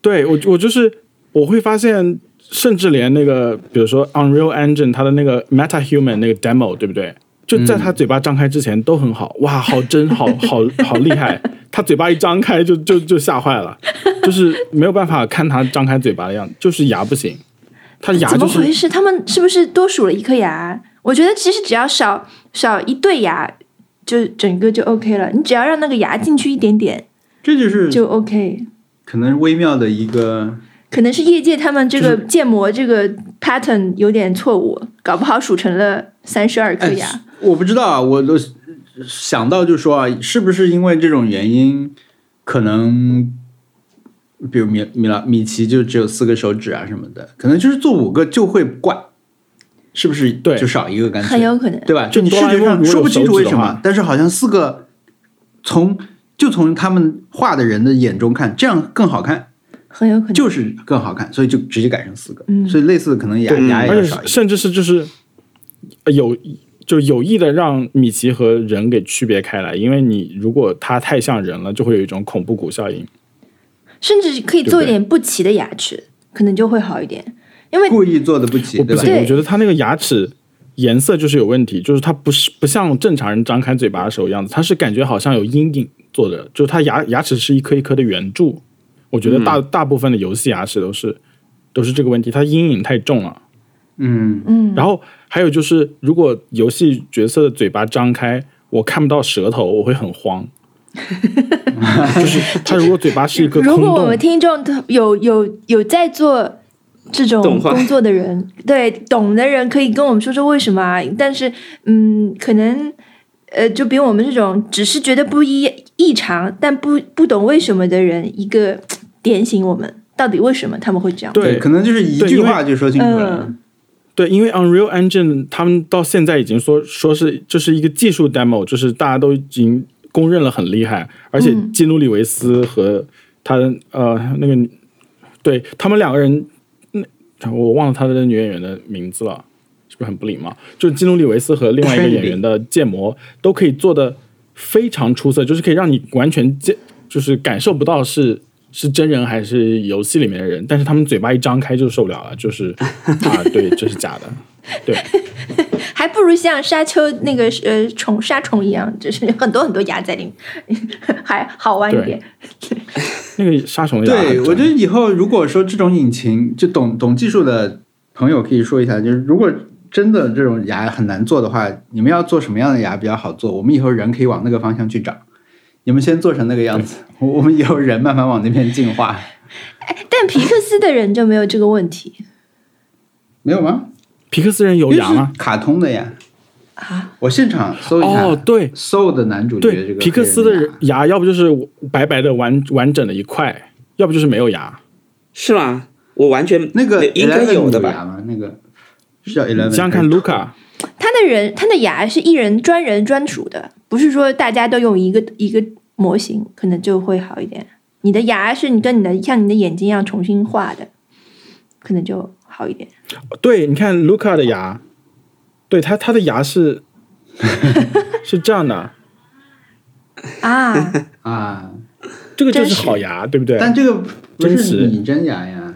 Speaker 1: 对我，我就是我会发现，甚至连那个，比如说 Unreal Engine 它的那个 Meta Human 那个 demo，对不对？就在他嘴巴张开之前都很好，哇，好真，好好好厉害！他嘴巴一张开就就就吓坏了，就是没有办法看他张开嘴巴的样子，就是牙不行，他 <laughs> 牙
Speaker 3: 怎
Speaker 1: 就
Speaker 3: 么
Speaker 1: 是
Speaker 3: 回事？他们是不是多数了一颗牙？我觉得其实只要少少一对牙，就整个就 OK 了。你只要让那个牙进去一点点
Speaker 4: 这
Speaker 1: 嗯
Speaker 4: 就是
Speaker 3: 就 OK。
Speaker 4: 可能微妙的一个
Speaker 3: 可能是业界他们这个建模这个 pattern 有点错误，搞不好数成了三十二颗牙。
Speaker 4: 哎我不知道啊，我都想到就说啊，是不是因为这种原因，可能比如米米拉米奇就只有四个手指啊什么的，可能就是做五个就会怪，是不是？
Speaker 1: 对
Speaker 4: 就少一个干
Speaker 3: 很
Speaker 4: 脆，
Speaker 3: 有可能，
Speaker 4: 对吧？
Speaker 1: 就
Speaker 4: 你视
Speaker 1: 哆啦 A
Speaker 4: 觉
Speaker 1: 梦
Speaker 4: 上
Speaker 1: 如果
Speaker 4: 说
Speaker 1: 有
Speaker 4: 不清楚
Speaker 1: 手指
Speaker 4: 为
Speaker 1: 的
Speaker 4: 什么
Speaker 1: 话，
Speaker 4: 但是好像四个从就从他们画的人的眼中看，这样更好看，
Speaker 3: 很有可能。
Speaker 4: 就是更好看，所以就直接改成四个。
Speaker 3: 嗯
Speaker 4: 所以类似的可能牙
Speaker 2: 对
Speaker 4: 牙
Speaker 1: 嗯
Speaker 4: 也
Speaker 1: 而
Speaker 4: 要
Speaker 1: 且
Speaker 4: 少一点。
Speaker 1: 甚至是就是呃有就有意的让米奇和人给区别开来，因为你如果他太像人了，就会有一种恐怖谷效应。
Speaker 3: 甚至可以做一点不齐的牙齿，可能就会好一点。因为
Speaker 4: 故意做的不齐，
Speaker 1: 我不
Speaker 4: 对吧？
Speaker 1: 行，
Speaker 3: 对
Speaker 1: 我觉得他那个牙齿颜色就是有问题，就是它不是不像正常人张开嘴巴的时候样子，它是感觉好像有阴影做的，就是它牙牙齿是一颗一颗的圆柱。我觉得大、
Speaker 4: 嗯
Speaker 1: 大部分的游戏牙齿都是都是这个问题，它阴影太重了。
Speaker 4: 嗯，
Speaker 3: 嗯，
Speaker 1: 然后还有
Speaker 3: <laughs>
Speaker 1: 就是，如果游戏角色的嘴巴张开，我看不到舌头，我会很慌。就是他如果嘴巴是一个空
Speaker 3: 如果我
Speaker 1: 洞
Speaker 3: 们，听众有有有在做这种
Speaker 2: 动画
Speaker 3: 工作
Speaker 1: <laughs>
Speaker 3: 的人，对懂的人可以跟我们说说为什么啊？但是，嗯，可能呃，就比我们这种只是觉得不一异常，但不不懂为什么的人，一个点醒我们，到底为什么他们会这样？
Speaker 1: 对
Speaker 4: 可能就是一
Speaker 1: 对
Speaker 4: 句
Speaker 1: 因为
Speaker 4: 话就说清楚了。
Speaker 3: 嗯
Speaker 1: 对，因为 Unreal Engine 他们到现在已经说说是这是一个技术 demo，就是大家都已经公认了很厉害，而且基努里维斯和他的呃那个女对他们两个人，那我忘了他的女演员的名字了，是不是很不礼貌？就是基努里维斯和另外一个演员的建模都可以做的非常出色，就是可以让你完全见，就是感受不到是。是真人还是游戏里面的人？但是他们嘴巴一张开就受不了了，就是啊，对，这是假的。
Speaker 3: 还不如像沙丘那个呃虫沙虫一样，就是很多很多牙在里面，
Speaker 1: <laughs>
Speaker 3: 还好玩一点。
Speaker 1: 那个杀虫的牙很
Speaker 4: 对，
Speaker 1: 真
Speaker 4: 我觉得以后如果说这种引擎，就懂懂技术的朋友可以说一下，就是如果真的这种牙很难做的话，你们要做什么样的牙比较好做？我们以后人可以往那个方向去找。你们先做成那个样子，我我们以后人慢慢往那边进化，
Speaker 3: 哎但皮克斯的人就没有这个问题。
Speaker 4: 没有吗？
Speaker 1: 皮克斯人有牙
Speaker 4: 因为
Speaker 1: 吗
Speaker 4: 是？卡通的呀。
Speaker 3: 啊！
Speaker 4: 我现场搜一下，
Speaker 1: 哦，对
Speaker 4: ，Soul 的男主角这
Speaker 1: 对，
Speaker 4: 个
Speaker 1: 皮克斯的
Speaker 4: 黑人
Speaker 1: 人牙，要不就是白白的完完整的一块，要不就是没有牙。
Speaker 2: 是吗？我完全
Speaker 4: 那个
Speaker 2: 没应该
Speaker 4: Eleven
Speaker 2: 有的
Speaker 4: 牙
Speaker 2: 吧？
Speaker 4: 吗？那个是叫 Eleven。
Speaker 1: 你想想看，卢卡，
Speaker 3: 他的人，他的牙是一人专人专属的，不是说大家都用一个一个模型，可能就会好一点。你的牙是你跟你的像你的眼睛一样重新画的，可能就好一
Speaker 4: <laughs>
Speaker 3: 点。
Speaker 1: 哦对，你看卢卡的牙，对他他的牙
Speaker 4: <laughs>
Speaker 1: 是是这样的，
Speaker 3: 啊，
Speaker 4: 啊，
Speaker 1: 这个就
Speaker 3: 真
Speaker 1: 是
Speaker 3: 实
Speaker 1: 好牙，对不对？
Speaker 4: 但这个不
Speaker 1: 真实
Speaker 4: 是拟真牙呀。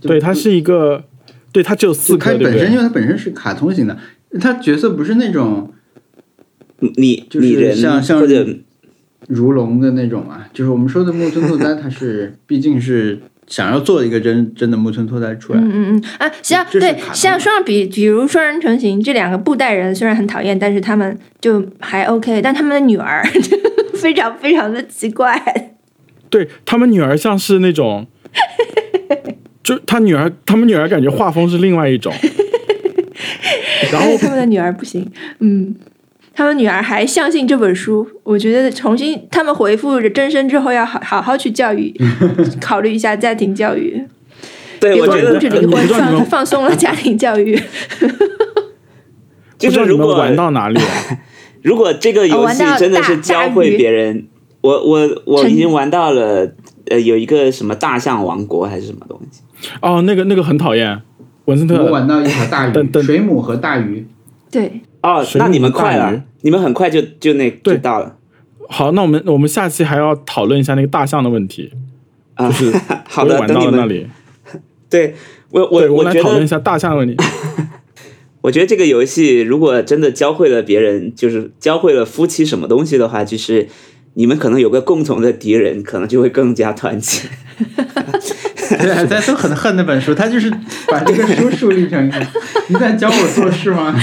Speaker 4: 就
Speaker 1: 对，它是一个，对，它只有四
Speaker 4: 就它
Speaker 1: 颗，对不
Speaker 4: 本身，因
Speaker 1: 对？
Speaker 4: 为它本身是卡通型的，它角色不是那种
Speaker 2: 你
Speaker 4: 就是
Speaker 2: 你人
Speaker 4: 像像
Speaker 2: 或者
Speaker 4: 如龙的那种嘛，就是我们说的木村拓哉，他是毕竟是想要做一个真真的木村拓哉出来。
Speaker 3: 嗯嗯嗯啊，像
Speaker 4: 这是
Speaker 3: 对
Speaker 4: 卡通的
Speaker 3: 像双人比，比如双人成行这两个布袋人虽然很讨厌，但是他们就还 OK，但他们的女儿 <laughs> 非常非常的奇怪。
Speaker 1: 对他们女儿像是那
Speaker 2: <laughs>
Speaker 1: 种，就他女儿，他们女儿感觉画风是另外一种，然后
Speaker 3: 但是 <laughs> 他们的女儿不行，嗯，他们女儿还相信这本书，我觉得重新他们回复真身之后要好好好去
Speaker 2: <laughs>
Speaker 3: 教育，考虑一下家庭教育，
Speaker 2: 对，
Speaker 3: 别
Speaker 2: 我
Speaker 3: 光
Speaker 2: 觉
Speaker 3: 顾
Speaker 2: 得
Speaker 3: 着离
Speaker 1: 我
Speaker 3: 婚
Speaker 1: 知道你
Speaker 3: 放
Speaker 1: 们
Speaker 3: 放松了家庭
Speaker 2: <laughs>
Speaker 3: 教育，
Speaker 1: 不
Speaker 2: 就
Speaker 1: 知
Speaker 2: 是
Speaker 1: 道你
Speaker 2: 如
Speaker 1: 们
Speaker 2: 果
Speaker 1: 玩到哪里了。
Speaker 2: 如果这个
Speaker 3: 哦
Speaker 2: 游
Speaker 3: 玩
Speaker 2: 戏
Speaker 3: 到
Speaker 2: 真的
Speaker 3: 大
Speaker 2: 是教会别人，我我我
Speaker 3: 成
Speaker 2: 已经玩到了，呃，有一个什么大象王国还是什么东西，
Speaker 1: 哦，那个那个很讨厌，文森
Speaker 4: 我们
Speaker 1: 特
Speaker 4: 玩到一条
Speaker 1: <laughs>
Speaker 4: 大
Speaker 1: 等
Speaker 4: 鱼，
Speaker 1: 等
Speaker 4: 水母和大鱼， <laughs>
Speaker 3: 对，
Speaker 2: 哦，
Speaker 1: 水母
Speaker 2: 那你们
Speaker 1: 和
Speaker 2: 快
Speaker 1: 大鱼
Speaker 2: 了，你们很快就就那
Speaker 1: 对
Speaker 2: 就到了 <laughs>
Speaker 1: 好，那我们我们下期还要讨论一下那个大象的问题，
Speaker 2: 啊。
Speaker 1: 就是
Speaker 2: 好
Speaker 1: 我也
Speaker 2: 的，
Speaker 1: 玩
Speaker 2: 等
Speaker 1: 到
Speaker 2: 你
Speaker 1: 了那
Speaker 2: 们
Speaker 1: 里，
Speaker 2: 对我
Speaker 1: 对，
Speaker 2: 我
Speaker 1: 我们来
Speaker 2: 觉
Speaker 1: 讨论一
Speaker 2: 得
Speaker 1: 下大象的问
Speaker 2: <laughs>
Speaker 1: 题。
Speaker 2: 我觉得这个游戏如果真的教会了别人，就是教会了夫妻什么东西的话，就是你们可能有个共同的敌人，可能就会更加团结。 <laughs>
Speaker 4: 对，大家都很恨那本书，他就是把这个书树立成一个， <laughs> 你在教我做事
Speaker 1: <laughs>
Speaker 4: 吗？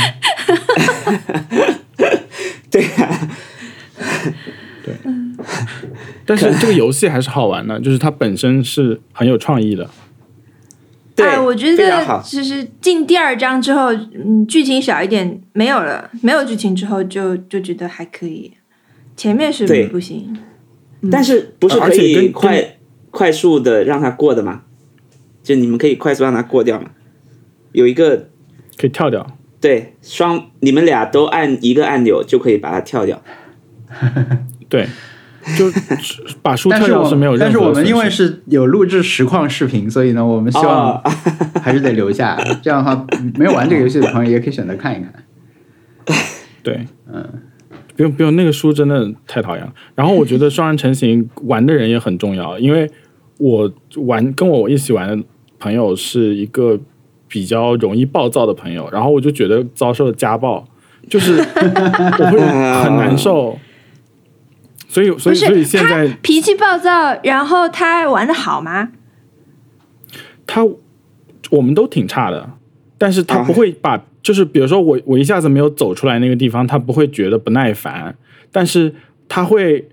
Speaker 2: 对啊，
Speaker 1: 但是这个游戏还是好玩的，就是它本身是很有创意的。
Speaker 2: 对，
Speaker 3: 哎，我觉
Speaker 2: 非常好
Speaker 3: 得就是进第二章之后，嗯，剧情少一点，没有了，没有剧情之后就就觉得还可以，前面是
Speaker 2: 对
Speaker 3: 不行。
Speaker 2: 但是不是
Speaker 1: 嗯呃而
Speaker 2: 可
Speaker 1: 且跟
Speaker 2: 以
Speaker 1: 跟
Speaker 2: 快快速的让它过的吗？就你们可以快速让它过掉吗？有一个
Speaker 1: 可以跳掉，
Speaker 2: 对双，你们俩都按一个按钮就可以把它跳掉。
Speaker 1: 对，
Speaker 2: <laughs>
Speaker 1: 就把书
Speaker 4: 但
Speaker 1: 跳
Speaker 4: 是
Speaker 1: 掉
Speaker 4: 我
Speaker 1: 没有任何
Speaker 4: 但是我们因为
Speaker 1: 损失
Speaker 4: 是有录制实况视频，所以呢，我们希望
Speaker 2: 哦，
Speaker 4: 还是得留下。这样的话，没有玩这个游戏的朋友也可以选择看一看。
Speaker 1: 对，嗯，不用不用，那个书真的太讨厌了。然后我觉得双人成行玩的人也很重要，因为我玩跟我一起玩的朋友是一个比较容易暴躁的朋友，然后我就觉得遭受了家暴，就是 <laughs> 我会很难受。所以，所以，
Speaker 3: 不是
Speaker 1: 所以现
Speaker 3: 他
Speaker 1: 在
Speaker 3: 脾气暴躁，然后他玩的好吗？
Speaker 1: 他我们都挺差的，但是他
Speaker 2: 啊
Speaker 1: 不会把，就是比如说我我一下子没有走出来那个地方，他不会觉得不耐烦，但是他会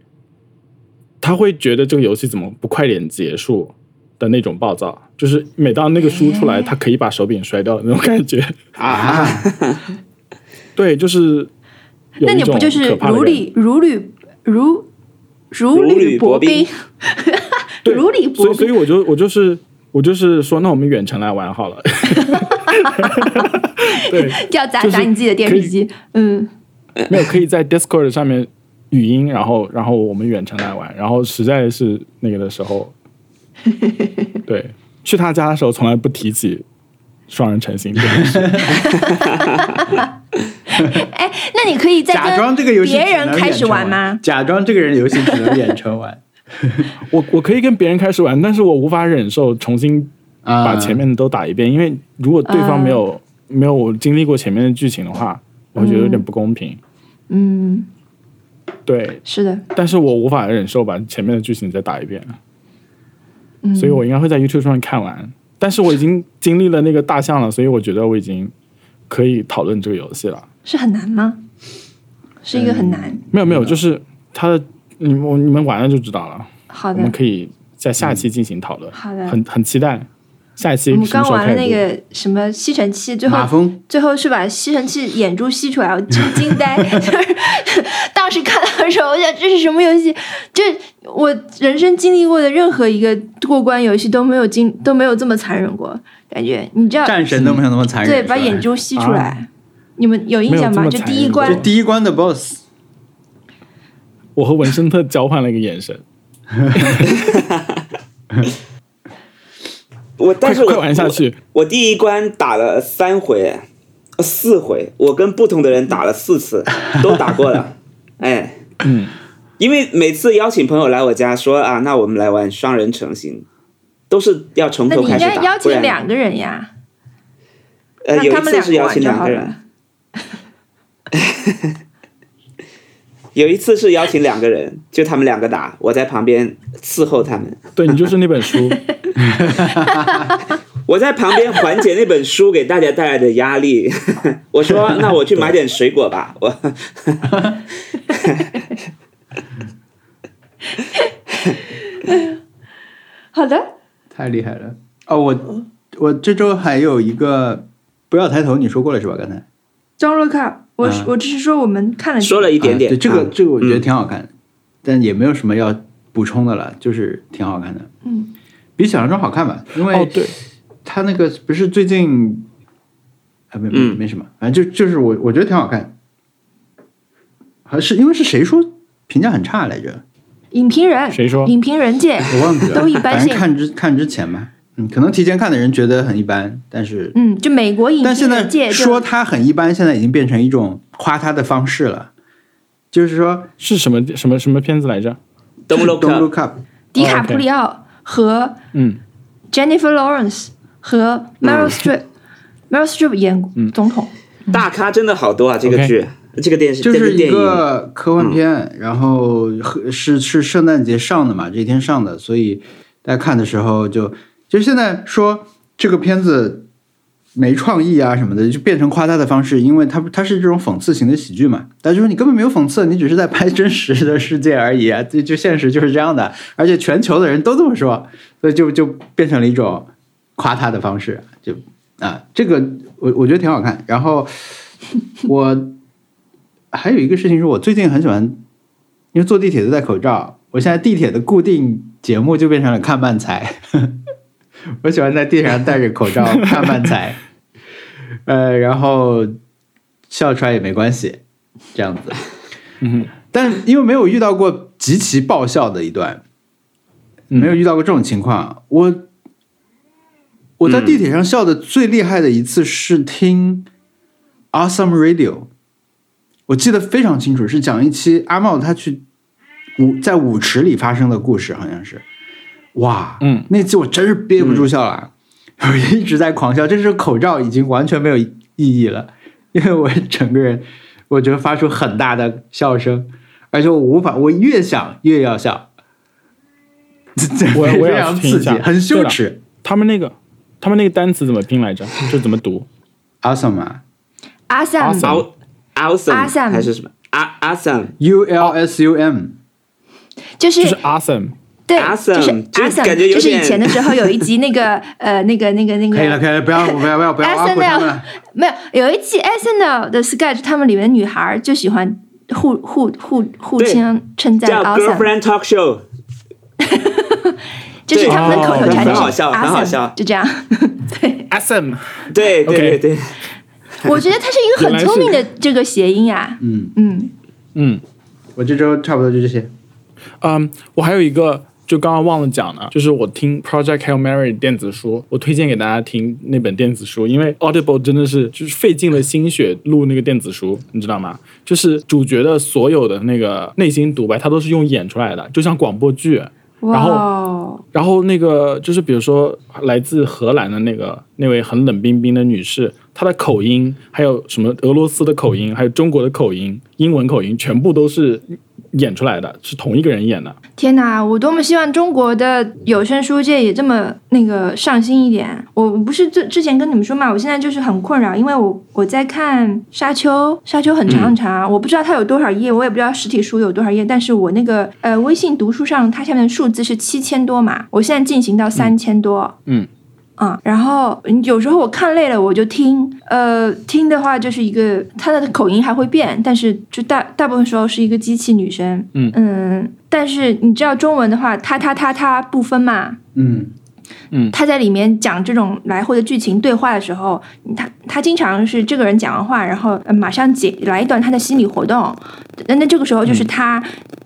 Speaker 1: 他会觉得这个游戏怎么不快点结束的那种暴躁，就是每当那个书出
Speaker 3: 哎
Speaker 1: 来，他可以把手柄摔掉的那种感觉。
Speaker 4: 啊，
Speaker 1: 对，就是有
Speaker 3: 那
Speaker 1: 一
Speaker 3: 你不
Speaker 1: 种
Speaker 3: 就是
Speaker 1: 可怕的
Speaker 3: 如
Speaker 1: 感
Speaker 3: 履如履如如
Speaker 2: 如
Speaker 3: 履
Speaker 2: 履薄
Speaker 3: 薄
Speaker 2: 冰
Speaker 3: 冰， <laughs>
Speaker 1: 对
Speaker 3: 如履
Speaker 1: 所
Speaker 3: 薄
Speaker 1: 以所以
Speaker 3: 冰。
Speaker 1: 我就我就是我就是说，那我们远程来玩
Speaker 3: <laughs>
Speaker 1: 好了。 <laughs> 对，
Speaker 3: 要砸
Speaker 1: 就是
Speaker 3: 砸你自己的电
Speaker 1: 可以
Speaker 3: 视机，嗯，
Speaker 1: 没有可以在 Discord 上面语音，然后然后我们远程来玩，然后实在是那个的时候，对，去他家的时候从来不提起双人成行这件事，
Speaker 3: 哎，那你可以再
Speaker 4: 假装
Speaker 3: 跟
Speaker 4: 这个游戏
Speaker 3: 别
Speaker 4: 只能
Speaker 3: 人开始
Speaker 4: 远程
Speaker 3: 玩
Speaker 4: 玩
Speaker 3: 吗？
Speaker 4: 假装这个人游戏只能远程玩
Speaker 1: 我我可以跟别人开始玩，但是我无法忍受重新
Speaker 4: <laughs> 啊，
Speaker 1: 把前面的都打一遍，因为如果对方没有、没有我经历过前面的剧情的话，我会觉得有点不公平。
Speaker 3: 嗯，
Speaker 1: 对，
Speaker 3: 是的，
Speaker 1: 但是我无法忍受把前面的剧情再打一遍，所以我应该会在 YouTube 上面看完。但是我已经经历了那个大象了，所以我觉得我已经可以讨论这个游戏了。
Speaker 3: 是很难吗？是一个
Speaker 1: 嗯
Speaker 3: 很难。
Speaker 1: 没有没有，就是它的你们我你们玩了就知道了。
Speaker 3: 嗯好
Speaker 1: 我
Speaker 3: 的
Speaker 1: 们，可以在下期进行讨论。
Speaker 3: 好的
Speaker 1: 很很期待下一期
Speaker 3: 我们
Speaker 1: 什么
Speaker 3: 刚
Speaker 1: 时候
Speaker 3: 玩了
Speaker 1: 开
Speaker 3: 那
Speaker 1: 播？
Speaker 3: 个什么吸尘器，最
Speaker 4: 马
Speaker 3: 后
Speaker 4: 蜂
Speaker 3: 最后是把吸尘器眼珠吸出来，我真惊呆。就是当时看到的时候，我想这是什么游戏？这我人生经历过的任何一个过关游戏都没有经都没有这么残忍过，感觉你知道
Speaker 4: 战神都没有那么残忍，
Speaker 3: 对，
Speaker 4: 是吧
Speaker 3: 把眼珠吸出来，你们有印象
Speaker 1: 没
Speaker 3: 吗？
Speaker 1: 有
Speaker 3: 就
Speaker 1: 这么残忍
Speaker 3: 第一
Speaker 1: 过
Speaker 3: 关
Speaker 4: 就第一关的 BOSS
Speaker 1: 我和文森特交换了一个眼神，
Speaker 2: 我 <laughs> 但是我
Speaker 1: 快快玩下去
Speaker 2: 我，我第一关打了三回，呃四回，我跟不同的人打了
Speaker 1: <laughs>
Speaker 2: 四次，都打过了。哎，
Speaker 1: 嗯，
Speaker 2: 因为每次邀请朋友来我家说啊，那我们来玩双人成行，都是要从
Speaker 3: 那
Speaker 2: 头
Speaker 3: 你
Speaker 2: 开
Speaker 3: 应
Speaker 2: 始
Speaker 3: 该
Speaker 2: 打，
Speaker 3: 邀
Speaker 2: 不然
Speaker 3: 请两个人呀，
Speaker 2: 呃
Speaker 3: 让
Speaker 2: 有
Speaker 3: 他
Speaker 2: 一
Speaker 3: 们
Speaker 2: 次
Speaker 3: 两
Speaker 2: 是
Speaker 3: 个
Speaker 2: 邀
Speaker 3: 玩
Speaker 2: 请
Speaker 3: 就
Speaker 2: 两
Speaker 3: 好
Speaker 2: 个人
Speaker 3: 了，。
Speaker 2: 有一次是邀请两个人，就他们两个打，我在旁边伺候他们，
Speaker 1: 对你就是那本书，
Speaker 2: 我在旁边缓解那本书给大家带来的压力。 <laughs> 我说，那我去买点水果吧。我
Speaker 3: 好的，
Speaker 4: 太厉害了哦！我我这周还有一个不要抬头，你说过了是吧？刚才
Speaker 3: 张若卡，我、
Speaker 4: 嗯
Speaker 3: 我只是说我们看了
Speaker 2: 说了一点
Speaker 4: 啊嗯
Speaker 2: 点，
Speaker 4: 对这个
Speaker 2: 啊
Speaker 4: 这个我觉得挺好看的，但也没有什么要补充的了，就是挺好看的，
Speaker 3: 嗯，
Speaker 4: 比想象中好看吧，因为
Speaker 2: 嗯
Speaker 1: 哦对，
Speaker 4: 他那个不是最近，啊，没没
Speaker 2: 嗯
Speaker 4: 没什么，反正就就是我我觉得挺好看，还是因为是谁说评价很差来着，
Speaker 3: 影评人，
Speaker 1: 谁说
Speaker 3: 影评人界
Speaker 4: 我忘记了，
Speaker 3: 都一般
Speaker 4: 反
Speaker 3: 性
Speaker 4: 正，看之看之前吧，嗯，可能提前看的人觉得很一般，但是、
Speaker 3: 嗯，就美国影
Speaker 4: 但
Speaker 3: 评
Speaker 4: 现
Speaker 3: 人界
Speaker 4: 在
Speaker 3: 就
Speaker 4: 说他很一般，现在已经变成一种夸他的方式了，就是说
Speaker 1: 是什么什么什么片子来着？
Speaker 2: Don't Look
Speaker 4: Don't
Speaker 2: Up
Speaker 4: Look Up，
Speaker 3: 迪卡普里奥和
Speaker 1: 嗯，
Speaker 3: Jennifer Lawrence 和 Meryl Streep，Meryl Streep 演总统，
Speaker 2: 大咖真的好多啊！这个
Speaker 1: OK
Speaker 2: 剧，这个电视，
Speaker 4: 就
Speaker 2: 这
Speaker 4: 是
Speaker 2: 个
Speaker 4: 一
Speaker 2: 电影，嗯
Speaker 4: 个科幻片，然后和是是圣诞节上的嘛，这一天上的，所以大家看的时候就就现在说这个片子没创意啊什么的，就变成夸他的方式，因为它它是这种讽刺型的喜剧嘛，大家就说你根本没有讽刺，你只是在拍真实的世界而已啊，就就现实就是这样的，而且全球的人都这么说，所以就就变成了一种夸他的方式，就啊，这个我我觉得挺好看，然后我。还有一个事情是我最近很喜欢，因为坐地铁都戴口罩，我现在地铁的固定节目就变成了看漫才。 <laughs> 我喜欢在地铁上戴着口罩看漫才， <laughs> 呃，然后笑出来也没关系，这样子。
Speaker 1: 嗯
Speaker 4: 但因为没有遇到过极其爆笑的一段，
Speaker 1: 嗯
Speaker 4: 没有遇到过这种情况。我我在地铁上笑的最厉害的一次是听 Awesome Radio，我记得非常清楚，是讲一期阿茂他去舞在舞池里发生的故事，好像是。哇，
Speaker 1: 嗯，
Speaker 4: 那期我真是憋不住笑了啊， <laughs> 我一直在狂笑。这时候口罩已经完全没有意义了，因为我整个人，我觉得发出很大的笑声，而且我无法，我越想越要笑，这这
Speaker 1: 我
Speaker 4: <laughs>
Speaker 1: 我也
Speaker 4: 非
Speaker 1: 要
Speaker 4: 常
Speaker 1: 去听一
Speaker 4: 刺激，
Speaker 1: 下
Speaker 4: 很羞耻。
Speaker 1: 他们那个他们那个单词怎么拼来着？就怎么读？
Speaker 4: Awesome 啊
Speaker 3: 阿萨姆
Speaker 1: Awesome
Speaker 2: 奥 awesome
Speaker 3: Awesome
Speaker 2: 还是什么？阿 awesome
Speaker 4: 嗯，U L S U M，
Speaker 3: 就是
Speaker 1: 就是 awesome，
Speaker 3: 对
Speaker 2: Awesome，
Speaker 3: 就是
Speaker 2: 就
Speaker 3: awesome，
Speaker 2: 感觉有
Speaker 3: 就是以
Speaker 2: 点
Speaker 3: 前的时候有
Speaker 2: <laughs>
Speaker 3: 一集那个呃那个那个那个
Speaker 4: 可以了，可以了，不要不要不要不要挖苦他们
Speaker 3: SNL
Speaker 4: 了。
Speaker 3: <laughs> 没有有一季 SNL 的 sketch，他们里面的女孩儿就喜欢互互互互
Speaker 2: 对
Speaker 3: 相称赞
Speaker 2: 叫
Speaker 3: awesome，
Speaker 2: girlfriend talk show，
Speaker 3: 就是他们的口头禅就
Speaker 1: 哦很
Speaker 3: 是
Speaker 1: 好
Speaker 2: 笑很好
Speaker 3: awesome，
Speaker 2: 笑
Speaker 3: 就这样。 <laughs> 对，
Speaker 1: awesome，
Speaker 2: 对对
Speaker 1: OK
Speaker 2: 对对，
Speaker 3: 我觉得它是一个
Speaker 1: 原来
Speaker 3: 很
Speaker 1: 是
Speaker 3: 聪明的这个谐音呀。
Speaker 4: 嗯，
Speaker 3: 嗯，
Speaker 1: 嗯
Speaker 4: 我这周差不多就这些。
Speaker 1: 嗯，我还有一个。就刚刚忘了讲了，就是我听 Project Hail Mary 电子书，我推荐给大家听那本电子书，因为 Audible 真的是就是费尽了心血录那个电子书，你知道吗？就是主角的所有的那个内心独白，他都是用演出来的，就像广播剧。
Speaker 3: 哇
Speaker 1: 然后
Speaker 3: 哦，
Speaker 1: 然后那个就是比如说来自荷兰的那个那位很冷冰冰的女士，她的口音，还有什么俄罗斯的口音，还有中国的口音、英文口音，全部都是演出来的，是同一个人演的。
Speaker 3: 天哪！我多么希望中国的有声书界也这么那个上心一点。我我不是之之前跟你们说嘛，我现在就是很困扰，因为我我在看《沙丘》，《沙丘》很长很长，我不知道它有多少页，我也不知道实体书有多少页，但是我那个呃微信读书上它下面的数字是七千多嘛，我现在进行到三千多。啊、然后嗯有时候我看累了我就听，呃，听的话就是一个她的口音还会变，但是就大大部分时候是一个机器女声，
Speaker 1: 嗯
Speaker 3: 但是你知道中文的话，她她她她不分嘛，
Speaker 4: 嗯，
Speaker 3: 她在里面讲这种来回的剧情对话的时候，她她经常是这个人讲完话，然后呃马上解来一段她的心理活动，那那这个时候就是她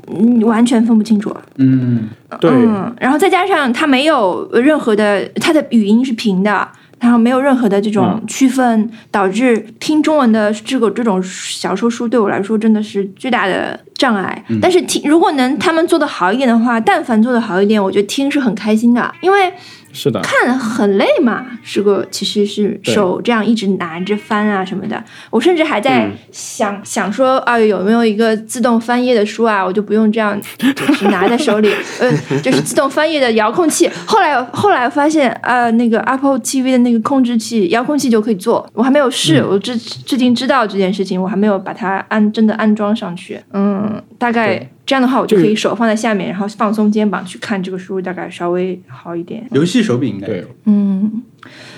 Speaker 3: 嗯完全分不清楚，
Speaker 4: 嗯，
Speaker 1: 对，
Speaker 3: 嗯，然后再加上它没有任何的，它的语音是平的，然后没有任何的这种区分，导致听中文的这个这种小说书对我来说真的是巨大的障碍。但是听如果能他们做的好一点的话，但凡做的好一点，我觉得听是很开心的，因为
Speaker 1: 是的，
Speaker 3: 看很累嘛，是个其实是
Speaker 1: 对
Speaker 3: 手这样一直拿着翻啊什么的。我甚至还在
Speaker 2: 嗯
Speaker 3: 想、想说啊，有没有一个自动翻页的书啊，我就不用这样 <laughs> 就是拿在手里， <laughs> 呃，就是自动翻页的遥控器。后来后来发现，呃，那个 Apple TV 的那个控制器遥控器就可以做，我还没有试，
Speaker 1: 嗯
Speaker 3: 我至至今知道这件事情，我还没有把它安真的安装上去。嗯，大概。这样的话，我就
Speaker 1: 就
Speaker 3: 可
Speaker 1: 是
Speaker 3: 以手放在下面，然后放松肩膀去看这个书，大概稍微好一点。
Speaker 4: 游戏手柄应该
Speaker 1: 对。
Speaker 3: 嗯，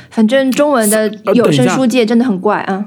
Speaker 3: 反正中文的
Speaker 1: 呃
Speaker 3: 有
Speaker 1: 等一
Speaker 3: 声
Speaker 1: 下
Speaker 3: 书界真的很怪啊。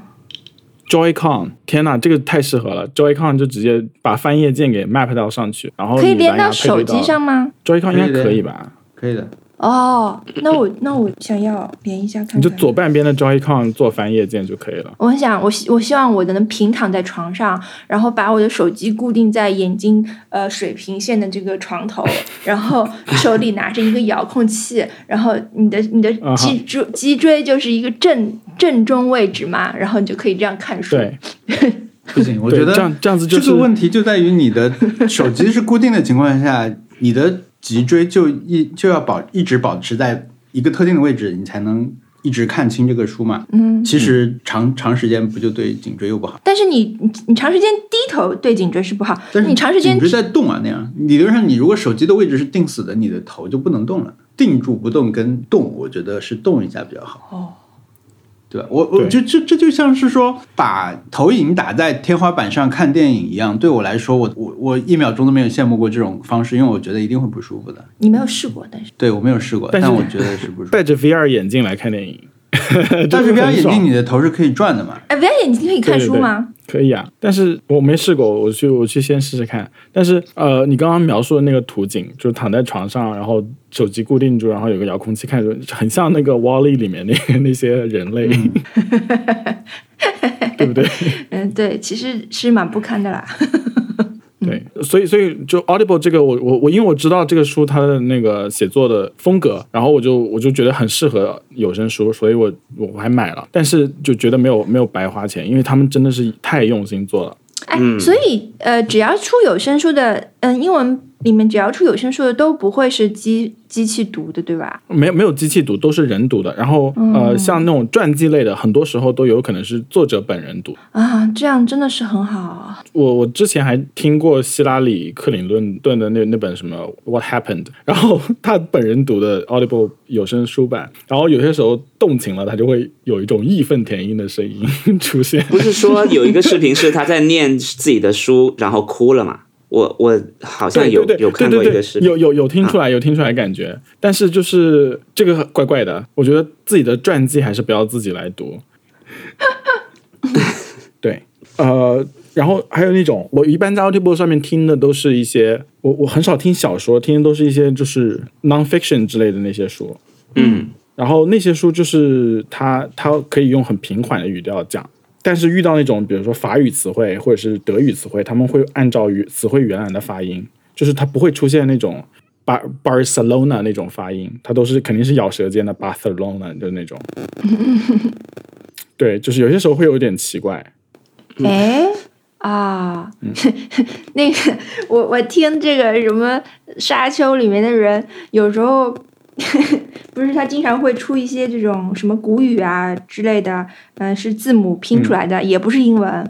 Speaker 1: Joy-Con，天呐，这个太适合了！Joy-Con 就直接把翻页键给 map 到上去，然后
Speaker 3: 可以
Speaker 1: 哦你蓝
Speaker 3: 连
Speaker 1: 牙
Speaker 3: 到
Speaker 1: 配对
Speaker 3: 手机上吗？
Speaker 1: ，Joy-Con 应该
Speaker 4: 可以的
Speaker 1: 可以吧？
Speaker 4: 可以的。
Speaker 3: 哦，那我那我想要连一下看看。
Speaker 1: 你就左半边的 Joy-Con 做翻页键就可以了。
Speaker 3: 我很想，我希我希望我能平躺在床上，然后把我的手机固定在眼睛呃水平线的这个床
Speaker 1: <laughs>
Speaker 3: 头，然后手里拿着一个遥控器，然后你的你的
Speaker 1: 啊哈
Speaker 3: 脊椎脊椎就是一个正正中位置嘛，然后你就可以这样看书。
Speaker 1: 对，
Speaker 4: 不行，我
Speaker 1: 对
Speaker 4: 觉得
Speaker 1: 这样这样子就是
Speaker 4: 这个问题就在于你
Speaker 1: <laughs>
Speaker 4: 的手机是固定的情况下，你的脊椎就一就要保一直保持在一个特定的位置，你才能一直看清这个书嘛。
Speaker 3: 嗯，
Speaker 4: 其实长长时间不就对颈椎又不好？
Speaker 3: 但是你你你长时间低头对颈椎是不好，
Speaker 4: 但是
Speaker 3: 你长时间
Speaker 4: 颈椎在动啊，那样理论上你如果手机的位置是定死的，你的头就不能动了。定住不动跟动，我觉得是动一下比较好。
Speaker 3: 哦，
Speaker 4: 对吧？我我
Speaker 1: 对
Speaker 4: 就这这就像是说把投影打在天花板上看电影一样。对我来说，我我我一秒钟都没有羡慕过这种方式，因为我觉得一定会不舒服的。
Speaker 3: 你没有试过，但是
Speaker 4: 对我没有试过，
Speaker 1: 但
Speaker 4: 但
Speaker 1: 是
Speaker 4: 我觉得是不舒服。
Speaker 1: 戴着 VR 眼镜来看电影， <laughs>
Speaker 4: 但是 VR 眼
Speaker 1: 镜
Speaker 4: 镜，你的头是可以转的嘛？
Speaker 3: 哎，VR 眼睛可以看书吗？
Speaker 1: 可以啊，但是我没试过，我去我去先试试看。但是呃，你刚刚描述的那个图景，就是躺在床上，然后手机固定住，然后有个遥控器看着，很像那个《Wall-E》里面那个那些人类，对不对？
Speaker 3: 嗯，对，其实是蛮不堪的啦。
Speaker 1: 对，所以所以就 Audible 这个我，我我因为我知道这个书它的那个写作的风格，然后我就我就觉得很适合有声书，所以我我还买了，但是就觉得没有没有白花钱，因为他们真的是太用心做了。
Speaker 3: 哎，所以呃，只要出有声书的，嗯，英文里面只要出有声书的都不会是机机器读的，对吧？
Speaker 1: 没有没有机器读，都是人读的。然后、呃，像那种传记类的，很多时候都有可能是作者本人读。
Speaker 3: 啊，这样真的是很好啊。
Speaker 1: 我我之前还听过希拉里克林顿顿的那那本什么《What Happened》，然 <laughs> 后他本人读的 Audible 有声书版，然后有些时候动情了，他就会有一种义愤填膺的声音 <laughs> 出现。
Speaker 2: 不是说有一个视频是他在念自己的书，然后哭了嘛？我我好像
Speaker 1: 对
Speaker 2: 有
Speaker 1: 对对
Speaker 2: 有看过一
Speaker 1: 对
Speaker 2: 个
Speaker 1: 对对，
Speaker 2: 视频，啊
Speaker 1: 有有有听出来，有听出来感觉，但是就是这个怪怪的，我觉得自己的传记还是不要自己来
Speaker 2: <laughs>
Speaker 1: 读。对，呃，然后还有那种，我一般在 Audible 上面听的都是一些，我我很少听小说，听的都是一些就是 nonfiction 之类的那些书。
Speaker 2: 嗯，
Speaker 1: 然后那些书就是他他可以用很平缓的语调讲，但是遇到那种比如说法语词汇或者是德语词汇，他们会按照语词汇原来的发音，就是它不会出现那种巴 Barcelona 那种发音，它都是肯定是咬舌尖的 Barcelona 就那种。 <laughs> 对，就是有些时候会有一点奇怪。嗯
Speaker 3: 哎啊， <laughs> 那个我我听这个什么沙丘里面的人，有时候 <laughs> 不是他经常会出一些这种什么古语啊之类的，嗯、是字母拼出来的，也不是英文。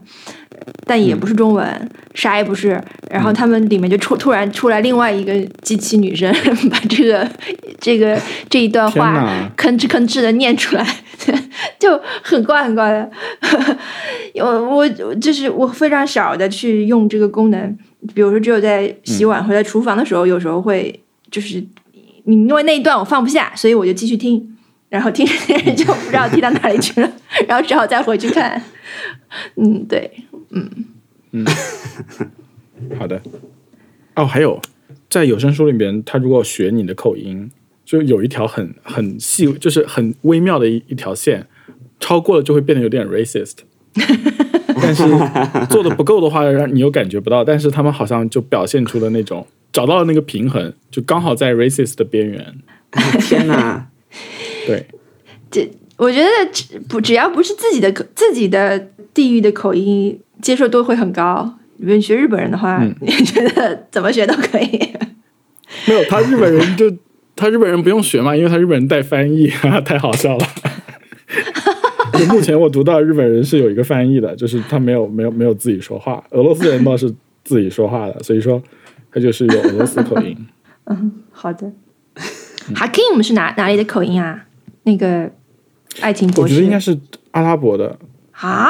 Speaker 3: 但
Speaker 1: 嗯
Speaker 3: 也不是中文，啥也不是。然后他们里面就出突然出来另外一个机器女生， <laughs> 把这个这个这一段
Speaker 1: 天
Speaker 3: 话
Speaker 1: 哪！
Speaker 3: 吭哧吭哧的念出来， <laughs> 就很怪很怪的。 <laughs> 我我就是我非常少的去用这个功能，比如说只有在洗碗或者在厨房的时候，有时候会就是因为那一段我放不下，所以我就继续听，然后听 <laughs> 着听着就不知道听到哪里去了， <laughs> 然后只好再回去看。嗯，对，
Speaker 1: 好的。哦，还有，在有声书里边，他如果学你的口音，就有一条很很细，就是很微妙的一一条线，超过了就会变得有点 racist。但是做的不够的话，让你又感觉不到。但是他们好像就表现出了那种找到了那个平衡，就刚好在 racist 的边缘。
Speaker 2: 天哪，
Speaker 1: 对，
Speaker 3: 我觉得只不只要不是自己的口自己的地域的口音，接受度会很高。比如你学日本人的话，
Speaker 1: 嗯
Speaker 3: <laughs> 你觉得怎么学都可以。
Speaker 1: <laughs> 没有他日本人就他日本人不用学嘛，因为他日本人带翻译，哈 <laughs> 哈，太好笑了。就目前我读到日本人是有一个翻译的，就是他没有没有没有自己说话，俄罗斯人倒是自己说话的，所以说他就是有俄罗斯口
Speaker 3: <laughs>
Speaker 1: 音。
Speaker 3: 好的
Speaker 1: 嗯
Speaker 3: ，Hakim 是哪哪里的口音啊？那个爱情
Speaker 1: 我
Speaker 3: 博
Speaker 1: 觉得应该
Speaker 3: 士
Speaker 1: 是阿拉伯的，
Speaker 3: 啊，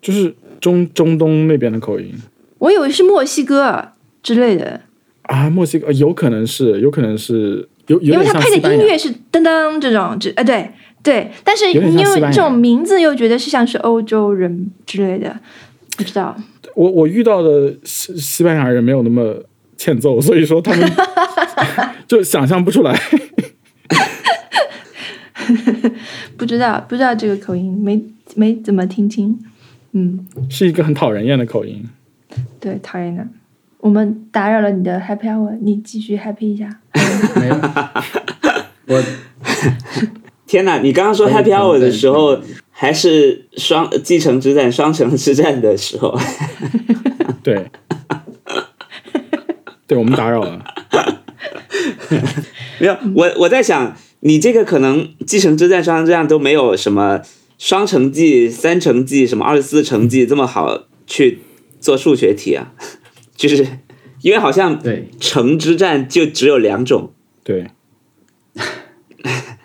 Speaker 1: 就是中中东那边的口音
Speaker 3: 我以为是墨西哥之类的，
Speaker 1: 啊，墨西哥呃有可能是，有可能是有有
Speaker 3: 因为
Speaker 1: 点像
Speaker 3: 他配
Speaker 1: 西
Speaker 3: 的
Speaker 1: 班
Speaker 3: 音
Speaker 1: 牙
Speaker 3: 乐是噔噔这种，这呃对对，但是
Speaker 1: 有点像
Speaker 3: 因
Speaker 1: 西
Speaker 3: 为
Speaker 1: 班牙
Speaker 3: 这种名字又觉得是像是欧洲人之类的，不知道。
Speaker 1: 我我遇到的西西班牙人没有那么欠揍，所以说他
Speaker 3: <laughs>
Speaker 1: 们就想象不出来。
Speaker 3: 不知道不知道这个口音，没没怎么听清。嗯，
Speaker 1: 是一个很讨人厌的口音。
Speaker 3: 对，讨厌的。我们打扰了你的 happy hour，你继续 happy 一下。
Speaker 1: 没有，我
Speaker 2: 天哪！你刚刚说
Speaker 1: 可以
Speaker 2: Happy Hour
Speaker 1: 可以
Speaker 2: 的时候，还是双继承之战、双城之战的时候，
Speaker 3: <laughs>
Speaker 1: 对，对我们打扰了。
Speaker 2: 没有我我在想，你这个可能继承之战、双城之战都没有什么双城记、三城记、什么二十四城记这么好去做数学题啊， <laughs> 就是因为好
Speaker 1: <laughs>
Speaker 2: 像
Speaker 4: 对，
Speaker 2: 城之战就只有两种，
Speaker 1: 对，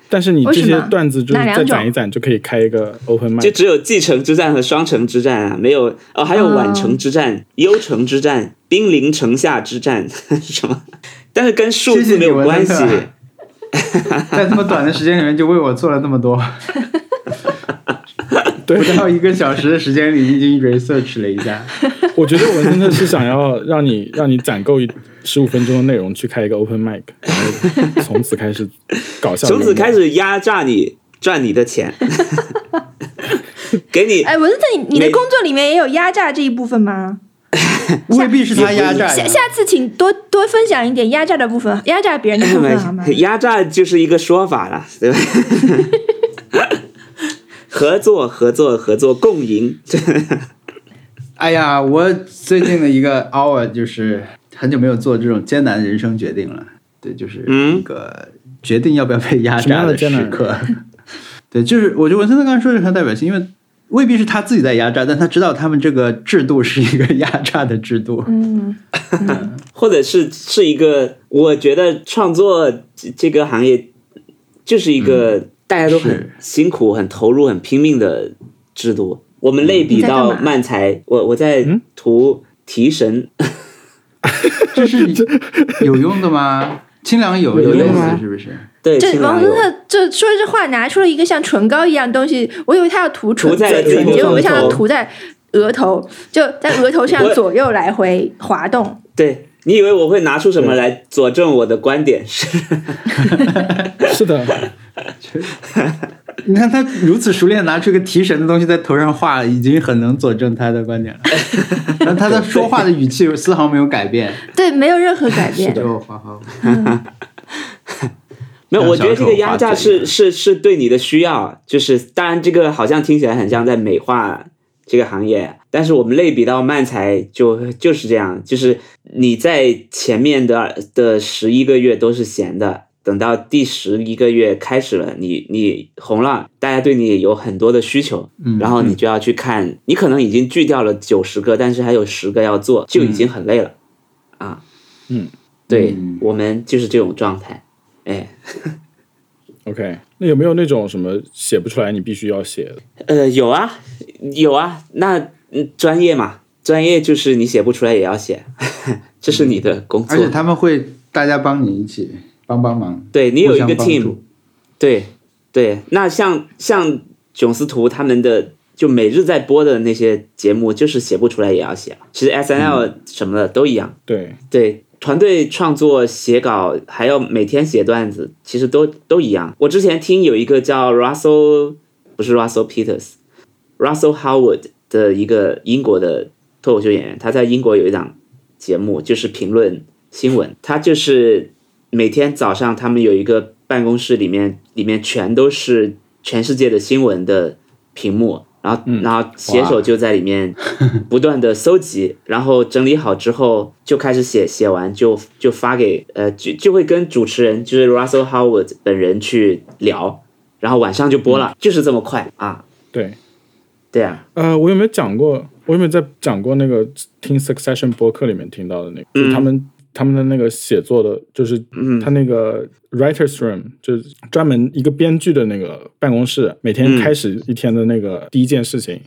Speaker 1: 但是你
Speaker 3: 为
Speaker 1: 这
Speaker 3: 什
Speaker 1: 些
Speaker 3: 么
Speaker 1: 段子就是
Speaker 3: 哪两
Speaker 1: 再
Speaker 3: 种
Speaker 1: 攒一攒就可以开一个 open
Speaker 2: 就
Speaker 1: mic。
Speaker 2: 只有继承之战和双城之战啊，没有哦，还有
Speaker 3: 哦
Speaker 2: 宛城之战、幽城之战、兵临城下之战 <laughs> 什么，但是跟数
Speaker 4: 谢谢
Speaker 2: 字
Speaker 4: 你
Speaker 2: 没有
Speaker 4: 文
Speaker 2: 关系
Speaker 4: 森。特在这么短的时间里面就为我做了那么多，
Speaker 1: 对
Speaker 4: 不，到一个小时的时间里已经 research 了一
Speaker 1: <laughs>
Speaker 4: 下。
Speaker 1: 我觉得我真的是想要让你 <laughs> 让你攒够十五分钟的内容去开一个 open mic，然后从此开始搞笑。
Speaker 2: 从此开，始压榨你，赚你的钱， <laughs> 给你
Speaker 3: 哎，文森特，你你的
Speaker 2: 没
Speaker 3: 工作里面也有压榨这一部分吗？
Speaker 4: 未必是他压榨
Speaker 3: 下
Speaker 4: 呀，
Speaker 3: 下次请多多分享一点压榨的部分，压榨别人的部
Speaker 2: <laughs>
Speaker 3: 分好吗？
Speaker 2: 压榨就是一个说法了，对吧？ <laughs> 合作，合作，合作，共赢。
Speaker 4: 哎呀，我最近的一个 hour 就是很久没有做这种艰难人生决定了，对，就是
Speaker 2: 嗯
Speaker 4: 一个决定要不要被压
Speaker 1: 什么
Speaker 4: 榨
Speaker 1: 样的艰难
Speaker 4: 时刻。 <laughs> 对，就是我觉得文森特刚才说的很有代表性，因为未必是他自己在压榨，但他知道他们这个制度是一个压榨的制
Speaker 1: <laughs>
Speaker 4: 度。
Speaker 3: 嗯，
Speaker 2: 或者是是一个，我觉得创作这这个行业就是一个大家都很
Speaker 4: 是
Speaker 2: 辛苦、很投入、很拼命的制度。我们类比
Speaker 3: 你在干
Speaker 2: 到
Speaker 3: 嘛
Speaker 2: 漫才，我我在
Speaker 1: 嗯
Speaker 2: 读提神，
Speaker 4: 这是有用的吗？清凉有
Speaker 2: 有
Speaker 4: 有类
Speaker 2: 用吗
Speaker 4: 似是不是？
Speaker 2: 对，
Speaker 3: 这
Speaker 2: 清
Speaker 3: 王
Speaker 2: 凉
Speaker 3: 森
Speaker 2: 油
Speaker 3: 特这说这话拿出了一个像唇膏一样东西，我以为他要涂唇
Speaker 2: 涂在
Speaker 3: 嘴唇，
Speaker 2: 自己
Speaker 3: 结果
Speaker 2: 额
Speaker 3: 没想到
Speaker 2: 头
Speaker 3: 涂在额头，就在额头上
Speaker 2: 我
Speaker 3: 左右来回滑动。
Speaker 2: 对你以为我会拿出什么来佐证我的观点？是
Speaker 1: 是的，
Speaker 4: 你看他如此熟练拿出一个提神的东西在头上画，已经很能佐证他的观点了。但他的说话的语气丝毫没有改变。
Speaker 3: 对，没有任何
Speaker 2: <laughs>
Speaker 3: 改变。
Speaker 4: 就画画
Speaker 2: 没有，
Speaker 4: 像
Speaker 2: 我觉得
Speaker 4: 小
Speaker 2: 这个
Speaker 4: 丑
Speaker 2: 压
Speaker 4: 画
Speaker 2: 榨
Speaker 4: 嘴一
Speaker 2: 是是
Speaker 4: 样
Speaker 2: 是对你的需要，就是当然这个好像听起来很像在美化这个行业，但是我们类比到漫才就就是这样，就是你在前面的的十一个月都是闲的。等到第十一个月开始了，你你红了，大家对你有很多的需求，
Speaker 4: 嗯
Speaker 2: 然后你就要去看，你可能已经拒掉了九十个，但是还有十个要做，就已经很累了，啊，
Speaker 1: 嗯，
Speaker 2: 对
Speaker 4: 嗯
Speaker 2: 我们就是这种状态，哎，
Speaker 1: OK，那有没有那种什么写不出来你必须要写的？
Speaker 2: 呃，有啊，有啊，那嗯专业嘛，专业就是你写不出来也要写， <laughs> 这是你的工作。
Speaker 4: 嗯而且他们会大家帮你一起帮帮忙，
Speaker 2: 对你有一
Speaker 4: 互
Speaker 2: 个
Speaker 4: 相帮
Speaker 2: team，
Speaker 4: 助
Speaker 2: 对对，那像像囧司图他们的就每日在播的那些节目，就是写不出来也要写。其实 S N L
Speaker 4: 嗯
Speaker 2: 什么的都一样，
Speaker 1: 对，
Speaker 2: 对团队创作、写稿，还要每天写段子，其实都都一样。我之前听有一个叫 Russell，不是 Russell Peters，Russell Howard 的一个英国的脱口秀演员，他在英国有一档节目，就是评论新闻。他就是每天早上，他们有一个办公室，里面里面全都是全世界的新闻的屏幕，然后、然后写手就在里面不断的搜集，然后整理好之后就开始写，写完就就发给呃就就会跟主持人就是 Russell Howard 本人去聊，然后晚上就播了，就是这么快啊，
Speaker 1: 对，
Speaker 2: 对啊，
Speaker 1: 呃，我有没有讲过？我有没有在讲过那个听 Succession 播客里面听到的那个？就是他们他们的那个写作的，就是他那个 writers room，就是专门一个编剧的那个办公室，每天开始一天的那个第一件事情，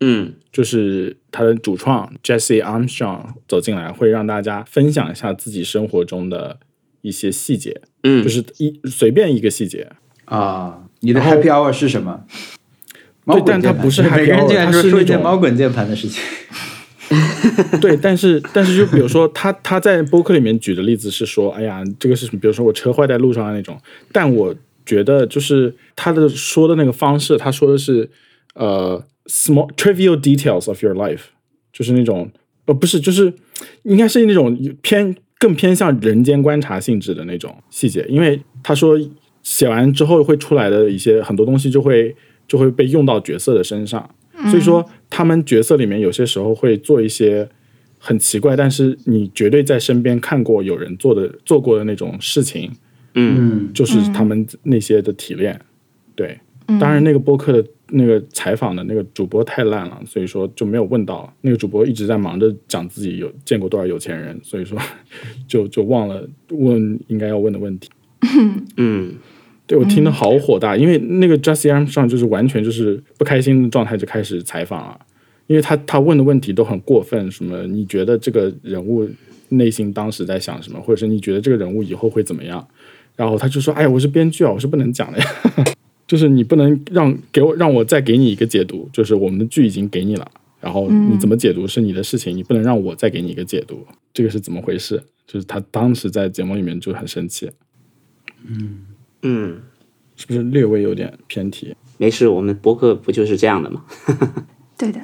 Speaker 2: 嗯
Speaker 1: 就是他的主创 Jesse Armstrong 走进来，会让大家分享一下自己生活中的一些细节，
Speaker 2: 嗯，
Speaker 1: 就是一随便一个细节，
Speaker 4: 啊。你的 Happy Hour 是什么？猫滚
Speaker 1: 但它
Speaker 4: 键盘
Speaker 1: 不是 happy
Speaker 4: 每个人
Speaker 1: hour，
Speaker 4: 竟然
Speaker 1: 它
Speaker 4: 说
Speaker 1: 是
Speaker 4: 说
Speaker 1: 那
Speaker 4: 一件
Speaker 1: 种
Speaker 4: 猫滚键盘的事情。
Speaker 1: 对，但是但是就比如说他他在播客里面举的例子是说，哎呀，这个是什么？比如说我车坏在路上啊的那种，但我觉得就是他的说的那个方式，他说的是呃 small trivial details of your life，就是那种呃不是，就是应该是那种偏更偏向人间观察性质的那种细节，因为他说写完之后会出来的一些很多东西就会就会被用到角色的身上，所以说他们角色里面有些时候会做一些很奇怪，但是你绝对在身边看过有人做的做过的那种事情，
Speaker 4: 嗯，
Speaker 1: 就是他们那些的提炼。对，当然那个播客的那个采访的那个主播太烂了，所以说就没有问到。那个主播一直在忙着讲自己有见过多少有钱人，所以说 <laughs> 就就忘了问应该要问的问题。
Speaker 2: 嗯
Speaker 1: 对我听得好火大，因为那个 Jesse Armstrong 就是完全就是不开心的状态就开始采访了，因为他他问的问题都很过分，什么你觉得这个人物内心当时在想什么，或者是你觉得这个人物以后会怎么样，然后他就说，哎，我是编剧啊，我是不能讲的呀， <laughs> 就是你不能让给我让我再给你一个解读，就是我们的剧已经给你了。然后你怎么解读是你的事情，你不能让我再给你一个解读，这个是怎么回事？就是他当时在节目里面就很生气，
Speaker 2: 嗯。
Speaker 1: 是不是略微有点偏题？
Speaker 2: 没事，我们博客不就是这样的吗？
Speaker 3: 对的，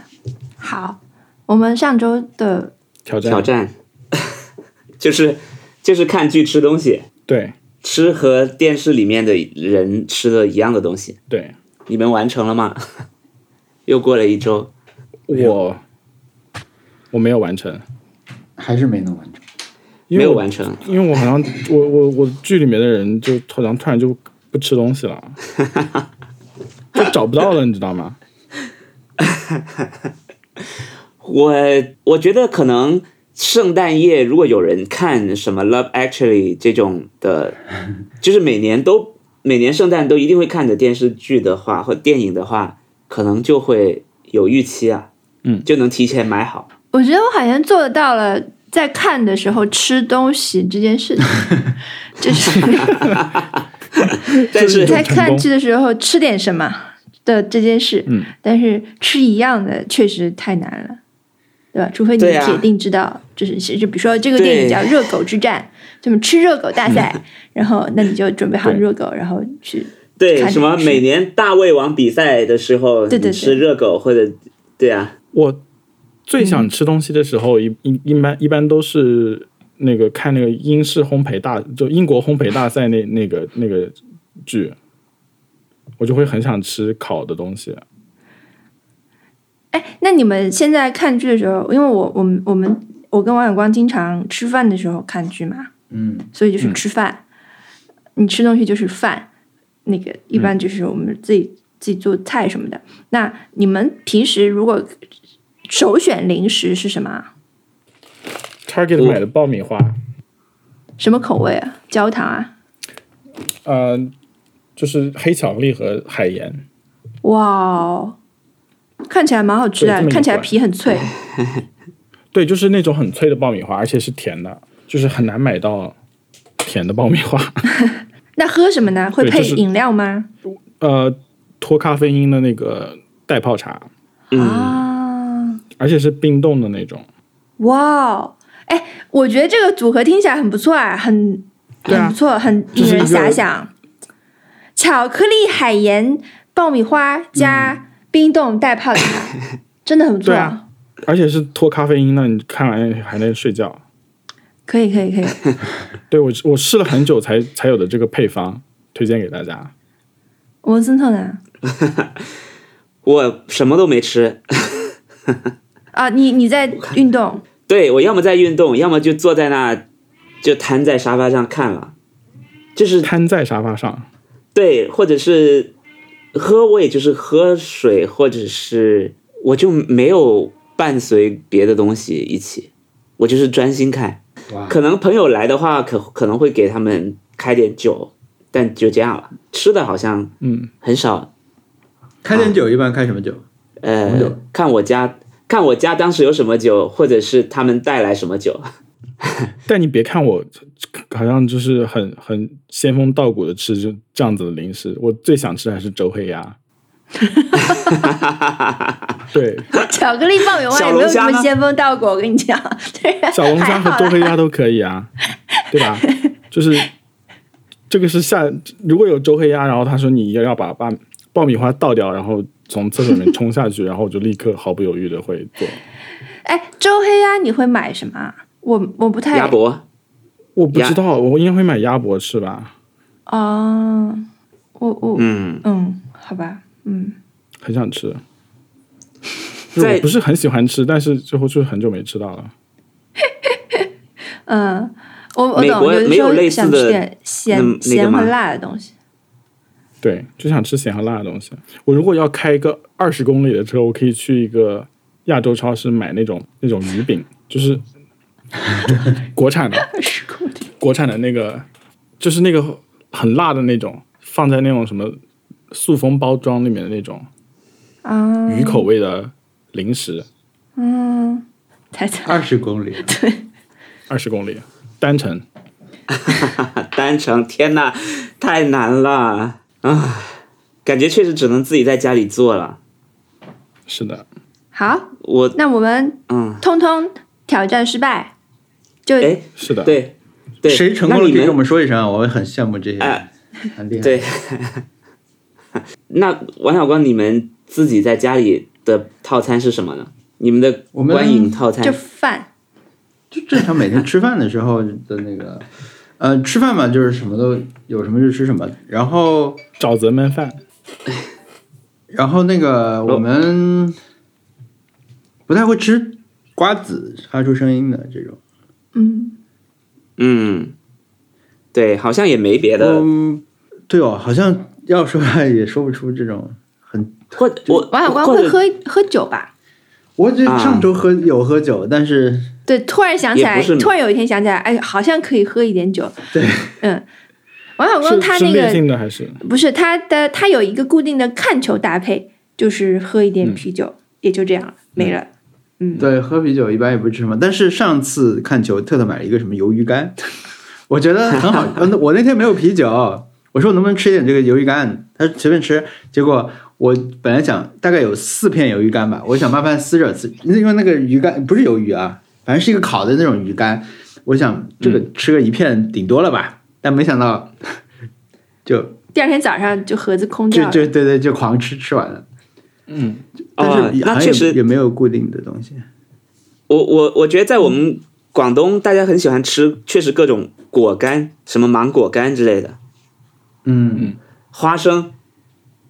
Speaker 3: 好，我们上周的
Speaker 1: 挑战，
Speaker 2: 挑战， <laughs> 就是就是看剧吃东西，
Speaker 1: 对
Speaker 2: 吃和电视里面的人吃的一样的东西。
Speaker 1: 对，
Speaker 2: 你们完成了吗？ <laughs> 又过了一周，
Speaker 1: 我我没有完成，
Speaker 4: 还是没能完成。
Speaker 1: 因
Speaker 2: 没
Speaker 1: 为
Speaker 2: 有
Speaker 1: 我
Speaker 2: 完成。
Speaker 1: 因为我好像我我我剧里面的人就突然突然就不吃东西
Speaker 2: <laughs>
Speaker 1: 了，就找不到了，你知道吗？
Speaker 2: 我我觉得可能圣诞夜如果有人看什么《Love Actually》这种的，就是每年都 <laughs> 每年圣诞都一定会看的电视剧的话或电影的话，可能就会有预期啊，
Speaker 1: 嗯
Speaker 2: 就能提前买好。
Speaker 3: 我觉得我好像做到了在看的时候吃东西这
Speaker 2: <laughs>
Speaker 3: 件事情，就是
Speaker 2: 但是
Speaker 3: 在看剧的时候吃点什么的这件事，
Speaker 1: 嗯
Speaker 3: 但是吃一样的确实太难了，对吧？除非你
Speaker 2: 对啊
Speaker 3: 铁定知道，就是就比如说这个电影
Speaker 2: 对
Speaker 3: 叫《热狗之战》，这么吃热狗大赛，然后那你就准备好热狗，然后去
Speaker 2: 对
Speaker 3: 看
Speaker 2: 什么
Speaker 3: 电视
Speaker 2: 每年大胃王比赛的时候，
Speaker 3: 对对
Speaker 2: 你吃
Speaker 3: 对
Speaker 2: 热狗或者对啊，
Speaker 1: 我最想吃东西的时候，一一一般一般都是那个看那个英式烘焙大，就英国烘焙大赛那那个那个剧，我就会很想吃烤的东西。
Speaker 3: 哎，那你们现在看剧的时候，因为我我们我们我跟王永光经常吃饭的时候看剧嘛，
Speaker 4: 嗯，
Speaker 3: 所以就是吃饭，你吃东西就是饭，那个一般
Speaker 1: 嗯
Speaker 3: 就是我们自己、自己做菜什么的。那你们平时如果首选零食是什么啊？
Speaker 1: Target 买的爆米花，
Speaker 3: 什么口味啊？焦糖啊？
Speaker 1: 呃，就是黑巧克力和海盐。
Speaker 3: 哇哦，看起来蛮好吃
Speaker 1: 对
Speaker 3: 的
Speaker 1: 这么，一
Speaker 3: 看起来
Speaker 1: 款
Speaker 3: 皮很脆。
Speaker 1: 对，就是那种很脆的爆米花，而且是甜的，就是很难买到甜的爆米花。 <laughs>
Speaker 3: 那喝什么呢？会
Speaker 1: 对
Speaker 3: 配
Speaker 1: 就是
Speaker 3: 饮料吗？
Speaker 1: 呃，脱咖啡因的那个代泡茶，嗯
Speaker 3: 啊，
Speaker 1: 而且是冰冻的那种。
Speaker 3: 哇哦，哎，我觉得这个组合听起来很不错啊，很
Speaker 1: 对啊
Speaker 3: 很不错，很
Speaker 1: 就
Speaker 3: 引
Speaker 1: 是一
Speaker 3: 人
Speaker 1: 个
Speaker 3: 遐想。巧克力海盐爆米花加冰冻
Speaker 1: <laughs>
Speaker 3: 带泡茶，真的很不错
Speaker 1: 嗯对啊。而且是脱咖啡因的，你看完还能睡觉。
Speaker 3: 可以可以可以，
Speaker 1: <laughs> 对我我试了很久才才有的这个配方，推荐给大家。
Speaker 3: 文森特呢？
Speaker 2: 我什么都没吃，
Speaker 3: 啊，你你在运动？
Speaker 2: 对我要么在运动，要么就坐在那，就瘫在沙发上看了，就是
Speaker 1: 瘫在沙发上，
Speaker 2: 对，或者是喝，我也就是喝水，或者是我就没有伴随别的东西一起，我就是专心看。可能朋友来的话，可可能会给他们开点酒，但就这样了。吃的好像
Speaker 1: 嗯，
Speaker 2: 很少，
Speaker 4: <laughs> 开点酒一般开什么酒？红酒
Speaker 2: 呃，看我家看我家当时有什么酒，或者是他们带来什么酒。
Speaker 1: 但你别看我好像就是很很仙风道骨的吃就这样子的零食，我最想吃的还是周黑鸭。对，
Speaker 3: 巧克力爆米花
Speaker 2: 小
Speaker 3: 也没有
Speaker 2: 龙虾
Speaker 3: 什么
Speaker 2: 呢
Speaker 3: 仙风道骨，我跟你讲， <laughs> 对啊
Speaker 1: 小龙虾和周黑鸭
Speaker 3: 还好啦
Speaker 1: 都可以啊，对吧？就是这个是下，如果有周黑鸭，然后他说你要要把把爆米花倒掉，然后从厕所里面冲下去，然后我就立刻毫不犹豫的会做。
Speaker 3: 哎，周黑鸭你会买什么啊？我我不太
Speaker 2: 鸭脖，
Speaker 1: 我不
Speaker 2: 鸭
Speaker 1: 知道，我应该会买鸭脖吃吧，
Speaker 3: 哦，我我
Speaker 2: 嗯，
Speaker 3: 嗯，好吧，嗯，
Speaker 1: 很想
Speaker 2: <laughs>
Speaker 1: 吃。就
Speaker 2: 在
Speaker 1: 我不是很喜欢吃，但是最后就是很久没吃到了。
Speaker 3: 嗯，我我
Speaker 2: 美
Speaker 3: 懂，
Speaker 2: 国
Speaker 3: 有
Speaker 2: 没
Speaker 3: 时
Speaker 2: 有
Speaker 3: 候
Speaker 2: 类似
Speaker 3: 想
Speaker 2: 的
Speaker 3: 吃点
Speaker 2: 那
Speaker 3: 咸
Speaker 2: 那个
Speaker 3: 咸和
Speaker 2: 吗
Speaker 3: 辣的东西。
Speaker 1: 对，就想吃咸和辣的东西。我如果要开一个二十公里的车，我可以去一个亚洲超市买那种那种鱼饼， <laughs> 就是国产的， <laughs> 国产的那个，就是那个很辣的那种，放在那种什么塑封包装里面的那种
Speaker 3: 啊，
Speaker 1: 鱼口味的零食，
Speaker 3: 嗯， <laughs> 猜猜，
Speaker 4: 二十公里，
Speaker 1: 二十公里单程。
Speaker 2: 单程，天呐，太难了啊！感觉确实只能自己在家里做了。
Speaker 1: 是的，
Speaker 3: 好，
Speaker 2: 我
Speaker 3: 那我们
Speaker 2: 嗯，
Speaker 3: 通通挑战失败，就
Speaker 2: 哎，
Speaker 1: 是的，
Speaker 2: 对，对，
Speaker 4: 谁成功了
Speaker 2: 那你
Speaker 4: 可以跟
Speaker 2: 们
Speaker 4: 我们说一声啊，我会很羡慕这些人
Speaker 2: 哎，
Speaker 4: 很厉害。
Speaker 2: 对，那王小光，你们自己在家里的套餐是什么呢？你们的
Speaker 4: 我们
Speaker 2: 观影套餐
Speaker 3: 就饭
Speaker 4: 就正常每天吃饭的时候的那个，呃，吃饭嘛，就是什么都有什么就吃什么。然后，
Speaker 1: 沼泽焖饭。
Speaker 4: 然后那个
Speaker 2: 哦
Speaker 4: 我们不太会吃瓜子发出声音的这种，
Speaker 3: 嗯，
Speaker 2: 嗯，对，好像也没别的。
Speaker 4: 嗯，对哦，好像要说来也说不出这种很。
Speaker 2: 或我
Speaker 3: 王小光
Speaker 2: 或
Speaker 3: 会
Speaker 2: 者哦
Speaker 3: 喝喝酒吧？
Speaker 4: 我这
Speaker 2: 啊
Speaker 4: 上周喝有喝酒，但是
Speaker 3: 对，突然想起来
Speaker 2: 也不是，
Speaker 3: 突然有一天想起来，哎，好像可以喝一
Speaker 2: <laughs>
Speaker 3: 点酒。
Speaker 4: 对，
Speaker 3: 嗯，王小光
Speaker 1: 是
Speaker 3: 哦他
Speaker 1: 是
Speaker 3: 那
Speaker 1: 烈
Speaker 3: 个
Speaker 1: 性的还是？
Speaker 3: 不是他的，
Speaker 1: 嗯
Speaker 3: 他
Speaker 2: 嗯
Speaker 3: 有一个固定的看球搭配，就是喝一点啤酒，也就这样了，没了。
Speaker 4: 对，喝啤酒一般也不吃什么，但是上次看球，特特买了一个什么鱿鱼干， <laughs> 我觉得很好。呃那我那天没有啤酒，我说我能不能吃一点这个鱿鱼干？他说随便吃，结果我本来想大概有四片鱿鱼干吧，我想慢慢撕着撕，因为那个鱼干不是鱿鱼啊，反正是一个烤的那种鱼干，我想这
Speaker 2: 嗯
Speaker 4: 个吃个一片顶多了吧，但没想到就
Speaker 3: 第二天早上就盒子空
Speaker 4: 就
Speaker 3: 掉了。
Speaker 4: 就对对就狂吃吃完了，
Speaker 1: 嗯，
Speaker 4: 但
Speaker 2: 哦
Speaker 4: 是也
Speaker 2: 那
Speaker 4: 好
Speaker 2: 确
Speaker 4: 像
Speaker 2: 实
Speaker 4: 也也没有固定的东西。
Speaker 2: 我我我觉得在我们广东，大家很喜欢吃，确实各种果干，什么芒果干之类的，
Speaker 4: 嗯，
Speaker 2: 花生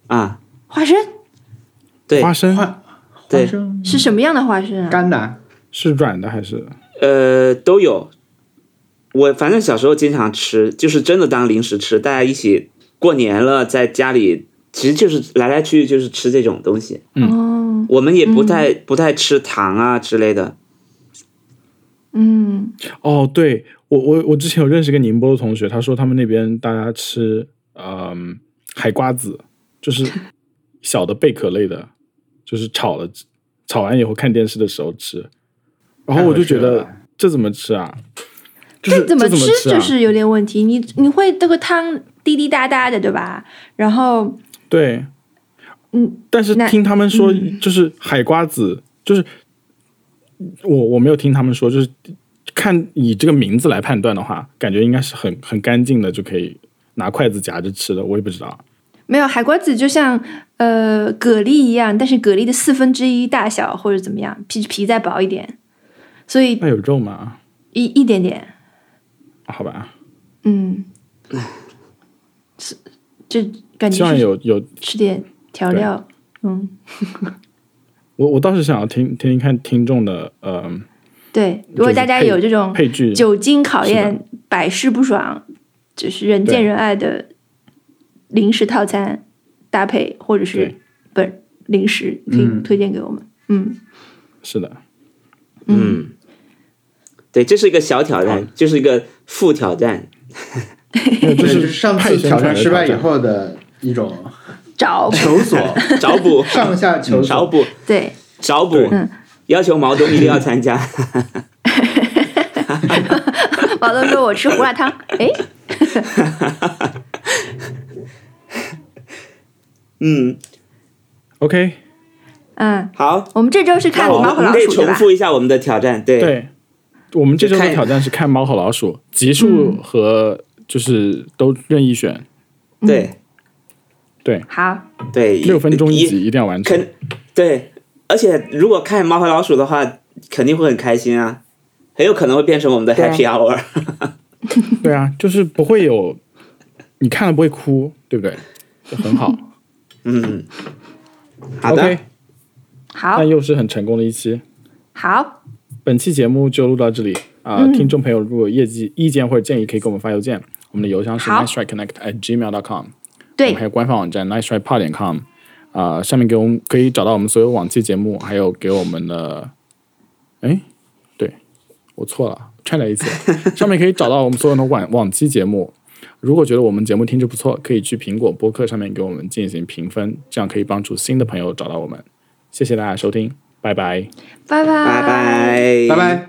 Speaker 2: 啊，
Speaker 3: 花生
Speaker 2: 对，
Speaker 1: 花生
Speaker 4: 花花
Speaker 2: 嗯对
Speaker 4: 生
Speaker 3: 是什么样的花生啊？
Speaker 4: 干的啊。
Speaker 1: 是软的还是？
Speaker 2: 呃，都有。我反正小时候经常吃，就是真的当零食吃，大家一起过年了，在家里其实就是来来去去就是吃这种东西。
Speaker 3: 哦，
Speaker 2: 我们也不太、不太吃糖啊之类的。
Speaker 3: 嗯，
Speaker 1: 哦，对我我我之前有认识一个宁波的同学，他说他们那边大家吃嗯、海瓜子，就是 <laughs> 小的贝壳类的，就是炒了炒完以后看电视的时候吃，然后我就觉
Speaker 4: 太好吃
Speaker 1: 得
Speaker 4: 了
Speaker 1: 这怎么吃啊？就
Speaker 3: 这
Speaker 1: 是
Speaker 3: 怎
Speaker 1: 么
Speaker 3: 么吃
Speaker 1: 啊？
Speaker 3: 就是有点问题。你你会这个汤滴滴答答的，对吧？然后
Speaker 1: 对，
Speaker 3: 嗯，
Speaker 1: 但是
Speaker 3: 那
Speaker 1: 听他们说，
Speaker 3: 嗯
Speaker 1: 就是海瓜子，就是我我没有听他们说，就是看以这个名字来判断的话，感觉应该是很很干净的，就可以拿筷子夹着吃的。我也不知道，
Speaker 3: 没有海瓜子，就像呃蛤蜊一样，但是蛤蜊的四分之一大小或者怎么样，皮皮再薄一点，所以
Speaker 1: 那有肉吗？啊
Speaker 3: 一一点点，
Speaker 1: 好吧， <laughs>
Speaker 3: 嗯，是就感
Speaker 1: 希
Speaker 3: 觉
Speaker 1: 望
Speaker 3: 是
Speaker 1: 有有
Speaker 3: 吃点调料，嗯，
Speaker 1: 我我倒是想要听听听看听众的呃
Speaker 3: 对。如果大家有这种
Speaker 1: 配剧，
Speaker 3: 酒精考
Speaker 1: 是
Speaker 3: 验百试不爽，就是人见
Speaker 1: 对
Speaker 3: 人爱的零食套餐搭配，或者是
Speaker 1: 对
Speaker 3: 本零食，可以
Speaker 4: 嗯
Speaker 3: 推荐给我们。嗯，
Speaker 1: 是的，
Speaker 2: 嗯，对，这是一个小挑
Speaker 3: 哦
Speaker 2: 战，就是一个副挑
Speaker 3: <laughs>
Speaker 2: 战。
Speaker 1: 没有就
Speaker 4: 对
Speaker 1: 是
Speaker 4: 上
Speaker 1: 派
Speaker 4: 次
Speaker 1: 生
Speaker 4: 挑
Speaker 1: 出来
Speaker 4: 战
Speaker 1: 的
Speaker 4: 失败以
Speaker 1: 挑战，
Speaker 4: 后的一种
Speaker 3: 找
Speaker 4: 求索，
Speaker 2: 找补，
Speaker 4: 上下求
Speaker 2: 找
Speaker 4: 索。
Speaker 2: 嗯补，
Speaker 3: <laughs> 对，
Speaker 2: 找补
Speaker 1: 对，
Speaker 3: 嗯
Speaker 2: 要求毛东一定要参加。
Speaker 3: 毛豆说我吃胡辣汤，哎，
Speaker 2: 嗯，
Speaker 1: OK，
Speaker 3: 嗯，
Speaker 2: 好，
Speaker 3: 我们这周是 <laughs> 看
Speaker 2: 那我们
Speaker 3: 猫和
Speaker 2: 我们
Speaker 3: 老
Speaker 2: 可以
Speaker 3: 鼠对
Speaker 2: 重
Speaker 3: 吧？
Speaker 2: 复一下我们的挑战，对，
Speaker 1: 对，我们这周
Speaker 2: 就
Speaker 1: 的
Speaker 2: 看
Speaker 1: 挑战是看《猫和老鼠》，集数
Speaker 3: 嗯
Speaker 1: 和就是都任意选，
Speaker 2: 对
Speaker 1: 对，
Speaker 3: 好，
Speaker 2: 对
Speaker 1: 六分钟一集，一定要完成。
Speaker 2: 肯对，而且如果看《猫和老鼠》的话，肯定会很开心啊，很有可能会变成我们的
Speaker 3: 对啊
Speaker 2: Happy Hour。
Speaker 1: 对啊，就是不会有你看了不会哭，对不对？就很好。
Speaker 2: 嗯，好的
Speaker 1: OK，
Speaker 3: 好
Speaker 1: 那，又是很成功的一期。
Speaker 3: 好，
Speaker 1: 本期节目就录到这里啊、听众朋友如果有业绩意见或者建议，可以给我们发邮件，我们的邮箱是
Speaker 3: 好
Speaker 1: nice try connect at gmail dot com。我
Speaker 3: 对
Speaker 1: 们还，有官方网站 nice try pod com，啊、呃上面给我们可以找到我们所有往期节目，还有给我们的，哎，对我错了，串在一起了，上面可以找到我们所有的往往期节目。如果觉得我们节目听着不错，可以去苹果播客上面给我们进行评分，这样可以帮助新的朋友找到我们。谢谢大家收听，拜拜。
Speaker 3: 拜拜
Speaker 2: 拜拜，
Speaker 4: 拜拜。